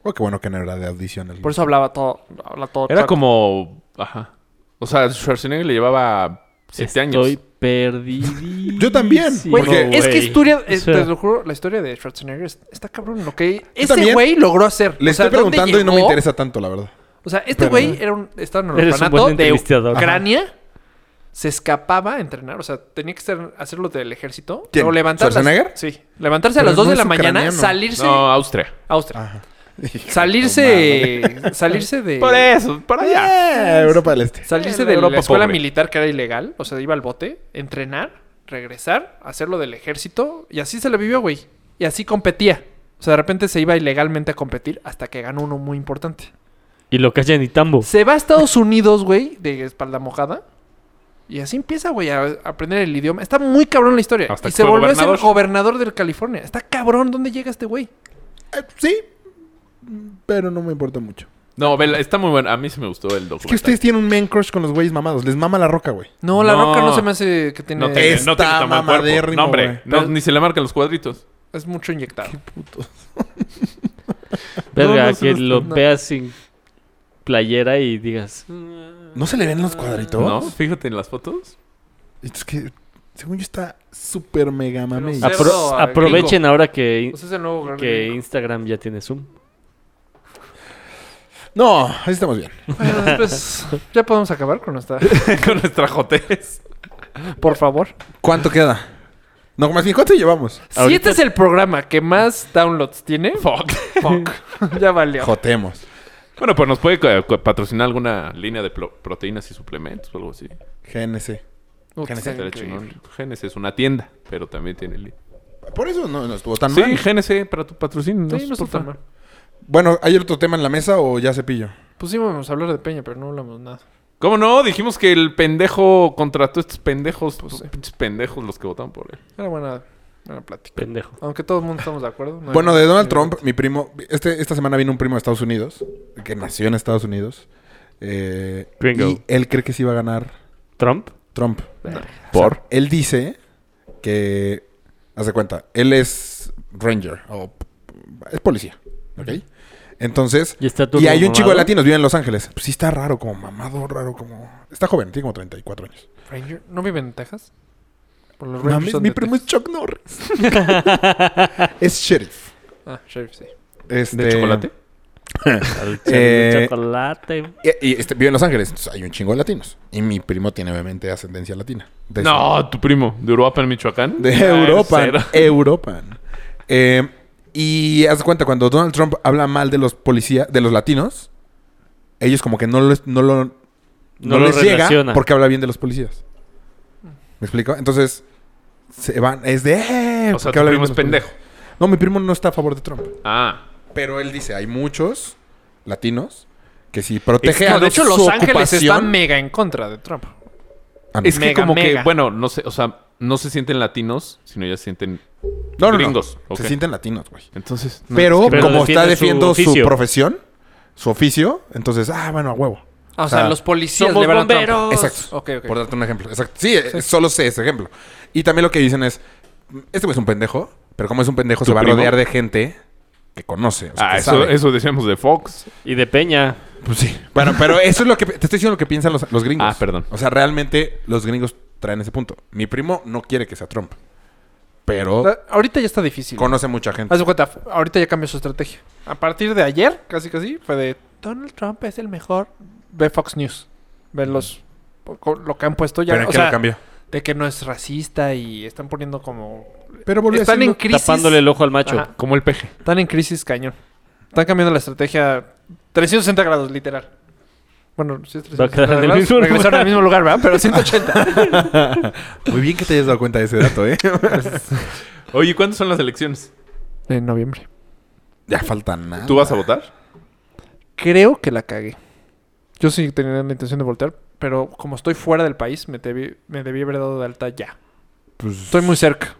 [SPEAKER 5] Oh, qué bueno que no era de audiciones.
[SPEAKER 2] Por eso hablaba todo. Habla todo
[SPEAKER 6] Era
[SPEAKER 2] chueco.
[SPEAKER 6] como... Ajá. O sea, Schwarzenegger le llevaba 7 años.
[SPEAKER 4] Estoy perdido.
[SPEAKER 5] Yo también,
[SPEAKER 2] Güey,
[SPEAKER 5] porque-
[SPEAKER 2] es que historia, es-
[SPEAKER 4] O sea-
[SPEAKER 2] te lo juro, la historia de Schwarzenegger es- está cabrón. Lo que ese
[SPEAKER 5] también
[SPEAKER 2] güey logró hacer.
[SPEAKER 5] Le
[SPEAKER 2] O sea,
[SPEAKER 5] estoy
[SPEAKER 2] ¿dónde
[SPEAKER 5] preguntando y no me
[SPEAKER 2] llegó?
[SPEAKER 5] interesa tanto, la verdad.
[SPEAKER 2] O sea, este
[SPEAKER 5] Pero-
[SPEAKER 2] güey era un, estaba en un
[SPEAKER 4] Eres un
[SPEAKER 2] orfanato
[SPEAKER 4] buen
[SPEAKER 2] de
[SPEAKER 4] entrevistador.
[SPEAKER 2] Ucrania. Se escapaba a entrenar. O sea, tenía que ser- hacerlo del ejército.
[SPEAKER 5] ¿Quién?
[SPEAKER 2] O levantarse. a las-
[SPEAKER 5] ¿Schwarzenegger?
[SPEAKER 2] sí. Levantarse a
[SPEAKER 5] Pero
[SPEAKER 2] las 2
[SPEAKER 5] no
[SPEAKER 2] de
[SPEAKER 5] es
[SPEAKER 2] la mañana,
[SPEAKER 5] ucraniano. Ah,
[SPEAKER 2] salirse
[SPEAKER 6] No,
[SPEAKER 2] a
[SPEAKER 6] Austria.
[SPEAKER 2] Austria. Salirse. salirse de.
[SPEAKER 6] Por eso, para allá.
[SPEAKER 5] Eh, Europa del Este.
[SPEAKER 2] Salirse
[SPEAKER 6] Eh,
[SPEAKER 2] de
[SPEAKER 6] Europa
[SPEAKER 2] la escuela
[SPEAKER 6] pobre.
[SPEAKER 2] militar que era ilegal, o sea, iba al bote, entrenar, regresar, hacerlo del ejército, y así se la vivió, güey. Y así competía. O sea, de repente se iba ilegalmente a competir hasta que ganó uno muy importante.
[SPEAKER 4] Y lo callan y tambo.
[SPEAKER 2] Se va a Estados Unidos, güey, de espalda mojada. Y así empieza, güey, a a aprender el idioma. Está muy cabrón la historia.
[SPEAKER 6] Hasta
[SPEAKER 2] y
[SPEAKER 6] que
[SPEAKER 2] se
[SPEAKER 6] fue
[SPEAKER 2] volvió a ser
[SPEAKER 6] gobernador.
[SPEAKER 2] gobernador de California. Está cabrón, ¿dónde llega este güey?
[SPEAKER 5] Eh, sí, pero no me importa mucho.
[SPEAKER 6] No, vela, está muy bueno. A mí sí me gustó el
[SPEAKER 5] Es que
[SPEAKER 6] documental.
[SPEAKER 5] ustedes tienen un man crush con los güeyes mamados. Les mama la roca, güey.
[SPEAKER 2] No, la
[SPEAKER 6] No.
[SPEAKER 2] roca no se me hace que tiene.
[SPEAKER 6] No tiene,
[SPEAKER 5] Está
[SPEAKER 6] no tiene tamaño cuerpo.
[SPEAKER 5] mamadérrimo,
[SPEAKER 6] No, hombre.
[SPEAKER 5] güey.
[SPEAKER 6] no, ni se le marcan los cuadritos.
[SPEAKER 2] Es mucho inyectado.
[SPEAKER 4] Verga,
[SPEAKER 2] no, sí,
[SPEAKER 4] que
[SPEAKER 2] no,
[SPEAKER 4] lo
[SPEAKER 2] no.
[SPEAKER 4] veas sin playera y digas.
[SPEAKER 5] ¿No se le ven los cuadritos?
[SPEAKER 6] ¿No? Fíjate en las fotos.
[SPEAKER 5] Es que, según yo, está súper mega mame.
[SPEAKER 2] Pero
[SPEAKER 4] "Apro-
[SPEAKER 2] Cerdo a
[SPEAKER 4] aprovechen ahora que,
[SPEAKER 2] O sea, Pues es el nuevo
[SPEAKER 4] que
[SPEAKER 2] gobernador.
[SPEAKER 4] Instagram ya tiene Zoom.
[SPEAKER 5] No, ahí estamos bien.
[SPEAKER 2] Bueno, pues ya podemos acabar con nuestra.
[SPEAKER 6] Con nuestra jotez.
[SPEAKER 2] Por favor.
[SPEAKER 5] ¿Cuánto queda? No, más bien, ¿cuánto llevamos?
[SPEAKER 2] Si este es el programa que más downloads tiene,
[SPEAKER 6] Fuck.
[SPEAKER 2] fuck. ya valió.
[SPEAKER 5] Jotemos.
[SPEAKER 6] Bueno, pues nos puede eh, co- patrocinar alguna línea de plo- proteínas y suplementos o algo así.
[SPEAKER 5] GNC.
[SPEAKER 2] Ups,
[SPEAKER 5] GNC
[SPEAKER 2] está
[SPEAKER 6] Estaría
[SPEAKER 2] increíble.
[SPEAKER 6] chingón. GNC es una tienda, pero también tiene línea.
[SPEAKER 5] Por eso no, no estuvo tan
[SPEAKER 6] Sí,
[SPEAKER 5] mal.
[SPEAKER 6] GNC para tu patrocinio.
[SPEAKER 2] Sí, no está tan mal.
[SPEAKER 5] Bueno, ¿hay otro tema en la mesa o ya cepillo?
[SPEAKER 2] Pusimos Pues a hablar de Peña, pero no hablamos nada.
[SPEAKER 6] ¿Cómo no? Dijimos que el pendejo contrató a estos pendejos.
[SPEAKER 2] sí.
[SPEAKER 6] pinches pendejos los que votaron por él.
[SPEAKER 2] Era buena, buena plática.
[SPEAKER 4] Pendejo.
[SPEAKER 2] Aunque todo el mundo estamos de acuerdo. no hay-
[SPEAKER 5] Bueno, de Donald
[SPEAKER 2] no hay-
[SPEAKER 5] Trump, mi primo. Este, esta semana vino un primo de Estados Unidos, que nació en Estados Unidos. eh,
[SPEAKER 4] Gringo.
[SPEAKER 5] y él cree que sí va a ganar
[SPEAKER 4] Trump.
[SPEAKER 5] Trump.
[SPEAKER 6] ¿Por?
[SPEAKER 5] Él dice que. Haz de cuenta, él es Ranger o p- es policía. ¿Ok? Entonces.
[SPEAKER 4] Y está todo
[SPEAKER 5] Y hay un chico de
[SPEAKER 4] mamado.
[SPEAKER 5] latinos, vive en Los Ángeles. Pues sí, está raro, como mamado, raro, como. Está joven, tiene como 34 años.
[SPEAKER 2] Ranger. ¿No viven en Texas? Por los Rangers
[SPEAKER 5] Mames,
[SPEAKER 2] son
[SPEAKER 5] mi
[SPEAKER 2] de
[SPEAKER 5] primo es Chuck Norris. es sheriff.
[SPEAKER 2] Texas. Ah, Sheriff, sí.
[SPEAKER 5] Este,
[SPEAKER 6] ¿De chocolate?
[SPEAKER 4] Al-
[SPEAKER 5] Eh,
[SPEAKER 4] Chocolate.
[SPEAKER 5] Y, y este, vive en Los Ángeles, entonces hay un chingo de latinos. Y mi primo tiene obviamente ascendencia latina. De-
[SPEAKER 6] No, tu primo. ¿De Europa en Michoacán?
[SPEAKER 5] De
[SPEAKER 6] Ah,
[SPEAKER 5] Europa.
[SPEAKER 6] cero.
[SPEAKER 5] Europa. Eh, y haz de cuenta, cuando Donald Trump habla mal de los policías, de los latinos, ellos como que no, les- no lo, no,
[SPEAKER 4] No lo
[SPEAKER 5] les llega
[SPEAKER 4] relaciona.
[SPEAKER 5] porque habla bien de los policías. ¿Me explico? Entonces, se van, es de... eh,
[SPEAKER 6] O sea,
[SPEAKER 5] porque
[SPEAKER 6] tu primo
[SPEAKER 5] habla bien de
[SPEAKER 6] es
[SPEAKER 5] los
[SPEAKER 6] pendejo.
[SPEAKER 5] policías. No, mi primo no está a favor de Trump.
[SPEAKER 6] Ah.
[SPEAKER 5] Pero él dice, hay muchos latinos que si protege
[SPEAKER 2] No,
[SPEAKER 5] a
[SPEAKER 2] de hecho,
[SPEAKER 5] su
[SPEAKER 2] Los Ángeles
[SPEAKER 5] ocupación-
[SPEAKER 2] está mega en contra de Trump.
[SPEAKER 5] Ah, no.
[SPEAKER 6] Es que
[SPEAKER 2] Mega,
[SPEAKER 6] como
[SPEAKER 2] mega.
[SPEAKER 6] que, bueno, no sé, o sea, no se sienten latinos, sino ya se sienten...
[SPEAKER 5] No, no, no.
[SPEAKER 6] Gringos, ok.
[SPEAKER 5] Se sienten latinos, güey.
[SPEAKER 6] Entonces... no,
[SPEAKER 5] Pero,
[SPEAKER 4] pero
[SPEAKER 5] como
[SPEAKER 4] defiende
[SPEAKER 5] está
[SPEAKER 4] su
[SPEAKER 5] defendiendo su,
[SPEAKER 4] oficio.
[SPEAKER 5] profesión, su oficio, entonces, ah, bueno, a huevo.
[SPEAKER 2] Ah, o
[SPEAKER 5] O
[SPEAKER 2] sea,
[SPEAKER 5] sea,
[SPEAKER 2] los policías
[SPEAKER 4] somos
[SPEAKER 2] le van a Trump.
[SPEAKER 4] bomberos.
[SPEAKER 5] Exacto.
[SPEAKER 2] Oh, Ok, ok.
[SPEAKER 5] Por darte un ejemplo. Exacto. Sí, eh, solo sé ese ejemplo. Y también lo que dicen es, este güey es un pendejo, pero como es un pendejo, se va
[SPEAKER 6] primo?
[SPEAKER 5] a rodear de gente que conoce. o sea,
[SPEAKER 6] Ah,
[SPEAKER 5] que
[SPEAKER 6] eso,
[SPEAKER 5] sabe.
[SPEAKER 6] eso decíamos de Fox.
[SPEAKER 4] Y de Peña.
[SPEAKER 5] Pues sí. Bueno, pero eso es lo que... Te estoy diciendo lo que piensan los, los gringos.
[SPEAKER 6] Ah, perdón.
[SPEAKER 5] O sea, realmente los gringos traen ese punto. Mi primo no quiere que sea Trump, pero
[SPEAKER 2] La- Ahorita ya está difícil. ¿eh?
[SPEAKER 5] conoce mucha gente.
[SPEAKER 2] Haz de cuenta, ahorita ya cambió su estrategia. A partir de ayer, casi casi, fue de Donald Trump es el mejor. Ve Fox News. Ve los co- lo que han puesto ya.
[SPEAKER 5] pero ¿en
[SPEAKER 2] o
[SPEAKER 5] qué
[SPEAKER 2] sea,
[SPEAKER 5] lo cambió?
[SPEAKER 2] de que no es racista y están poniendo como.
[SPEAKER 5] Pero volvió
[SPEAKER 2] Están en
[SPEAKER 5] haciendo-
[SPEAKER 2] crisis.
[SPEAKER 4] Tapándole el ojo al macho.
[SPEAKER 2] Ajá.
[SPEAKER 6] Como el peje.
[SPEAKER 2] Están en crisis cañón. Están cambiando la estrategia 360 grados, literal. Bueno, sí es
[SPEAKER 4] Va a quedar
[SPEAKER 2] 360
[SPEAKER 4] en el
[SPEAKER 2] grados.
[SPEAKER 4] mismo lugar.
[SPEAKER 2] Regresaron al mismo lugar, ¿verdad? Pero 180.
[SPEAKER 5] Muy bien que te hayas dado cuenta de ese dato, ¿eh?
[SPEAKER 6] Oye, ¿cuándo son las elecciones?
[SPEAKER 2] en noviembre.
[SPEAKER 5] ya falta nada.
[SPEAKER 6] ¿Tú vas a votar?
[SPEAKER 2] Creo que la cagué. Yo sí tenía la intención de voltear, pero como estoy fuera del país, me debí, me debí haber dado de alta ya.
[SPEAKER 5] Pues,
[SPEAKER 2] Estoy muy cerca.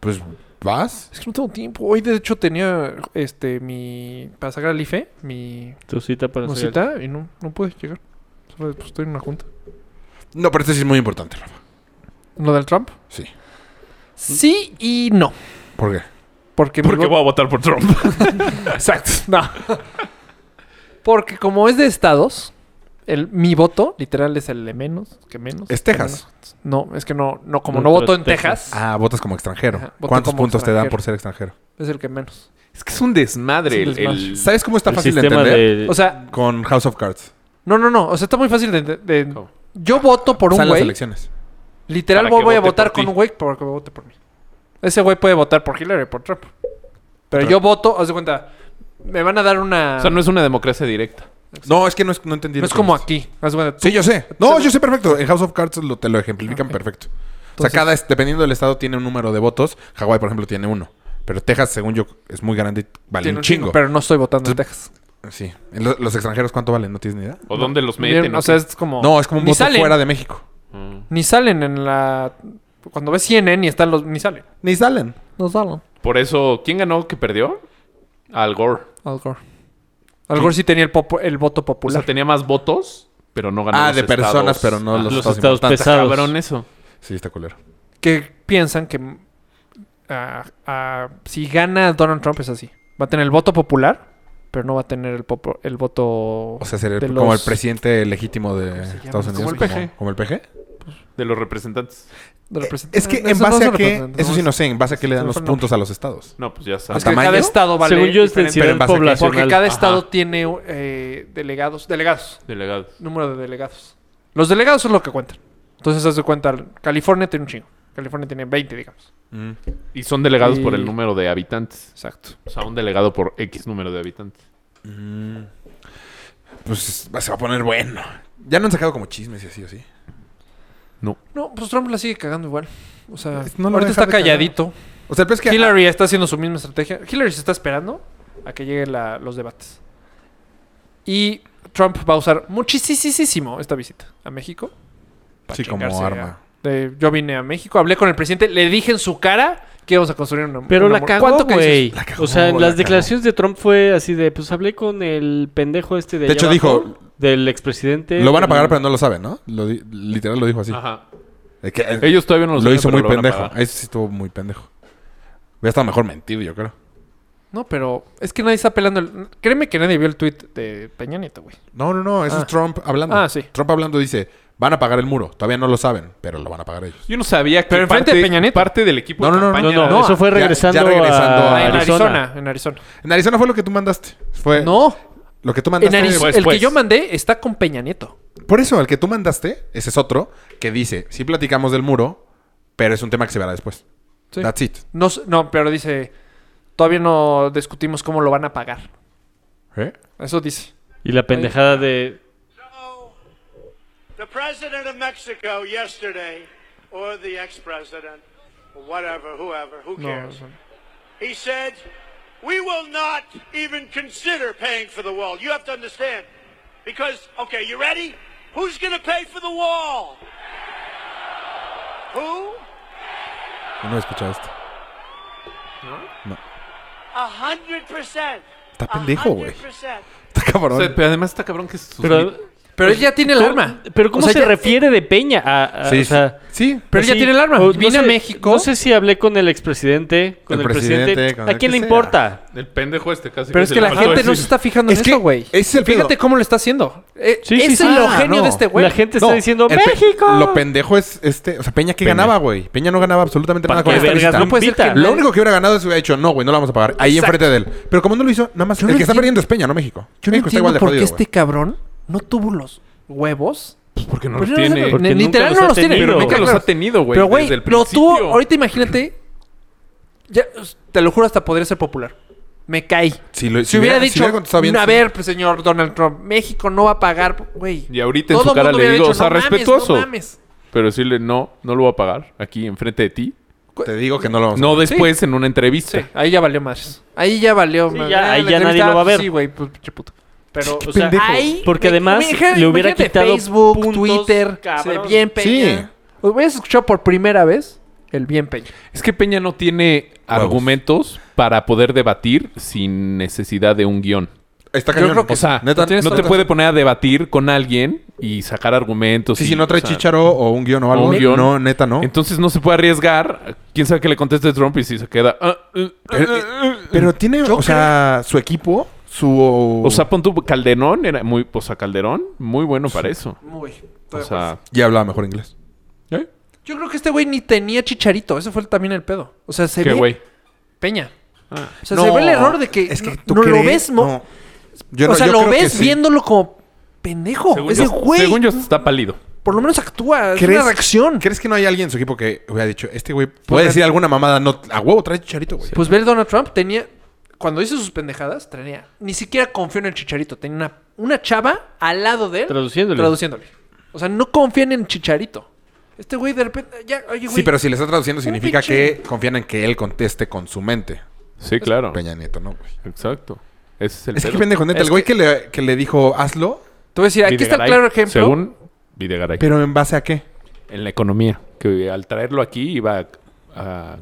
[SPEAKER 5] pues ¿Vas?
[SPEAKER 2] Es que no tengo tiempo. Hoy, de hecho, tenía este mi. Para sacar al IFE, E, mi
[SPEAKER 4] Tu cita para salir.
[SPEAKER 2] cita y no, no pude llegar. Solo pues, estoy en una junta.
[SPEAKER 5] No, pero este sí es muy importante, Rafa.
[SPEAKER 2] ¿Lo del Trump?
[SPEAKER 5] Sí.
[SPEAKER 2] Sí y no.
[SPEAKER 5] ¿Por qué?
[SPEAKER 2] Porque, mi
[SPEAKER 6] Porque
[SPEAKER 2] voto-
[SPEAKER 6] voy a votar por Trump.
[SPEAKER 2] Exacto. No. Porque como es de estados, el, mi voto literal es el de menos, que menos.
[SPEAKER 5] Es
[SPEAKER 2] que
[SPEAKER 5] Texas.
[SPEAKER 2] menos. No, es que no, no como
[SPEAKER 4] No
[SPEAKER 2] no, voto
[SPEAKER 4] entras
[SPEAKER 2] en
[SPEAKER 4] Texas.
[SPEAKER 2] Texas,
[SPEAKER 5] Ah, votas como extranjero.
[SPEAKER 2] Ajá, voto
[SPEAKER 5] ¿Cuántos
[SPEAKER 2] como
[SPEAKER 5] puntos te dan
[SPEAKER 2] extranjero.
[SPEAKER 5] por ser extranjero?
[SPEAKER 2] es el que menos.
[SPEAKER 6] es que es un desmadre.
[SPEAKER 2] Es un
[SPEAKER 6] el- el-
[SPEAKER 5] ¿Sabes cómo está
[SPEAKER 4] El
[SPEAKER 5] fácil de
[SPEAKER 4] sistema
[SPEAKER 5] entender?
[SPEAKER 4] de...
[SPEAKER 2] O sea,
[SPEAKER 5] Con House of Cards.
[SPEAKER 2] no, no, no. O sea, está muy fácil de... de-
[SPEAKER 6] ¿Cómo?
[SPEAKER 2] yo voto por un
[SPEAKER 5] Están las
[SPEAKER 2] güey.
[SPEAKER 5] elecciones.
[SPEAKER 2] Literal
[SPEAKER 6] Para que
[SPEAKER 2] voy a
[SPEAKER 6] vote
[SPEAKER 2] votar
[SPEAKER 6] por ti.
[SPEAKER 2] con un güey para que vote por mí. Ese güey puede votar por Hillary, por Trump. Pero yo voto, haz de cuenta, me van a dar una...
[SPEAKER 6] o sea, no es una democracia directa.
[SPEAKER 5] No, es que no, es- no entendí.
[SPEAKER 2] no
[SPEAKER 5] lo
[SPEAKER 2] es
[SPEAKER 5] que
[SPEAKER 2] como
[SPEAKER 5] dijiste.
[SPEAKER 2] aquí. Haz de cuenta,
[SPEAKER 5] Sí, yo sé. No, yo sé perfecto. En House of Cards lo- te lo ejemplifican perfecto. o sea,
[SPEAKER 2] Entonces-
[SPEAKER 5] cada, est- dependiendo del estado, tiene un número de votos. Hawái, por ejemplo, tiene uno. Pero Texas, según yo, es muy grande y vale
[SPEAKER 2] tiene
[SPEAKER 5] un chingo.
[SPEAKER 2] Pero no estoy votando en
[SPEAKER 5] Entonces,
[SPEAKER 2] Texas.
[SPEAKER 5] Sí. Lo- ¿Los extranjeros cuánto valen? ¿No tienes ni idea?
[SPEAKER 6] ¿O dónde los pues meten?
[SPEAKER 2] o
[SPEAKER 6] o
[SPEAKER 2] sea,
[SPEAKER 6] qué?
[SPEAKER 2] es como...
[SPEAKER 5] No, es como un
[SPEAKER 2] ni
[SPEAKER 5] voto
[SPEAKER 2] salen.
[SPEAKER 5] fuera de México.
[SPEAKER 2] Ni salen en la... Cuando ves CNN y están los... Ni salen.
[SPEAKER 5] Ni salen.
[SPEAKER 2] No salen.
[SPEAKER 6] Por eso, ¿quién ganó que perdió? Al Gore.
[SPEAKER 2] Al Gore. Al Gore sí tenía el, popu- el voto
[SPEAKER 6] O sea,
[SPEAKER 2] popular.
[SPEAKER 6] tenía más votos, pero no ganó.
[SPEAKER 5] ah,
[SPEAKER 6] los
[SPEAKER 5] de personas,
[SPEAKER 6] estados.
[SPEAKER 5] pero no
[SPEAKER 4] Ah,
[SPEAKER 5] los,
[SPEAKER 4] los
[SPEAKER 5] estados.
[SPEAKER 4] estados
[SPEAKER 5] importantes.
[SPEAKER 4] pesados.
[SPEAKER 6] Cabrón eso.
[SPEAKER 5] Sí, está culero.
[SPEAKER 2] que piensan que... ah, ah, si gana Donald Trump es así. Va a tener el voto popular, pero no va a tener el, popu- el voto...
[SPEAKER 5] O sea, sería
[SPEAKER 2] de
[SPEAKER 5] como el
[SPEAKER 2] los-
[SPEAKER 5] presidente legítimo de
[SPEAKER 2] se llama?
[SPEAKER 5] Estados
[SPEAKER 6] Como
[SPEAKER 5] Unidos.
[SPEAKER 6] el PG.
[SPEAKER 5] Como el PG.
[SPEAKER 6] De los representantes.
[SPEAKER 2] de represent-
[SPEAKER 5] Es que
[SPEAKER 2] No,
[SPEAKER 5] en
[SPEAKER 2] eso no
[SPEAKER 5] base
[SPEAKER 2] se
[SPEAKER 5] a qué...
[SPEAKER 2] representa,
[SPEAKER 5] Eso sí no sé. En base a qué le dan
[SPEAKER 2] se
[SPEAKER 5] los
[SPEAKER 2] fue el nombre.
[SPEAKER 5] puntos a los estados.
[SPEAKER 6] No, pues ya está.
[SPEAKER 2] Es que
[SPEAKER 5] ¿Tamaño?
[SPEAKER 2] cada estado vale
[SPEAKER 4] Según yo es
[SPEAKER 2] diferente.
[SPEAKER 5] Pero
[SPEAKER 4] densidad
[SPEAKER 5] en base a qué.
[SPEAKER 4] poblacional.
[SPEAKER 2] Porque cada estado
[SPEAKER 6] Ajá.
[SPEAKER 2] tiene eh, delegados. Delegados.
[SPEAKER 6] Delegados.
[SPEAKER 2] Número de delegados. Los delegados son lo que cuentan. Entonces, haz de cuenta, California tiene un chingo. California tiene 20, digamos.
[SPEAKER 5] Mm.
[SPEAKER 6] Y son delegados por el
[SPEAKER 2] Y-
[SPEAKER 6] número de habitantes.
[SPEAKER 2] Exacto.
[SPEAKER 6] O sea, un delegado por X número de habitantes.
[SPEAKER 5] Mm. Pues va- se va a poner bueno. Ya no han sacado como chismes y así, así.
[SPEAKER 2] No, pues Trump la sigue cagando igual. O sea,
[SPEAKER 5] No lo va a
[SPEAKER 2] ahorita
[SPEAKER 5] dejar
[SPEAKER 2] está
[SPEAKER 5] de cagar.
[SPEAKER 2] calladito.
[SPEAKER 5] O sea, el pez que.
[SPEAKER 2] Hillary está haciendo su misma estrategia. Hillary se está esperando a que lleguen la- los debates. Y Trump va a usar muchísimo esta visita a México. para
[SPEAKER 5] Sí, como
[SPEAKER 2] chingarse
[SPEAKER 5] arma.
[SPEAKER 2] a- de- yo vine a México, hablé con el presidente, le dije en su cara que íbamos a construir una...
[SPEAKER 4] Pero
[SPEAKER 2] una
[SPEAKER 4] la
[SPEAKER 2] mur-
[SPEAKER 4] cagó,
[SPEAKER 2] que dices?
[SPEAKER 4] güey.
[SPEAKER 5] La cagó,
[SPEAKER 4] O sea, en
[SPEAKER 5] la
[SPEAKER 4] las
[SPEAKER 5] cagó.
[SPEAKER 4] declaraciones de Trump fue así de... Pues hablé con el pendejo este de
[SPEAKER 5] De
[SPEAKER 4] allá
[SPEAKER 5] hecho,
[SPEAKER 4] abajo,
[SPEAKER 5] dijo-
[SPEAKER 4] Del expresidente.
[SPEAKER 5] Lo van a pagar,
[SPEAKER 4] del-
[SPEAKER 5] pero no lo saben, ¿no? Lo di- literal lo dijo así.
[SPEAKER 6] Ajá.
[SPEAKER 5] Es que, eh,
[SPEAKER 6] Ellos todavía no
[SPEAKER 5] lo
[SPEAKER 6] los saben,
[SPEAKER 5] hizo
[SPEAKER 6] pero
[SPEAKER 5] muy
[SPEAKER 6] lo van a
[SPEAKER 5] pendejo.
[SPEAKER 6] pagar.
[SPEAKER 5] Eso sí estuvo muy pendejo. Hubiera estado mejor mentir, yo creo.
[SPEAKER 2] No, pero es que nadie está apelando... el- Créeme que nadie vio el tweet de Peña Nieto, güey.
[SPEAKER 5] No, no, no. Eso
[SPEAKER 2] Ah.
[SPEAKER 5] es Trump hablando.
[SPEAKER 2] Ah, sí.
[SPEAKER 5] Trump hablando dice: van a pagar el muro. Todavía no lo saben, pero lo van a pagar ellos.
[SPEAKER 6] Yo no sabía que
[SPEAKER 2] Pero enfrente
[SPEAKER 6] parte,
[SPEAKER 2] de Peña Nieto.
[SPEAKER 6] parte del equipo
[SPEAKER 5] No, no, no,
[SPEAKER 6] de campaña
[SPEAKER 4] No, no,
[SPEAKER 6] era-
[SPEAKER 4] eso fue
[SPEAKER 5] ya- ya
[SPEAKER 4] regresando,
[SPEAKER 5] regresando
[SPEAKER 4] a,
[SPEAKER 5] a-
[SPEAKER 2] en
[SPEAKER 4] Arizona.
[SPEAKER 2] Arizona, en Arizona.
[SPEAKER 5] En Arizona fue lo que tú mandaste. Fue
[SPEAKER 2] No,
[SPEAKER 5] Lo que tú
[SPEAKER 2] en
[SPEAKER 5] mandaste.
[SPEAKER 2] Ariz-
[SPEAKER 6] Pues,
[SPEAKER 2] el
[SPEAKER 6] pues.
[SPEAKER 2] que yo mandé está con Peña Nieto.
[SPEAKER 5] Por eso, el que tú mandaste, ese es otro, que dice: sí platicamos del muro, pero es un tema que se verá después.
[SPEAKER 2] Sí.
[SPEAKER 5] That's it.
[SPEAKER 2] No, s- no, pero dice, todavía no discutimos cómo lo van a pagar.
[SPEAKER 5] ¿Eh?
[SPEAKER 2] Eso dice.
[SPEAKER 4] Y la pendejada de...
[SPEAKER 3] So, the president of Mexico yesterday, or the ex-president, or whatever, whoever, who
[SPEAKER 2] No,
[SPEAKER 3] cares?
[SPEAKER 2] eso no.
[SPEAKER 3] He said, "We will not even consider paying for the wall." You have to understand, because okay, you ready? Who's going to pay for the wall? Who?
[SPEAKER 5] Yo no he escuchado esto.
[SPEAKER 3] A hundred percent.
[SPEAKER 5] Está
[SPEAKER 3] A
[SPEAKER 5] pendejo, güey.
[SPEAKER 3] hundred percent.
[SPEAKER 5] Está
[SPEAKER 6] O
[SPEAKER 5] cabrón.
[SPEAKER 6] sea, pero además está cabrón que es sus-
[SPEAKER 4] Pero,
[SPEAKER 2] Pues, Pero él ya tiene el arma.
[SPEAKER 4] pero ¿cómo
[SPEAKER 2] O sea,
[SPEAKER 4] se
[SPEAKER 2] ya- eh,
[SPEAKER 4] refiere de Peña? A, a-
[SPEAKER 5] sí,
[SPEAKER 4] Ah, o sea,
[SPEAKER 5] sí.
[SPEAKER 2] Pero él ya
[SPEAKER 4] así,
[SPEAKER 2] tiene el arma.
[SPEAKER 4] o- no
[SPEAKER 2] Vine a
[SPEAKER 4] sé-
[SPEAKER 2] México.
[SPEAKER 4] No sé si hablé con el expresidente. Con
[SPEAKER 5] El
[SPEAKER 4] el, presidente.
[SPEAKER 5] presidente, con
[SPEAKER 4] ¿A
[SPEAKER 5] el
[SPEAKER 4] quién le
[SPEAKER 5] que sea.
[SPEAKER 4] importa?
[SPEAKER 6] El pendejo este casi.
[SPEAKER 2] Pero es
[SPEAKER 6] se
[SPEAKER 2] que
[SPEAKER 6] le
[SPEAKER 2] la
[SPEAKER 6] faltó
[SPEAKER 2] gente no se
[SPEAKER 6] decir.
[SPEAKER 2] está fijando
[SPEAKER 5] Es
[SPEAKER 2] en
[SPEAKER 5] que
[SPEAKER 2] eso, güey.
[SPEAKER 5] ese es el pedo.
[SPEAKER 2] Fíjate cómo lo está haciendo. Eh,
[SPEAKER 4] Sí, sí,
[SPEAKER 2] es
[SPEAKER 4] sí.
[SPEAKER 2] el
[SPEAKER 4] Ah,
[SPEAKER 2] genio
[SPEAKER 5] no.
[SPEAKER 2] de este güey.
[SPEAKER 4] La gente está
[SPEAKER 5] No,
[SPEAKER 4] diciendo
[SPEAKER 5] el pe-
[SPEAKER 4] México.
[SPEAKER 5] Lo pendejo es este. O sea, Peña, ¿qué ganaba, güey? Peña no ganaba absolutamente
[SPEAKER 4] ¿Para
[SPEAKER 5] nada Ah, con
[SPEAKER 4] qué
[SPEAKER 5] esta
[SPEAKER 4] vergas
[SPEAKER 5] lista.
[SPEAKER 4] lo
[SPEAKER 5] No puede-
[SPEAKER 4] invitan?
[SPEAKER 5] Lo único que hubiera ganado es que hubiera dicho, no, güey, no la vamos a pagar. Ahí
[SPEAKER 2] Exacto.
[SPEAKER 5] enfrente de él. Pero como no lo hizo, nada más.
[SPEAKER 2] Yo
[SPEAKER 5] el
[SPEAKER 2] no
[SPEAKER 5] que está
[SPEAKER 2] entiendo-
[SPEAKER 5] perdiendo es Peña, no México.
[SPEAKER 2] Yo no
[SPEAKER 5] México está
[SPEAKER 2] entiendo
[SPEAKER 5] igual de
[SPEAKER 2] por qué
[SPEAKER 5] jodido,
[SPEAKER 2] este cabrón no tuvo los huevos.
[SPEAKER 6] Porque no
[SPEAKER 2] Pues
[SPEAKER 6] los
[SPEAKER 2] no, no,
[SPEAKER 6] tiene.
[SPEAKER 2] no,
[SPEAKER 4] Porque
[SPEAKER 2] ni-
[SPEAKER 4] nunca
[SPEAKER 2] literal
[SPEAKER 4] los
[SPEAKER 2] no
[SPEAKER 4] ha
[SPEAKER 2] los tiene.
[SPEAKER 4] tenido.
[SPEAKER 2] Me
[SPEAKER 6] Nunca
[SPEAKER 2] queda
[SPEAKER 6] los
[SPEAKER 2] claro.
[SPEAKER 6] ha tenido, güey.
[SPEAKER 2] Pero, güey,
[SPEAKER 6] desde el
[SPEAKER 2] lo tuvo.
[SPEAKER 6] principio.
[SPEAKER 2] Ahorita imagínate. Ya, te lo juro, hasta podría ser popular. Me caí.
[SPEAKER 5] Si, lo-
[SPEAKER 2] Si hubiera
[SPEAKER 5] si
[SPEAKER 2] dicho,
[SPEAKER 5] contestado bien,
[SPEAKER 2] a
[SPEAKER 5] sí.
[SPEAKER 2] ver, pues, señor Donald Trump, México no va a pagar, güey.
[SPEAKER 6] Y ahorita en
[SPEAKER 2] Todo
[SPEAKER 6] su cara
[SPEAKER 2] mundo
[SPEAKER 6] le
[SPEAKER 2] hubiera
[SPEAKER 6] digo,
[SPEAKER 2] dicho,
[SPEAKER 6] o sea,
[SPEAKER 2] "No mames,
[SPEAKER 6] respetuoso.
[SPEAKER 2] no mames".
[SPEAKER 6] Pero decirle, no, no lo voy a pagar aquí enfrente de ti.
[SPEAKER 5] Te digo que no lo vamos a
[SPEAKER 6] No
[SPEAKER 5] pagar.
[SPEAKER 6] después en una entrevista.
[SPEAKER 2] Sí, ahí ya valió más. Ahí ya valió
[SPEAKER 4] Sí,
[SPEAKER 2] madres.
[SPEAKER 4] ya,
[SPEAKER 2] Ah,
[SPEAKER 4] ahí
[SPEAKER 2] la
[SPEAKER 4] ya
[SPEAKER 2] entrevista,
[SPEAKER 4] nadie lo va a ver.
[SPEAKER 2] Sí, güey, pues, pinche puto. Pero,
[SPEAKER 4] o sea,
[SPEAKER 5] pendejo.
[SPEAKER 2] ahí.
[SPEAKER 4] Porque
[SPEAKER 2] me-
[SPEAKER 4] además
[SPEAKER 2] imagínate-
[SPEAKER 4] le hubiera
[SPEAKER 2] imagínate
[SPEAKER 4] quitado
[SPEAKER 2] Facebook,
[SPEAKER 4] puntos,
[SPEAKER 2] Twitter.
[SPEAKER 4] cabrón.
[SPEAKER 2] Pues, Se ve bien
[SPEAKER 5] Sí.
[SPEAKER 2] Peña. ¿Lo hubieras escuchado por primera vez? El bien Peña.
[SPEAKER 6] Es que Peña no tiene
[SPEAKER 5] Huevos.
[SPEAKER 6] argumentos para poder debatir sin necesidad de un guión.
[SPEAKER 5] Está
[SPEAKER 6] Yo
[SPEAKER 5] cañón. pues,
[SPEAKER 6] creo que, o sea,
[SPEAKER 5] neta,
[SPEAKER 6] no te
[SPEAKER 5] neta.
[SPEAKER 6] puede poner a debatir con alguien y sacar argumentos.
[SPEAKER 5] Sí,
[SPEAKER 6] y,
[SPEAKER 5] si no trae
[SPEAKER 6] o sea,
[SPEAKER 5] chicharo o un guión o algo.
[SPEAKER 6] un guión.
[SPEAKER 5] No, neta, no.
[SPEAKER 6] Entonces no se puede arriesgar. Quién sabe que le conteste Trump y si se queda. "Ah, eh,
[SPEAKER 5] Pero,
[SPEAKER 6] eh, eh, eh".
[SPEAKER 5] Pero tiene, o sea, su equipo, su...
[SPEAKER 6] o sea, pon tu Calderón era muy, o sea, Calderón, muy bueno para eso.
[SPEAKER 2] Muy.
[SPEAKER 6] O sea,
[SPEAKER 5] Ya hablaba mejor inglés.
[SPEAKER 6] ¿eh?
[SPEAKER 2] Yo creo que este güey ni tenía chicharito. Ese fue el- también el pedo. O sea, se
[SPEAKER 6] qué
[SPEAKER 2] ve
[SPEAKER 6] güey.
[SPEAKER 2] Peña.
[SPEAKER 6] Ah.
[SPEAKER 2] O sea, se ve el error de que, no,
[SPEAKER 5] tú
[SPEAKER 2] no lo
[SPEAKER 5] crees-
[SPEAKER 2] ves, mo-
[SPEAKER 5] no. Yo
[SPEAKER 2] o
[SPEAKER 5] no-
[SPEAKER 2] sea,
[SPEAKER 5] yo
[SPEAKER 2] lo
[SPEAKER 5] creo que
[SPEAKER 2] ves
[SPEAKER 5] sí.
[SPEAKER 2] viéndolo como pendejo.
[SPEAKER 6] Según
[SPEAKER 2] Ese
[SPEAKER 6] yo-
[SPEAKER 2] güey,
[SPEAKER 6] Según yo está pálido.
[SPEAKER 2] por lo menos actúa. Es
[SPEAKER 5] ¿Crees-
[SPEAKER 2] una reacción.
[SPEAKER 5] ¿Crees que no hay alguien en su equipo que hubiera dicho, este güey puede decir alguna mamada, no, a huevo trae chicharito, güey?
[SPEAKER 2] Pues ve el Donald Trump, tenía. Cuando hizo sus pendejadas, tenía. Ni siquiera confió en el chicharito. Tenía una, una chava al lado de él.
[SPEAKER 4] Traduciéndole.
[SPEAKER 2] Traduciéndole. O sea, no confían en chicharito. Este güey de repente. Ya, oye, güey.
[SPEAKER 5] sí, pero si le está traduciendo significa
[SPEAKER 2] pinche-
[SPEAKER 5] que confían en que él conteste con su mente.
[SPEAKER 6] Sí, claro.
[SPEAKER 5] Peña Nieto, ¿no, güey?
[SPEAKER 6] Exacto. Ese es el
[SPEAKER 5] Es que
[SPEAKER 6] pedo.
[SPEAKER 5] pendejo, neta.
[SPEAKER 2] Es
[SPEAKER 5] El güey
[SPEAKER 2] que-
[SPEAKER 5] que... le, que le dijo, hazlo,
[SPEAKER 2] Te voy a decir, aquí está el
[SPEAKER 6] Videgaray,
[SPEAKER 2] claro ejemplo.
[SPEAKER 6] Según Videgaray.
[SPEAKER 5] pero ¿en base a qué?
[SPEAKER 6] En la economía. Que al traerlo aquí iba a, a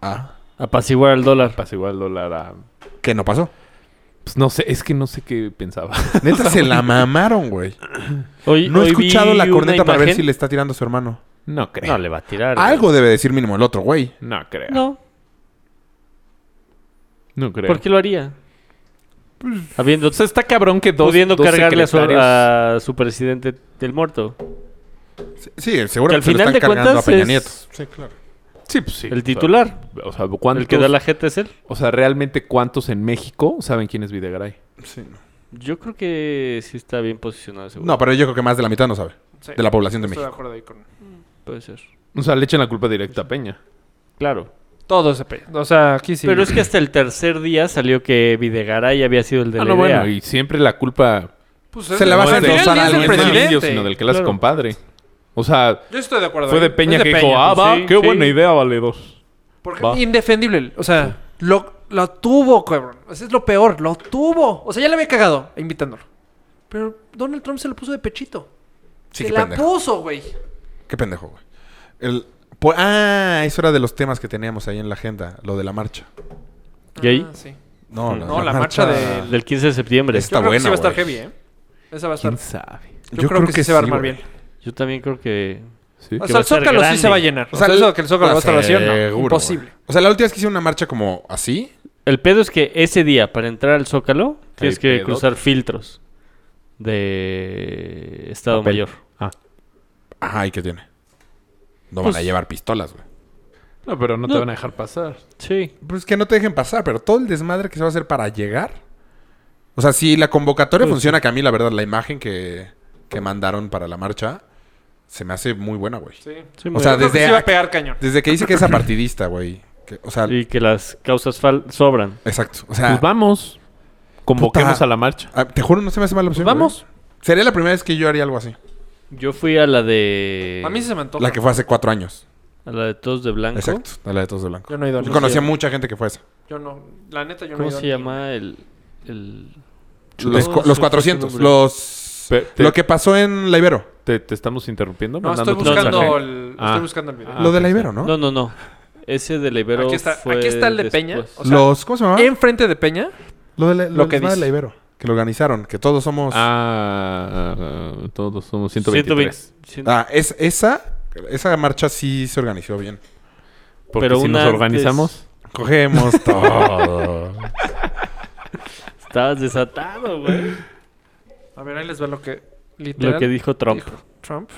[SPEAKER 5] Ah,
[SPEAKER 4] Apaciguar el dólar.
[SPEAKER 6] apaciguar el dólar a...
[SPEAKER 5] que no pasó.
[SPEAKER 6] Pues no sé, es que no sé qué pensaba.
[SPEAKER 5] Neta, se la mamaron, güey.
[SPEAKER 4] Hoy,
[SPEAKER 5] No he
[SPEAKER 4] hoy vi
[SPEAKER 5] escuchado la
[SPEAKER 4] una
[SPEAKER 5] corneta para ver
[SPEAKER 4] imagen.
[SPEAKER 5] si le está tirando a su hermano.
[SPEAKER 6] No creo.
[SPEAKER 4] No,
[SPEAKER 6] No,
[SPEAKER 4] le va a tirar. güey.
[SPEAKER 5] Algo debe decir mínimo el otro, güey.
[SPEAKER 6] creo. No.
[SPEAKER 4] No,
[SPEAKER 6] creo.
[SPEAKER 4] ¿por qué lo haría?
[SPEAKER 5] Pues,
[SPEAKER 4] Habiendo,
[SPEAKER 6] O sea, está cabrón que dos,
[SPEAKER 4] pudiendo
[SPEAKER 6] dos
[SPEAKER 4] cargarle a su,
[SPEAKER 6] secretarios-
[SPEAKER 4] a su presidente del muerto.
[SPEAKER 5] Sí,
[SPEAKER 4] Que
[SPEAKER 5] seguro
[SPEAKER 4] al
[SPEAKER 5] se lo
[SPEAKER 4] final de
[SPEAKER 5] están cargando a
[SPEAKER 4] cuentas
[SPEAKER 5] Peña
[SPEAKER 4] es
[SPEAKER 5] Nieto.
[SPEAKER 6] Sí, pues sí. o
[SPEAKER 4] el
[SPEAKER 6] sea,
[SPEAKER 4] titular.
[SPEAKER 6] O sea, ¿cuántos,
[SPEAKER 4] El que da la jeta es él.
[SPEAKER 6] o sea, realmente cuántos en México saben quién es Videgaray.
[SPEAKER 4] Yo creo que sí está bien posicionado. Seguro.
[SPEAKER 5] No, pero yo creo que más de la mitad no sabe.
[SPEAKER 2] Sí.
[SPEAKER 5] De la población de
[SPEAKER 2] Estoy de
[SPEAKER 5] México.
[SPEAKER 2] acuerdo ahí con.
[SPEAKER 4] Puede ser.
[SPEAKER 6] O sea, le echan la culpa directa a Peña. Ah,
[SPEAKER 4] Claro.
[SPEAKER 2] Todo ese pe- O sea, aquí sí.
[SPEAKER 4] Pero es que hasta el tercer día salió que Videgaray había sido el de
[SPEAKER 6] Ah,
[SPEAKER 4] la
[SPEAKER 6] no,
[SPEAKER 4] idea.
[SPEAKER 6] bueno, y siempre la culpa
[SPEAKER 2] Pues,
[SPEAKER 5] Se la
[SPEAKER 2] es-
[SPEAKER 5] vas a
[SPEAKER 2] al final
[SPEAKER 5] endiosar
[SPEAKER 2] es
[SPEAKER 5] al
[SPEAKER 2] del
[SPEAKER 5] güey, ¿no?
[SPEAKER 6] del indio,
[SPEAKER 2] presidente.
[SPEAKER 6] sino del que las
[SPEAKER 4] Claro.
[SPEAKER 6] compadre. O sea,
[SPEAKER 2] Yo estoy de acuerdo.
[SPEAKER 6] fue de
[SPEAKER 2] ahí.
[SPEAKER 6] Peña
[SPEAKER 2] Es
[SPEAKER 6] que dijo, ah,
[SPEAKER 4] pues,
[SPEAKER 6] va,
[SPEAKER 4] sí,
[SPEAKER 6] qué
[SPEAKER 4] sí.
[SPEAKER 6] buena idea, vale dos.
[SPEAKER 2] Porque
[SPEAKER 6] Va.
[SPEAKER 2] indefendible. O sea, lo, lo tuvo, cabrón. Ese es lo peor. Lo tuvo. O sea, ya le había cagado invitándolo. Pero Donald Trump se lo puso de pechito.
[SPEAKER 5] Sí,
[SPEAKER 2] se
[SPEAKER 5] qué
[SPEAKER 2] la
[SPEAKER 5] pendejo.
[SPEAKER 2] puso, güey.
[SPEAKER 5] Qué pendejo, güey. El... po- Ah, eso era de los temas que teníamos ahí en la agenda. Lo de la marcha.
[SPEAKER 4] ¿Gay?
[SPEAKER 2] Ah, sí.
[SPEAKER 5] No,
[SPEAKER 2] No, la marcha de-
[SPEAKER 4] Del 15 de septiembre.
[SPEAKER 5] Ah. Está
[SPEAKER 2] Yo creo que
[SPEAKER 5] buena,
[SPEAKER 2] sí va a estar
[SPEAKER 5] güey.
[SPEAKER 2] heavy, ¿eh? Esa va a estar.
[SPEAKER 6] ¿Quién
[SPEAKER 2] Yo,
[SPEAKER 6] sabe?
[SPEAKER 5] Yo
[SPEAKER 2] creo,
[SPEAKER 5] creo
[SPEAKER 2] que,
[SPEAKER 5] que
[SPEAKER 2] se va a
[SPEAKER 5] sí,
[SPEAKER 2] armar
[SPEAKER 5] güey.
[SPEAKER 2] bien.
[SPEAKER 4] Yo también creo que...
[SPEAKER 6] Sí.
[SPEAKER 2] O
[SPEAKER 4] va
[SPEAKER 2] sea,
[SPEAKER 4] a
[SPEAKER 2] el
[SPEAKER 4] ser
[SPEAKER 2] Zócalo sí
[SPEAKER 4] grande.
[SPEAKER 2] se va a llenar. O sea,
[SPEAKER 5] O sea,
[SPEAKER 2] eso de que el Zócalo va a estar vacío, no.
[SPEAKER 5] Seguro,
[SPEAKER 2] Imposible.
[SPEAKER 5] güey. O sea, la última vez que hice una marcha como así,
[SPEAKER 4] El pedo es que ese día, para entrar al Zócalo, tienes que
[SPEAKER 6] pedote.
[SPEAKER 4] cruzar filtros de Estado
[SPEAKER 6] Papel.
[SPEAKER 4] Mayor.
[SPEAKER 6] Ah.
[SPEAKER 5] ajá, ¿y qué tiene? No
[SPEAKER 4] Pues-
[SPEAKER 5] van a llevar pistolas, güey.
[SPEAKER 6] No, pero no, te
[SPEAKER 4] No.
[SPEAKER 6] van a dejar pasar.
[SPEAKER 4] Sí.
[SPEAKER 5] Pues que no te dejen pasar, pero todo el desmadre que se va a hacer para llegar. O sea, si la convocatoria funciona, que a mí, la verdad, la imagen que, que mandaron para la marcha se me hace muy buena, güey.
[SPEAKER 2] Sí.
[SPEAKER 4] sí
[SPEAKER 5] O
[SPEAKER 4] muy
[SPEAKER 5] sea,
[SPEAKER 2] Yo creo que
[SPEAKER 5] desde,
[SPEAKER 2] sí va a pegar cañón.
[SPEAKER 5] desde que dice que es apartidista, güey. que- O sea,
[SPEAKER 4] bien. Y que las causas fal- sobran.
[SPEAKER 5] exacto. O sea,
[SPEAKER 6] Pues vamos. Convoquemos
[SPEAKER 5] Ah. Puta.
[SPEAKER 6] a la marcha.
[SPEAKER 5] ah, te juro, no se me hace mala opción.
[SPEAKER 2] vamos.
[SPEAKER 5] güey. Sería la primera vez que yo haría algo así.
[SPEAKER 4] Yo fui a la de...
[SPEAKER 2] A mí sí se me antoja.
[SPEAKER 5] La que fue hace cuatro años.
[SPEAKER 4] A la de Todos de Blanco.
[SPEAKER 5] Exacto. de La de todos de blanco.
[SPEAKER 2] Yo no he ido.
[SPEAKER 5] Yo
[SPEAKER 2] no.
[SPEAKER 5] conocía mucha gente que fue esa.
[SPEAKER 2] Yo no. La neta, yo no he
[SPEAKER 4] ¿Cómo
[SPEAKER 2] ido.
[SPEAKER 4] se llama el...? el...
[SPEAKER 5] Los,
[SPEAKER 4] No,
[SPEAKER 5] cu-
[SPEAKER 4] se me
[SPEAKER 5] los
[SPEAKER 4] fue
[SPEAKER 5] 400.
[SPEAKER 4] su nombre.
[SPEAKER 5] Los,
[SPEAKER 6] Pe- te,
[SPEAKER 5] lo que pasó en la Ibero.
[SPEAKER 6] te, te estamos interrumpiendo.
[SPEAKER 2] No, estoy
[SPEAKER 6] mandando tu
[SPEAKER 2] buscando
[SPEAKER 6] mensaje.
[SPEAKER 2] el,
[SPEAKER 6] Ah.
[SPEAKER 2] estoy buscando el video.
[SPEAKER 6] Ah,
[SPEAKER 5] lo de la
[SPEAKER 6] sí, sí.
[SPEAKER 5] Ibero, ¿no?
[SPEAKER 4] No, no, no. Ese de la Ibero
[SPEAKER 2] Aquí está-
[SPEAKER 4] fue
[SPEAKER 2] aquí está el de Peña.
[SPEAKER 4] después.
[SPEAKER 2] O sea,
[SPEAKER 5] los, ¿Cómo se llamaba?
[SPEAKER 2] Enfrente de Peña.
[SPEAKER 5] Lo de la,
[SPEAKER 2] lo que
[SPEAKER 5] desmadre de la
[SPEAKER 2] dice.
[SPEAKER 5] Ibero. Que lo organizaron. Que todos somos... Ah,
[SPEAKER 6] Ah, ah, todos somos 123.
[SPEAKER 4] 120.
[SPEAKER 5] ah, es, esa, esa marcha sí se organizó bien.
[SPEAKER 6] Porque
[SPEAKER 4] Pero
[SPEAKER 6] si
[SPEAKER 4] una
[SPEAKER 6] nos
[SPEAKER 4] antes-
[SPEAKER 6] organizamos...
[SPEAKER 5] Cogemos todo.
[SPEAKER 4] Estabas desatado, güey.
[SPEAKER 2] A ver, ahí les va lo que literal
[SPEAKER 4] Lo que dijo Trump.
[SPEAKER 2] dijo Trump.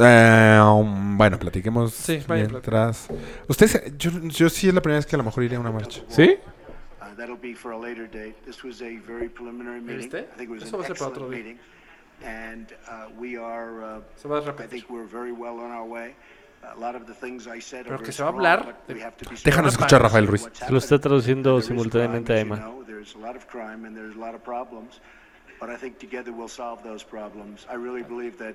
[SPEAKER 5] Eh, um, bueno, platiquemos
[SPEAKER 2] Sí, vaya,
[SPEAKER 5] mientras... Ustedes... Yo, yo sí es la primera vez que a lo mejor iré a una marcha.
[SPEAKER 6] ¿Sí?
[SPEAKER 8] Uh, That'll be for a later date. This was a very preliminary meeting.
[SPEAKER 2] ¿Viste?
[SPEAKER 8] I think it was
[SPEAKER 2] Eso va
[SPEAKER 8] an
[SPEAKER 2] a ser para otro
[SPEAKER 8] excellent
[SPEAKER 2] día.
[SPEAKER 8] meeting. And uh, we are, uh,
[SPEAKER 2] Se va a
[SPEAKER 8] I
[SPEAKER 2] repetir.
[SPEAKER 8] think we're very well on our way. A lot of the things I said
[SPEAKER 2] Pero
[SPEAKER 8] are
[SPEAKER 2] que
[SPEAKER 8] very
[SPEAKER 2] se va a
[SPEAKER 8] strong,
[SPEAKER 2] hablar
[SPEAKER 8] but we have to be
[SPEAKER 5] Déjanos
[SPEAKER 8] strong.
[SPEAKER 5] escuchar a Rafael Ruiz.
[SPEAKER 8] What's
[SPEAKER 4] Lo está
[SPEAKER 8] happening.
[SPEAKER 4] traduciendo
[SPEAKER 8] There is crime,
[SPEAKER 4] simultáneamente a
[SPEAKER 8] as you
[SPEAKER 4] Emma.
[SPEAKER 8] know. There's a lot of crime and there's a lot of problems, but I think together we'll solve those problems. I really believe that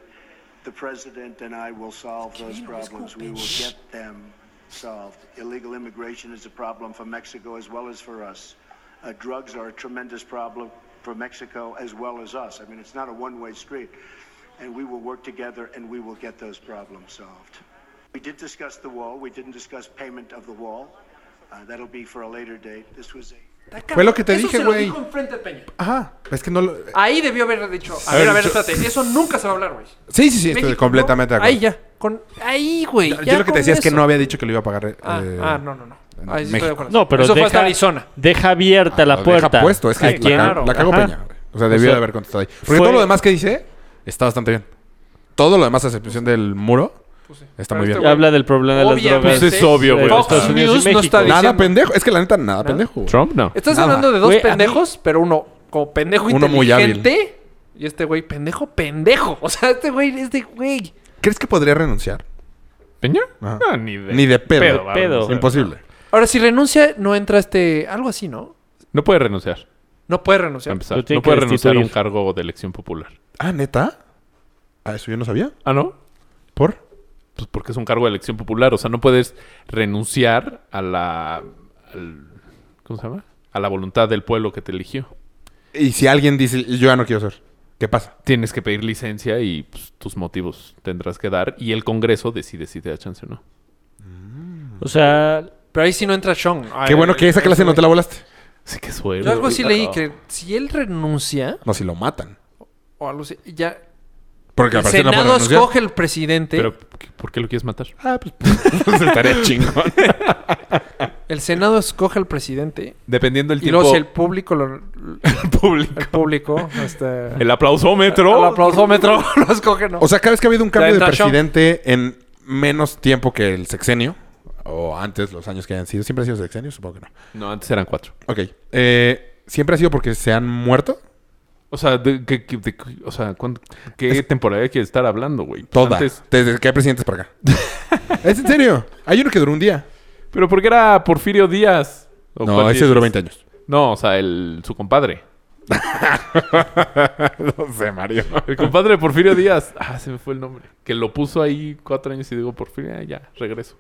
[SPEAKER 8] the president and I will solve those problems. We will get them solved. Illegal immigration is a problem for Mexico as well as for us. Uh, drugs are a tremendous problem for Mexico as well as us. I mean, it's not a one-way street. And we will work together and we will get those problems solved. We did discuss the wall. We didn't discuss payment of the wall. Uh, that'll be for a later date. This was a
[SPEAKER 5] Fue lo que te
[SPEAKER 2] Eso
[SPEAKER 5] dije,
[SPEAKER 2] se lo
[SPEAKER 5] güey.
[SPEAKER 2] dijo enfrente de Peña.
[SPEAKER 5] Ajá. Es que no lo. eh,
[SPEAKER 2] Ahí debió haber dicho. A,
[SPEAKER 5] A
[SPEAKER 2] ver,
[SPEAKER 5] ver,
[SPEAKER 2] a ver,
[SPEAKER 5] yo-
[SPEAKER 2] espérate. Eso nunca se va a hablar, güey.
[SPEAKER 5] Sí, sí, sí, estoy
[SPEAKER 2] México,
[SPEAKER 5] completamente
[SPEAKER 2] ¿no?
[SPEAKER 5] de acuerdo.
[SPEAKER 2] Ahí ya. Con, ahí, güey.
[SPEAKER 5] Yo lo que te decía es que no
[SPEAKER 2] había.
[SPEAKER 5] había dicho que lo iba a pagar. eh,
[SPEAKER 2] Ah, ah, no, no, no.
[SPEAKER 5] en
[SPEAKER 2] Ahí sí estoy
[SPEAKER 5] México.
[SPEAKER 2] de acuerdo.
[SPEAKER 4] No, pero
[SPEAKER 2] Eso fue
[SPEAKER 4] deja-
[SPEAKER 2] hasta Arizona.
[SPEAKER 4] Deja abierta la
[SPEAKER 5] Ah, lo
[SPEAKER 4] puerta.
[SPEAKER 5] Deja puesto, es que
[SPEAKER 4] ¿A
[SPEAKER 5] la,
[SPEAKER 4] quién?
[SPEAKER 5] ca- la cagó
[SPEAKER 4] Ajá.
[SPEAKER 5] Peña. güey. O sea, debió
[SPEAKER 4] O sea,
[SPEAKER 5] de haber contestado ahí. Porque
[SPEAKER 4] fue-
[SPEAKER 5] todo lo demás que dice está bastante bien. Todo lo demás, a excepción del muro,
[SPEAKER 2] Pues sí.
[SPEAKER 5] está
[SPEAKER 2] Pero
[SPEAKER 5] muy
[SPEAKER 2] este
[SPEAKER 5] bien.
[SPEAKER 2] güey-
[SPEAKER 4] Habla del problema de las
[SPEAKER 2] Obviamente.
[SPEAKER 4] drogas.
[SPEAKER 6] Pues es obvio, güey.
[SPEAKER 4] de
[SPEAKER 2] Fox
[SPEAKER 4] Estados Unidos
[SPEAKER 2] News
[SPEAKER 4] y
[SPEAKER 2] no
[SPEAKER 4] México.
[SPEAKER 2] está
[SPEAKER 5] Nada
[SPEAKER 2] diciendo-
[SPEAKER 5] pendejo. Es que la neta, nada, pendejo. güey.
[SPEAKER 6] Trump no.
[SPEAKER 2] Estás
[SPEAKER 5] Nada.
[SPEAKER 2] hablando de dos
[SPEAKER 4] Güey, a mí-
[SPEAKER 2] pendejos, pero uno como pendejo
[SPEAKER 5] Uno muy
[SPEAKER 2] inteligente. Y este güey, pendejo, pendejo. O sea, este güey es de güey.
[SPEAKER 5] ¿Crees que podría renunciar?
[SPEAKER 6] ¿Peña?
[SPEAKER 5] Ajá.
[SPEAKER 6] No, ni de,
[SPEAKER 5] Ni de pedo.
[SPEAKER 4] De
[SPEAKER 6] va a
[SPEAKER 4] pedo.
[SPEAKER 6] renunciar.
[SPEAKER 5] Imposible.
[SPEAKER 2] Ahora, si renuncia, no entra este. Algo así, ¿no?
[SPEAKER 6] No puede renunciar.
[SPEAKER 2] No puede
[SPEAKER 6] para
[SPEAKER 2] renunciar.
[SPEAKER 6] empezar.
[SPEAKER 4] Lo tiene
[SPEAKER 6] No
[SPEAKER 4] que
[SPEAKER 6] puede renunciar a un
[SPEAKER 4] destituir.
[SPEAKER 6] cargo de elección popular.
[SPEAKER 5] Ah, neta. Ah, eso yo no sabía.
[SPEAKER 6] ¿Ah, no?
[SPEAKER 5] ¿Por?
[SPEAKER 6] Pues porque es un cargo de elección popular. O sea, no puedes renunciar a la. al- ¿Cómo se llama? A la voluntad del pueblo que te eligió.
[SPEAKER 5] Y si alguien dice, yo ya no quiero ser, ¿qué pasa?
[SPEAKER 6] Tienes que pedir licencia y pues, tus motivos tendrás que dar. Y el Congreso decide si te da chance o no.
[SPEAKER 4] O sea,
[SPEAKER 2] Pero ahí sí no entra Sean. Ah,
[SPEAKER 5] Qué bueno que esa clase no te la volaste.
[SPEAKER 6] Sí, que suerte.
[SPEAKER 2] Yo algo así
[SPEAKER 4] este-
[SPEAKER 6] güey.
[SPEAKER 2] leí que si él renuncia,
[SPEAKER 5] No, si lo matan.
[SPEAKER 2] o algo así, ya.
[SPEAKER 5] Porque
[SPEAKER 2] El
[SPEAKER 5] al parecer no puede
[SPEAKER 2] Senado
[SPEAKER 5] renunciar.
[SPEAKER 2] escoge el presidente.
[SPEAKER 6] Pero, ¿por qué lo quieres matar?
[SPEAKER 5] Ah, pues, Estaría chingón.
[SPEAKER 2] El Senado escoge al presidente.
[SPEAKER 6] Dependiendo del
[SPEAKER 2] Y
[SPEAKER 6] tiempo.
[SPEAKER 2] luego si el público lo- el
[SPEAKER 6] el público.
[SPEAKER 2] público este
[SPEAKER 6] El aplausómetro.
[SPEAKER 2] el aplausómetro lo escoge no.
[SPEAKER 5] O sea, cada vez que ha habido un cambio de
[SPEAKER 2] entra Trump.
[SPEAKER 5] presidente en menos tiempo que el sexenio, o antes, los años que hayan sido, siempre ha sido sexenio, supongo que no.
[SPEAKER 6] No, antes eran cuatro.
[SPEAKER 5] Ok. eh, ¿Siempre ha sido porque se han muerto?
[SPEAKER 6] O sea, de, que- que- de- o sea ¿cuán- ¿qué temporada hay que estar hablando, güey?
[SPEAKER 5] Todas.
[SPEAKER 6] Antes-
[SPEAKER 5] Desde que hay presidentes para acá. ¿Es en serio? Hay uno que duró un día.
[SPEAKER 6] Pero porque era Porfirio Díaz. ¿O
[SPEAKER 5] No,
[SPEAKER 6] cuál
[SPEAKER 5] ese
[SPEAKER 6] dices?
[SPEAKER 5] duró 20 años.
[SPEAKER 6] No, o sea, el, su compadre.
[SPEAKER 5] No sé, Mario.
[SPEAKER 6] El compadre de Porfirio Díaz. Ah, se me fue el nombre. Que lo puso ahí cuatro años y digo, Porfirio, ah, ya, regreso.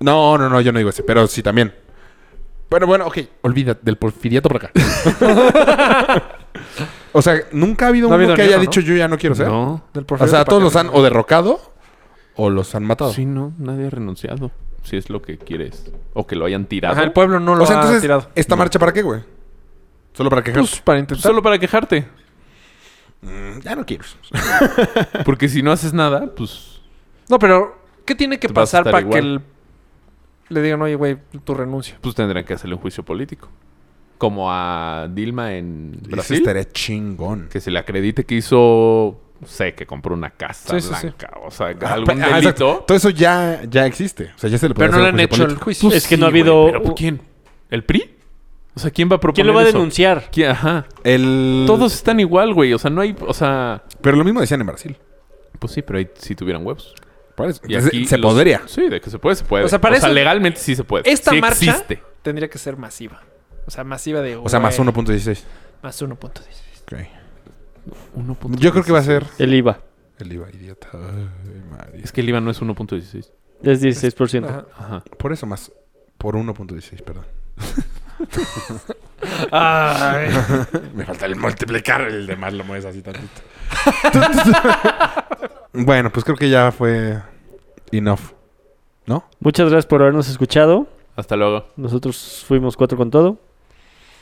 [SPEAKER 5] No, no, no, yo no digo ese, pero sí también. Bueno, bueno, ok. Olvídate del porfiriato por acá. o sea, nunca ha habido
[SPEAKER 2] No ha
[SPEAKER 5] uno
[SPEAKER 2] habido
[SPEAKER 5] que
[SPEAKER 2] ni
[SPEAKER 5] haya
[SPEAKER 2] uno, ¿no?
[SPEAKER 5] dicho yo ya no quiero ser.
[SPEAKER 6] No.
[SPEAKER 2] Del
[SPEAKER 5] O
[SPEAKER 2] Porfirio
[SPEAKER 5] sea,
[SPEAKER 2] Zapata.
[SPEAKER 5] todos los han o derrocado o los han matado.
[SPEAKER 6] Sí, no, nadie ha renunciado. Si es lo que quieres. O que lo hayan tirado.
[SPEAKER 2] Ajá, el pueblo no lo
[SPEAKER 5] o sea,
[SPEAKER 2] ha
[SPEAKER 5] entonces,
[SPEAKER 2] tirado.
[SPEAKER 5] ¿esta marcha para qué, güey? Solo para quejarse.
[SPEAKER 2] Pues, para intentar.
[SPEAKER 6] Solo para quejarte.
[SPEAKER 5] Mm, ya no quiero.
[SPEAKER 6] Porque si no haces nada, pues.
[SPEAKER 2] No, pero ¿qué tiene que
[SPEAKER 6] Te vas a
[SPEAKER 2] pasar
[SPEAKER 6] estar
[SPEAKER 2] para que
[SPEAKER 6] igual.
[SPEAKER 2] el- le digan, "Oye, güey, tu renuncia"?
[SPEAKER 6] Pues tendrán que hacerle un juicio político. Como a Dilma en
[SPEAKER 5] Eso
[SPEAKER 6] Brasil.
[SPEAKER 2] este
[SPEAKER 5] estaría chingón.
[SPEAKER 6] Que se le acredite que hizo. No sé, que compró una casa
[SPEAKER 2] Sí, sí, sí.
[SPEAKER 6] blanca. O sea,
[SPEAKER 5] Ah,
[SPEAKER 6] algún
[SPEAKER 5] ah, exacto.
[SPEAKER 6] delito.
[SPEAKER 5] Todo eso ya, ya existe. O sea, ya se le puede
[SPEAKER 2] Pero no le
[SPEAKER 5] hacer
[SPEAKER 2] han
[SPEAKER 5] un
[SPEAKER 2] hecho
[SPEAKER 5] juicio
[SPEAKER 2] el
[SPEAKER 5] político.
[SPEAKER 2] juicio.
[SPEAKER 4] es que no ha
[SPEAKER 6] Sí, güey,
[SPEAKER 4] habido.
[SPEAKER 6] pero, pues, ¿Quién? ¿El PRI? O sea, ¿quién va a proponer
[SPEAKER 4] ¿Quién lo va a
[SPEAKER 6] eso?
[SPEAKER 4] denunciar?
[SPEAKER 6] ¿Quién? Ajá.
[SPEAKER 5] El...
[SPEAKER 6] Todos están igual, güey. O sea, no hay... O sea...
[SPEAKER 5] Pero lo mismo decían en Brasil.
[SPEAKER 6] Pues sí, pero ahí sí tuvieran huevos.
[SPEAKER 5] Por eso.
[SPEAKER 6] Y
[SPEAKER 5] Entonces,
[SPEAKER 6] aquí
[SPEAKER 5] se
[SPEAKER 6] los-
[SPEAKER 5] podría.
[SPEAKER 6] Sí, de que se puede, se puede.
[SPEAKER 2] O sea, para eso-
[SPEAKER 6] legalmente sí se puede.
[SPEAKER 2] Esta
[SPEAKER 6] Sí
[SPEAKER 2] marcha
[SPEAKER 6] existe.
[SPEAKER 2] tendría que ser masiva. O sea, masiva de
[SPEAKER 5] O sea, más
[SPEAKER 2] güey,
[SPEAKER 5] 1.16.
[SPEAKER 2] más 1.10.
[SPEAKER 5] Ok. Yo creo que va a ser
[SPEAKER 4] El IVA.
[SPEAKER 5] el IVA, idiota. Ay, Mario.
[SPEAKER 6] Es que el IVA no es 1.16.
[SPEAKER 4] Es 16%.
[SPEAKER 2] Ajá.
[SPEAKER 6] Ajá.
[SPEAKER 5] Por eso más. Por 1.16, perdón. Me falta el multiplicar, el demás lo mueves así tantito. bueno, pues creo que ya fue enough. ¿No?
[SPEAKER 4] Muchas gracias por habernos escuchado.
[SPEAKER 6] Hasta luego.
[SPEAKER 4] Nosotros fuimos cuatro con todo.